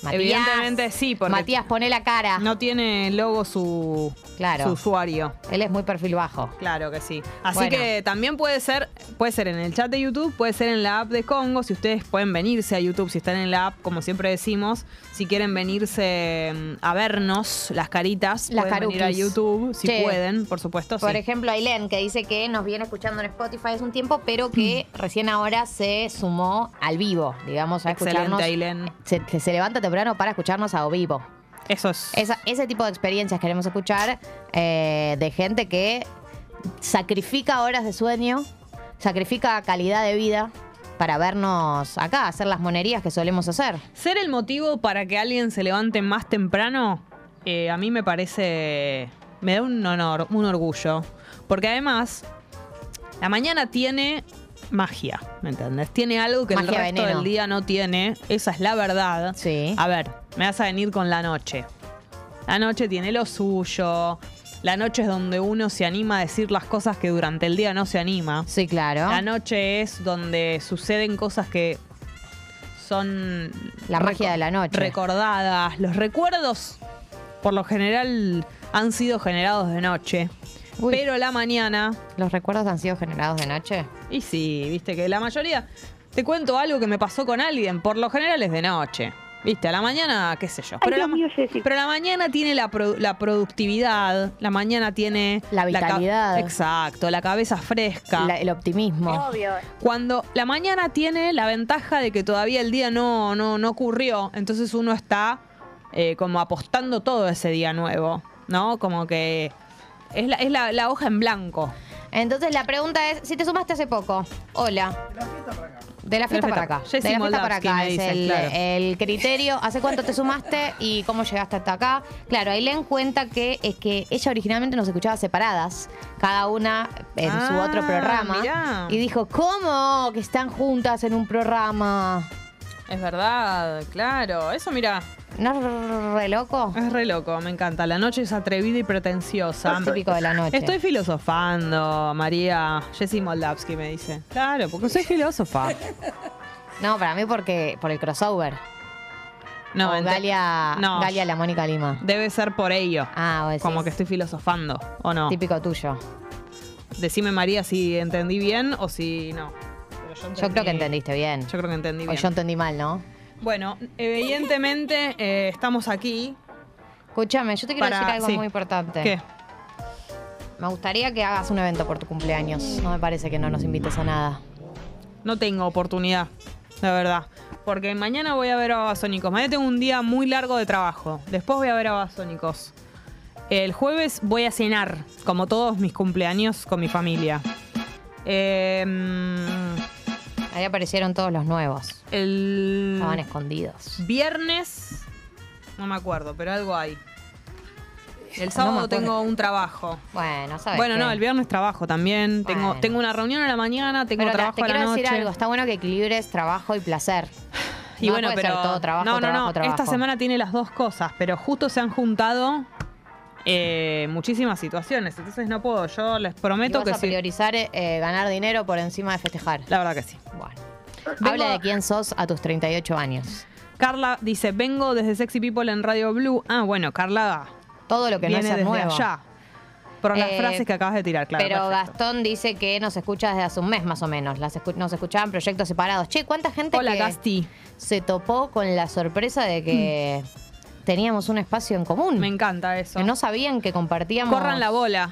S2: Matías.
S3: Evidentemente sí, porque
S2: Matías, pone la cara.
S3: No tiene logo su,
S2: Ah. Claro.
S3: su usuario.
S2: Él es muy perfil bajo.
S3: Claro que sí. Así
S2: Bueno.
S3: que también puede ser, puede ser en el chat de YouTube, puede ser en la app de Congo, si ustedes pueden venirse a YouTube, si están en la app, como siempre decimos, si quieren venirse mm, a vernos las caritas,
S2: Las
S3: pueden venir a
S2: caruquis.
S3: YouTube, si
S2: Che.
S3: pueden, por supuesto.
S2: Por
S3: sí.
S2: ejemplo, Ailén, que dice que nos viene escuchando en Spotify hace un tiempo, pero que
S3: Mm.
S2: recién ahora se sumó al vivo, digamos, a
S3: Excelente,
S2: escucharnos.
S3: Ailén.
S2: Se, que se levanta temprano para escucharnos a vivo.
S3: Eso es.
S2: Esa- ese tipo de experiencias queremos escuchar eh, de gente que sacrifica horas de sueño, sacrifica calidad de vida para vernos acá, hacer las monerías que solemos hacer.
S3: Ser el motivo para que alguien se levante más temprano, eh, a mí me parece. Me da un honor, un orgullo. Porque además, la mañana tiene magia, ¿me entiendes? Tiene algo que el
S2: Magia
S3: resto
S2: veneno.
S3: del día no tiene. Esa es la verdad.
S2: Sí.
S3: A ver, me vas a venir con la noche. La noche tiene lo suyo. La noche es donde uno se anima a decir las cosas que durante el día no se anima.
S2: Sí, claro.
S3: La noche es donde suceden cosas que son
S2: La magia de la noche.
S3: recordadas. Los recuerdos, por lo general, han sido generados de noche. Pero la mañana.
S2: ¿Los recuerdos han sido generados de noche?
S3: Y sí, viste que la mayoría. Te cuento algo que me pasó con alguien, por lo general es de noche. Viste, a la mañana, qué sé yo. Pero, la, ma- pero la mañana tiene la, pro- la productividad, la mañana tiene. La ca-
S2: vitalidad.
S3: exacto, la cabeza fresca.
S2: La- el optimismo.
S3: Obvio. Cuando la mañana tiene la ventaja de que todavía el día no, no, no ocurrió, entonces uno está eh, como apostando todo ese día nuevo, ¿no? Como que es la, es la, la hoja en blanco.
S2: Entonces la pregunta es, si te sumaste hace poco, hola. De la fiesta para acá.
S3: Jessy
S2: De la fiesta para
S3: Moldavsky
S2: acá
S3: me
S2: es
S3: dice,
S2: el,
S3: claro.
S2: el criterio. ¿Hace cuánto te sumaste y cómo llegaste hasta acá? Claro, Ailén cuenta que es que ella originalmente nos escuchaba separadas, cada una en su
S3: Ah,
S2: otro programa.
S3: mirá.
S2: Y dijo, ¿cómo que están juntas en un programa?
S3: Es verdad, claro. Eso, mira.
S2: ¿No es re loco?
S3: Es re loco, me encanta. La noche es atrevida y pretenciosa.
S2: Es típico de la noche.
S3: Estoy filosofando, María. Jessy Moldavsky me dice. Claro, porque soy filósofa.
S2: No, para mí porque por el crossover.
S3: *laughs* No,
S2: O
S3: ente-
S2: Galia,
S3: no.
S2: Galia la Mónica Lima.
S3: Debe ser por ello.
S2: Ah,
S3: Como que estoy filosofando, ¿o no?
S2: Típico tuyo.
S3: Decime, María, si entendí bien o si no. Pero
S2: Yo creo que entendiste bien.
S3: Yo creo que entendí
S2: O
S3: bien.
S2: yo entendí mal, ¿no?
S3: Bueno, evidentemente eh, estamos aquí.
S2: Escúchame, yo te quiero
S3: Para-
S2: decir algo
S3: sí.
S2: muy importante.
S3: ¿Qué?
S2: Me gustaría que hagas un evento por tu cumpleaños. No me parece que no nos invites a nada.
S3: No tengo oportunidad, la verdad. Porque mañana voy a ver a Babasónicos. Mañana tengo un día muy largo de trabajo. Después voy a ver a Babasónicos. El jueves voy a cenar, como todos mis cumpleaños, con mi familia. Em,
S2: Ahí aparecieron todos los nuevos.
S3: El...
S2: Estaban escondidos.
S3: Viernes, no me acuerdo, pero algo hay.
S2: No
S3: El sábado
S2: me acuerdo.
S3: tengo un trabajo.
S2: Bueno, ¿sabes
S3: Bueno,
S2: qué?
S3: no, el viernes trabajo también.
S2: Bueno.
S3: Tengo, tengo una reunión a la mañana, tengo
S2: Pero ta-
S3: trabajo
S2: te
S3: a la
S2: quiero
S3: noche.
S2: decir algo. Está bueno que equilibres trabajo y placer.
S3: Y
S2: No
S3: bueno,
S2: puede
S3: pero
S2: ser todo trabajo,
S3: no, no,
S2: trabajo,
S3: no.
S2: trabajo.
S3: Esta semana tiene las dos cosas, pero justo se han juntado eh, muchísimas situaciones. Entonces no puedo, yo les
S2: Y
S3: prometo
S2: vas
S3: que
S2: a
S3: sí.
S2: priorizar eh, eh, ganar dinero por encima de festejar.
S3: La verdad que sí.
S2: Bueno. Habla de quién sos a tus 38 años.
S3: Carla dice, vengo desde Sexy People en Radio Blue. Ah, bueno, Carla.
S2: Todo lo que no
S3: viene
S2: sea
S3: desde
S2: nuevo.
S3: allá. Por las
S2: Eh,
S3: frases que acabas de tirar, claro.
S2: pero
S3: perfecto.
S2: Gastón dice que nos escucha desde hace un mes más o menos. Las escu- nos escuchaban proyectos separados. Che, ¿cuánta gente
S3: Hola,
S2: que
S3: Gasti.
S2: se topó con la sorpresa de que teníamos un espacio en común? Me
S3: encanta eso.
S2: Que no sabían que compartíamos.
S3: Corran la bola.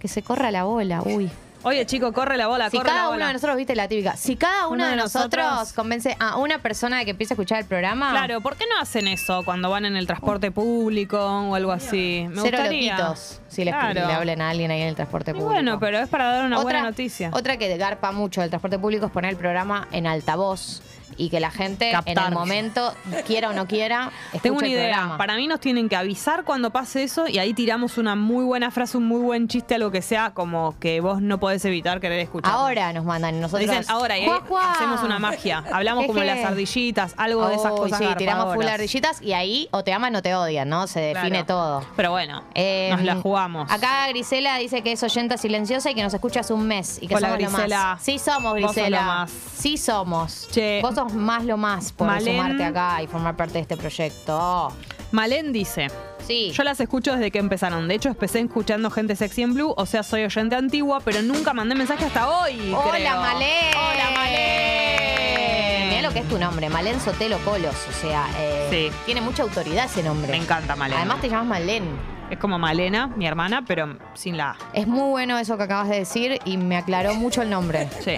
S2: Que se corra la bola, uy.
S3: Oye, chico, corre la bola,
S2: si
S3: corre la
S2: cada uno
S3: bola.
S2: de nosotros, viste la típica, si cada uno,
S3: Uno
S2: de,
S3: de
S2: nosotros,
S3: nosotros-
S2: convence a una persona de que empiece a escuchar el programa,
S3: Claro, ¿por qué no hacen eso cuando van en el transporte público o algo así? Me
S2: cero
S3: gustaría.
S2: loquitos, si les-
S3: Claro.
S2: le hablen a alguien ahí en el transporte
S3: Y
S2: público.
S3: bueno, pero es para dar una buena
S2: Otra-
S3: noticia.
S2: Otra que garpa mucho del transporte público es poner el programa en altavoz y que la gente en
S3: Captar.
S2: el momento, quiera o no quiera, escuche
S3: Tengo una
S2: el
S3: idea.
S2: programa.
S3: Para mí nos tienen que avisar cuando pase eso y ahí tiramos una muy buena frase, un muy buen chiste, algo que sea como que vos no podés evitar querer escuchar.
S2: Ahora nos mandan y nosotros.
S3: Dicen ahora y ahí
S2: ¡Juá, juá!
S3: hacemos una magia. Hablamos como
S2: Jeje.
S3: las ardillitas, algo de esas
S2: Uy,
S3: cosas.
S2: Sí, tiramos full
S3: garpadoras.
S2: ardillitas y ahí o te aman o te odian, ¿no? Se define
S3: Claro.
S2: todo. Em,
S3: Pero bueno, nos la jugamos.
S2: Acá Grisela dice que es oyenta silenciosa y que nos escucha hace un mes. Y que
S3: Hola,
S2: somos lo más.
S3: Grisela.
S2: Sí somos,
S3: Vos sos
S2: Grisela.
S3: lo más.
S2: Sí somos.
S3: Che.
S2: Vos sos más lo más por
S3: Malén.
S2: sumarte acá y formar parte de este proyecto.
S3: Malén dice.
S2: Sí.
S3: Yo las escucho desde que empezaron. De hecho, empecé escuchando gente sexy en blue, o sea, soy oyente antigua, pero nunca mandé mensaje hasta hoy.
S2: Hola,
S3: creo.
S2: Malén.
S3: Hola, Malén.
S2: Mirá lo que es tu nombre, Malén Sotelo Colos. O sea, eh,
S3: Sí.
S2: tiene mucha autoridad ese nombre.
S3: Me encanta Malena.
S2: Además te llamas Malén.
S3: Es como Malena, mi hermana, pero sin la A.
S2: Es muy bueno eso que acabas de decir y me aclaró mucho el nombre.
S3: Sí.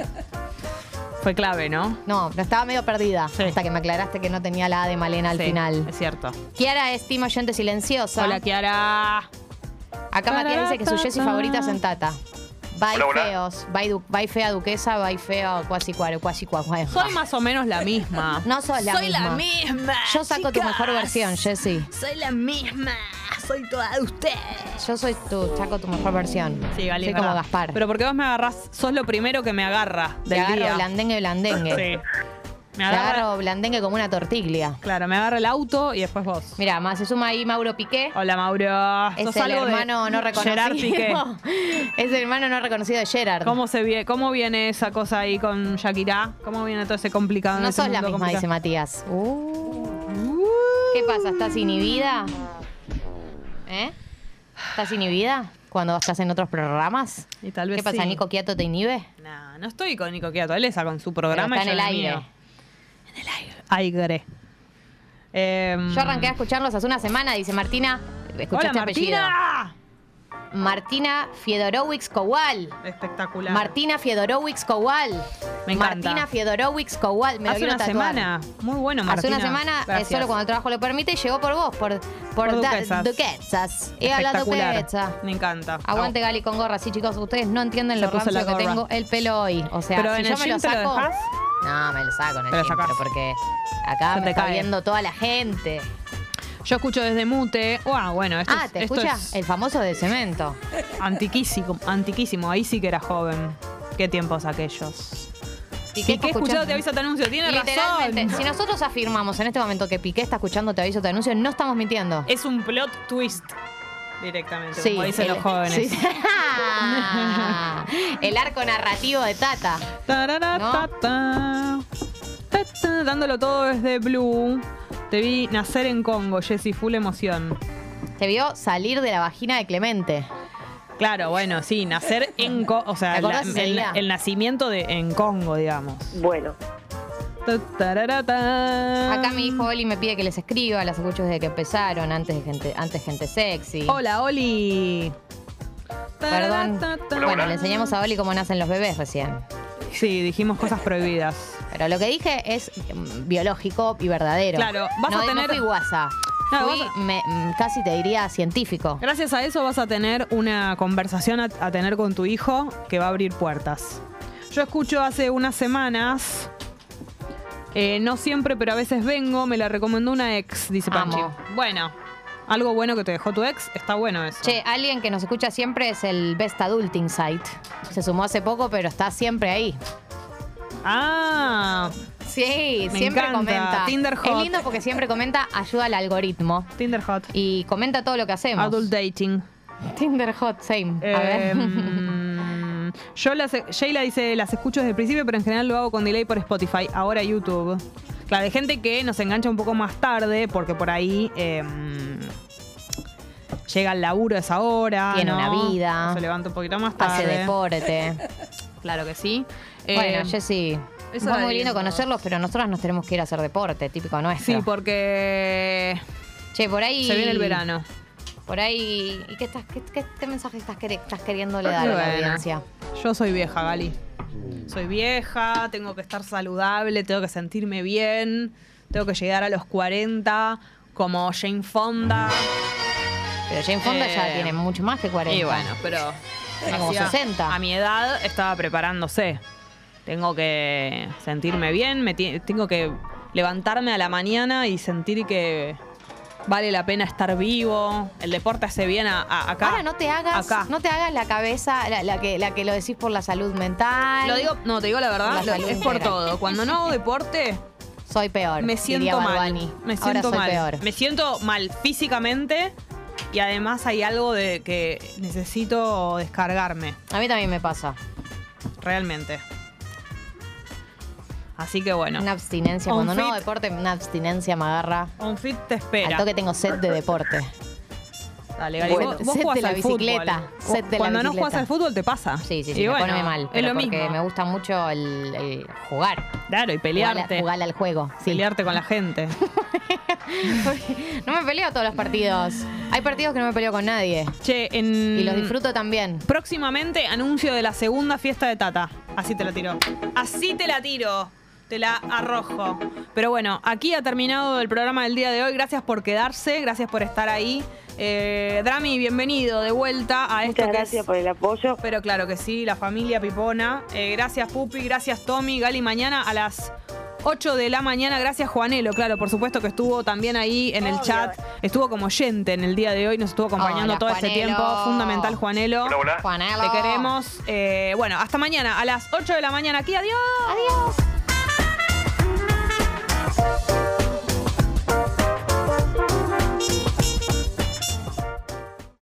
S3: Fue clave, ¿no?
S2: No, pero estaba medio perdida hasta que me aclaraste que no tenía la A de Malena al
S3: Sí,
S2: final.
S3: Es cierto.
S2: Kiara es Team Oyente Silenciosa.
S3: Hola, Kiara.
S2: Acá Matías dice que su Jessie
S3: Tararata.
S2: favorita es en Tata. Bye
S3: Hola, hola.
S2: feos, bye, du- bye fea duquesa, bye feo cuasi cuaro, cuasi cuaro.
S3: Soy más o menos la misma.
S2: No sos la
S3: Soy
S2: misma.
S3: la misma.
S2: Yo saco tu mejor versión, Jessie.
S3: Soy la misma. Soy toda de usted.
S2: Yo soy tu, saco tu mejor versión.
S3: Sí, Gali,
S2: Soy
S3: es
S2: como
S3: verdad.
S2: Gaspar.
S3: Pero porque vos me agarrás, sos lo primero que me agarra
S2: Te
S3: del
S2: agarro
S3: día.
S2: blandengue, blandengue.
S3: Sí. Me
S2: Te
S3: agarra-
S2: agarro blandengue como una tortiglia.
S3: Claro, me agarra el auto y después vos.
S2: Mira, más se suma ahí Mauro Piqué.
S3: Hola, Mauro.
S2: Es
S3: Sos
S2: el
S3: algo de
S2: hermano no
S3: Gerard Piqué.
S2: reconocido. *laughs* es el hermano no reconocido de Gerard.
S3: ¿Cómo, se vie- ¿Cómo viene esa cosa ahí con Shakira? ¿Cómo viene todo ese complicado?
S2: No
S3: ese
S2: sos la
S3: mundo
S2: misma,
S3: complicado? Uh,
S2: dice Matías. ¿Qué pasa? ¿Estás inhibida? ¿Eh? ¿Estás inhibida cuando estás en otros programas?
S3: Y tal vez
S2: ¿Qué pasa,
S3: sí.
S2: Nico Quiato te inhibe?
S3: No, no estoy con Nico Quiato, él está con su programa.
S2: Pero está
S3: y
S2: en
S3: yo
S2: el aire.
S3: mío. Aigre. Em,
S2: Yo arranqué a escucharlos hace una semana, dice Martina. Escuchaste
S3: ¡Hola, Martina!
S2: apellido. Martina Fiedorowicz Kowal.
S3: Espectacular.
S2: Martina Fiedorowicz Kowal.
S3: Me encanta.
S2: Martina Fiedorowicz Kowal. Me lo
S3: Hace
S2: quiero
S3: una
S2: tatuar.
S3: semana. Muy bueno, Martina.
S2: Hace una semana, eh,
S3: Gracias.
S2: solo cuando el trabajo lo permite, llegó por vos, por, por,
S3: Por
S2: da-
S3: duquesas.
S2: duquesas. Y a la
S3: Espectacular.
S2: duquesa.
S3: Me encanta.
S2: Aguante Gali con gorra, sí chicos, ustedes no entienden
S3: Se
S2: lo
S3: puso
S2: rancio
S3: la
S2: que
S3: gorra.
S2: tengo el pelo hoy. O sea,
S3: Pero
S2: si
S3: en
S2: yo
S3: el
S2: me lo
S3: gym te lo
S2: saco.
S3: dejás.
S2: no, me lo saco en el
S3: Te lo
S2: gym,
S3: sacás.
S2: pero porque acá
S3: Se
S2: me
S3: te
S2: está
S3: cae.
S2: viendo toda la gente.
S3: Yo escucho desde mute. Ah, bueno, esto
S2: ah,
S3: es-
S2: ¿te
S3: esto
S2: escucha?
S3: es-
S2: El famoso de cemento.
S3: Antiquísimo, antiquísimo. Ahí sí que era joven. Qué tiempos aquellos.
S2: Piqué
S3: Piqué
S2: está
S3: escuchado
S2: escuchando-
S3: te avisa te anuncio. Tiene
S2: Literalmente,
S3: razón.
S2: si nosotros afirmamos en este momento que Piqué está escuchando Te aviso, te anuncio, no estamos mintiendo.
S3: Es un plot twist directamente,
S2: Sí,
S3: como dicen
S2: el-
S3: los jóvenes.
S2: sí. *laughs* el arco narrativo de Tata.
S3: Tarara, ta, ta. Ta, ta. Dándolo todo desde Blue. Te vi nacer en Congo, Jessy, full emoción.
S2: Te vio salir de la vagina de Clemente.
S3: Claro, bueno, sí, nacer en Congo, o sea,
S2: ¿Te
S3: la-
S2: acordás ese
S3: el,
S2: día?
S3: el nacimiento de en Congo, digamos.
S2: Bueno.
S3: Ta, tarara, ta.
S2: Acá mi hijo Oli me pide que les escriba, las escucho desde que empezaron, antes de gente, antes gente sexy.
S3: Hola, Oli.
S2: Perdón.
S3: Hola,
S2: Bueno,
S3: hola.
S2: le enseñamos a Oli cómo nacen los bebés recién.
S3: Sí, dijimos cosas prohibidas.
S2: Pero lo que dije es mm, biológico y verdadero.
S3: Claro, vas
S2: No,
S3: a
S2: No
S3: tener-
S2: fui guasa.
S3: No,
S2: Fui,
S3: vas a-
S2: me- mm, casi te diría científico.
S3: Gracias a eso vas a tener una conversación a, a tener con tu hijo que va a abrir puertas. Yo escucho hace unas semanas, eh, no siempre, pero a veces vengo, me la recomendó una ex, dice Panchi.
S2: Amo.
S3: Bueno, algo bueno que te dejó tu ex, está bueno eso.
S2: Che, alguien que nos escucha siempre es el Best Adulting Site. Se sumó hace poco, pero está siempre ahí.
S3: Ah,
S2: Sí,
S3: Me
S2: siempre
S3: encanta.
S2: comenta.
S3: Tinder
S2: Es
S3: hot.
S2: lindo porque siempre comenta, ayuda al algoritmo.
S3: Tinder hot.
S2: Y comenta todo lo que hacemos.
S3: Adult dating.
S2: Tinder hot, same. A ver.
S3: Em, yo las, Sheila dice, las escucho desde el principio, pero en general lo hago con delay por Spotify, ahora YouTube. Claro, de gente que nos engancha un poco más tarde, porque por ahí em, llega el laburo a esa hora.
S2: Tiene
S3: ¿no?
S2: una vida.
S3: Se levanta un poquito más
S2: *laughs*
S3: tarde.
S2: Hace deporte.
S3: Claro que sí. Eh,
S2: Bueno, Jessy.
S3: eso
S2: Fue
S3: era
S2: muy lindo
S3: lindo.
S2: conocerlos, pero nosotras nos tenemos que ir a hacer deporte, típico
S3: Sí,
S2: nuestro.
S3: porque
S2: Che, por ahí.
S3: se viene el verano.
S2: Por ahí. ¿Y qué, estás, qué, qué- qué mensaje estás, queri- estás queriéndole dar a la
S3: Ah, Bueno,
S2: audiencia?
S3: Yo soy vieja, Gali. Soy vieja, tengo que estar saludable, tengo que sentirme bien, tengo que llegar a los 40 como Jane Fonda.
S2: Pero Jane Fonda ya
S3: Eh,
S2: tiene mucho más que 40.
S3: Y bueno, pero
S2: Tiene como
S3: hacía-
S2: 60.
S3: A mi edad estaba preparándose. Tengo que sentirme bien, me ti- tengo que levantarme a la mañana y sentir que vale la pena estar vivo. El deporte hace bien a, a- acá.
S2: Ahora no te hagas,
S3: Acá.
S2: no te hagas la cabeza, la, la que, la que lo decís por la salud mental.
S3: Lo digo, no, te digo la verdad,
S2: Por la
S3: lo-
S2: salud
S3: es por
S2: integral.
S3: todo. Cuando no hago deporte,
S2: soy peor.
S3: me
S2: diría
S3: siento
S2: Bad
S3: mal.
S2: Bunny.
S3: Me
S2: Ahora
S3: siento
S2: soy
S3: mal.
S2: peor.
S3: Me siento mal físicamente y además hay algo de que necesito descargarme,
S2: A mí también me pasa.
S3: realmente. Así que bueno.
S2: Una abstinencia.
S3: Un
S2: Cuando no hago
S3: fit.
S2: deporte, una abstinencia me agarra.
S3: Un fit te
S2: Al
S3: espera.
S2: toque tengo set de deporte.
S3: Dale, Gali,
S2: Bueno,
S3: vos, vos
S2: set
S3: jugás
S2: de la
S3: al fútbol.
S2: bicicleta,
S3: Vos-
S2: set de la
S3: Cuando no
S2: bicicleta.
S3: jugás al fútbol te pasa.
S2: Sí, sí, sí,
S3: Y
S2: me
S3: bueno,
S2: pone mal.
S3: Es
S2: pero
S3: lo
S2: porque
S3: mismo.
S2: me gusta mucho el, el jugar.
S3: Claro, y pelearte.
S2: Jugar, jugar al juego. sí.
S3: Pelearte con
S2: *laughs*
S3: la gente.
S2: No me peleo todos los partidos. Hay partidos que no me peleo con nadie.
S3: Che, en...
S2: Y los disfruto también.
S3: Próximamente anuncio de la segunda fiesta de Tata. Así te la tiro. Así te la tiro. Te la arrojo. Pero bueno, aquí ha terminado el programa del día de hoy. Gracias por quedarse, gracias por estar ahí. Eh, Drami, bienvenido de vuelta a esto.
S7: Muchas gracias por el apoyo.
S3: Pero claro que sí, la familia Pipona. Eh, gracias Pupi, gracias Tommy, Gali, mañana a las 8 de la mañana. Gracias Juanelo, claro, por supuesto que estuvo también ahí en el chat. Estuvo como oyente en el día de hoy, nos estuvo acompañando
S2: Hola,
S3: todo este
S2: Juanelo.
S3: tiempo. Fundamental Juanelo.
S2: Juanelo.
S3: Te queremos. Eh, bueno, hasta mañana a las 8 de la mañana aquí. Adiós.
S2: Adiós.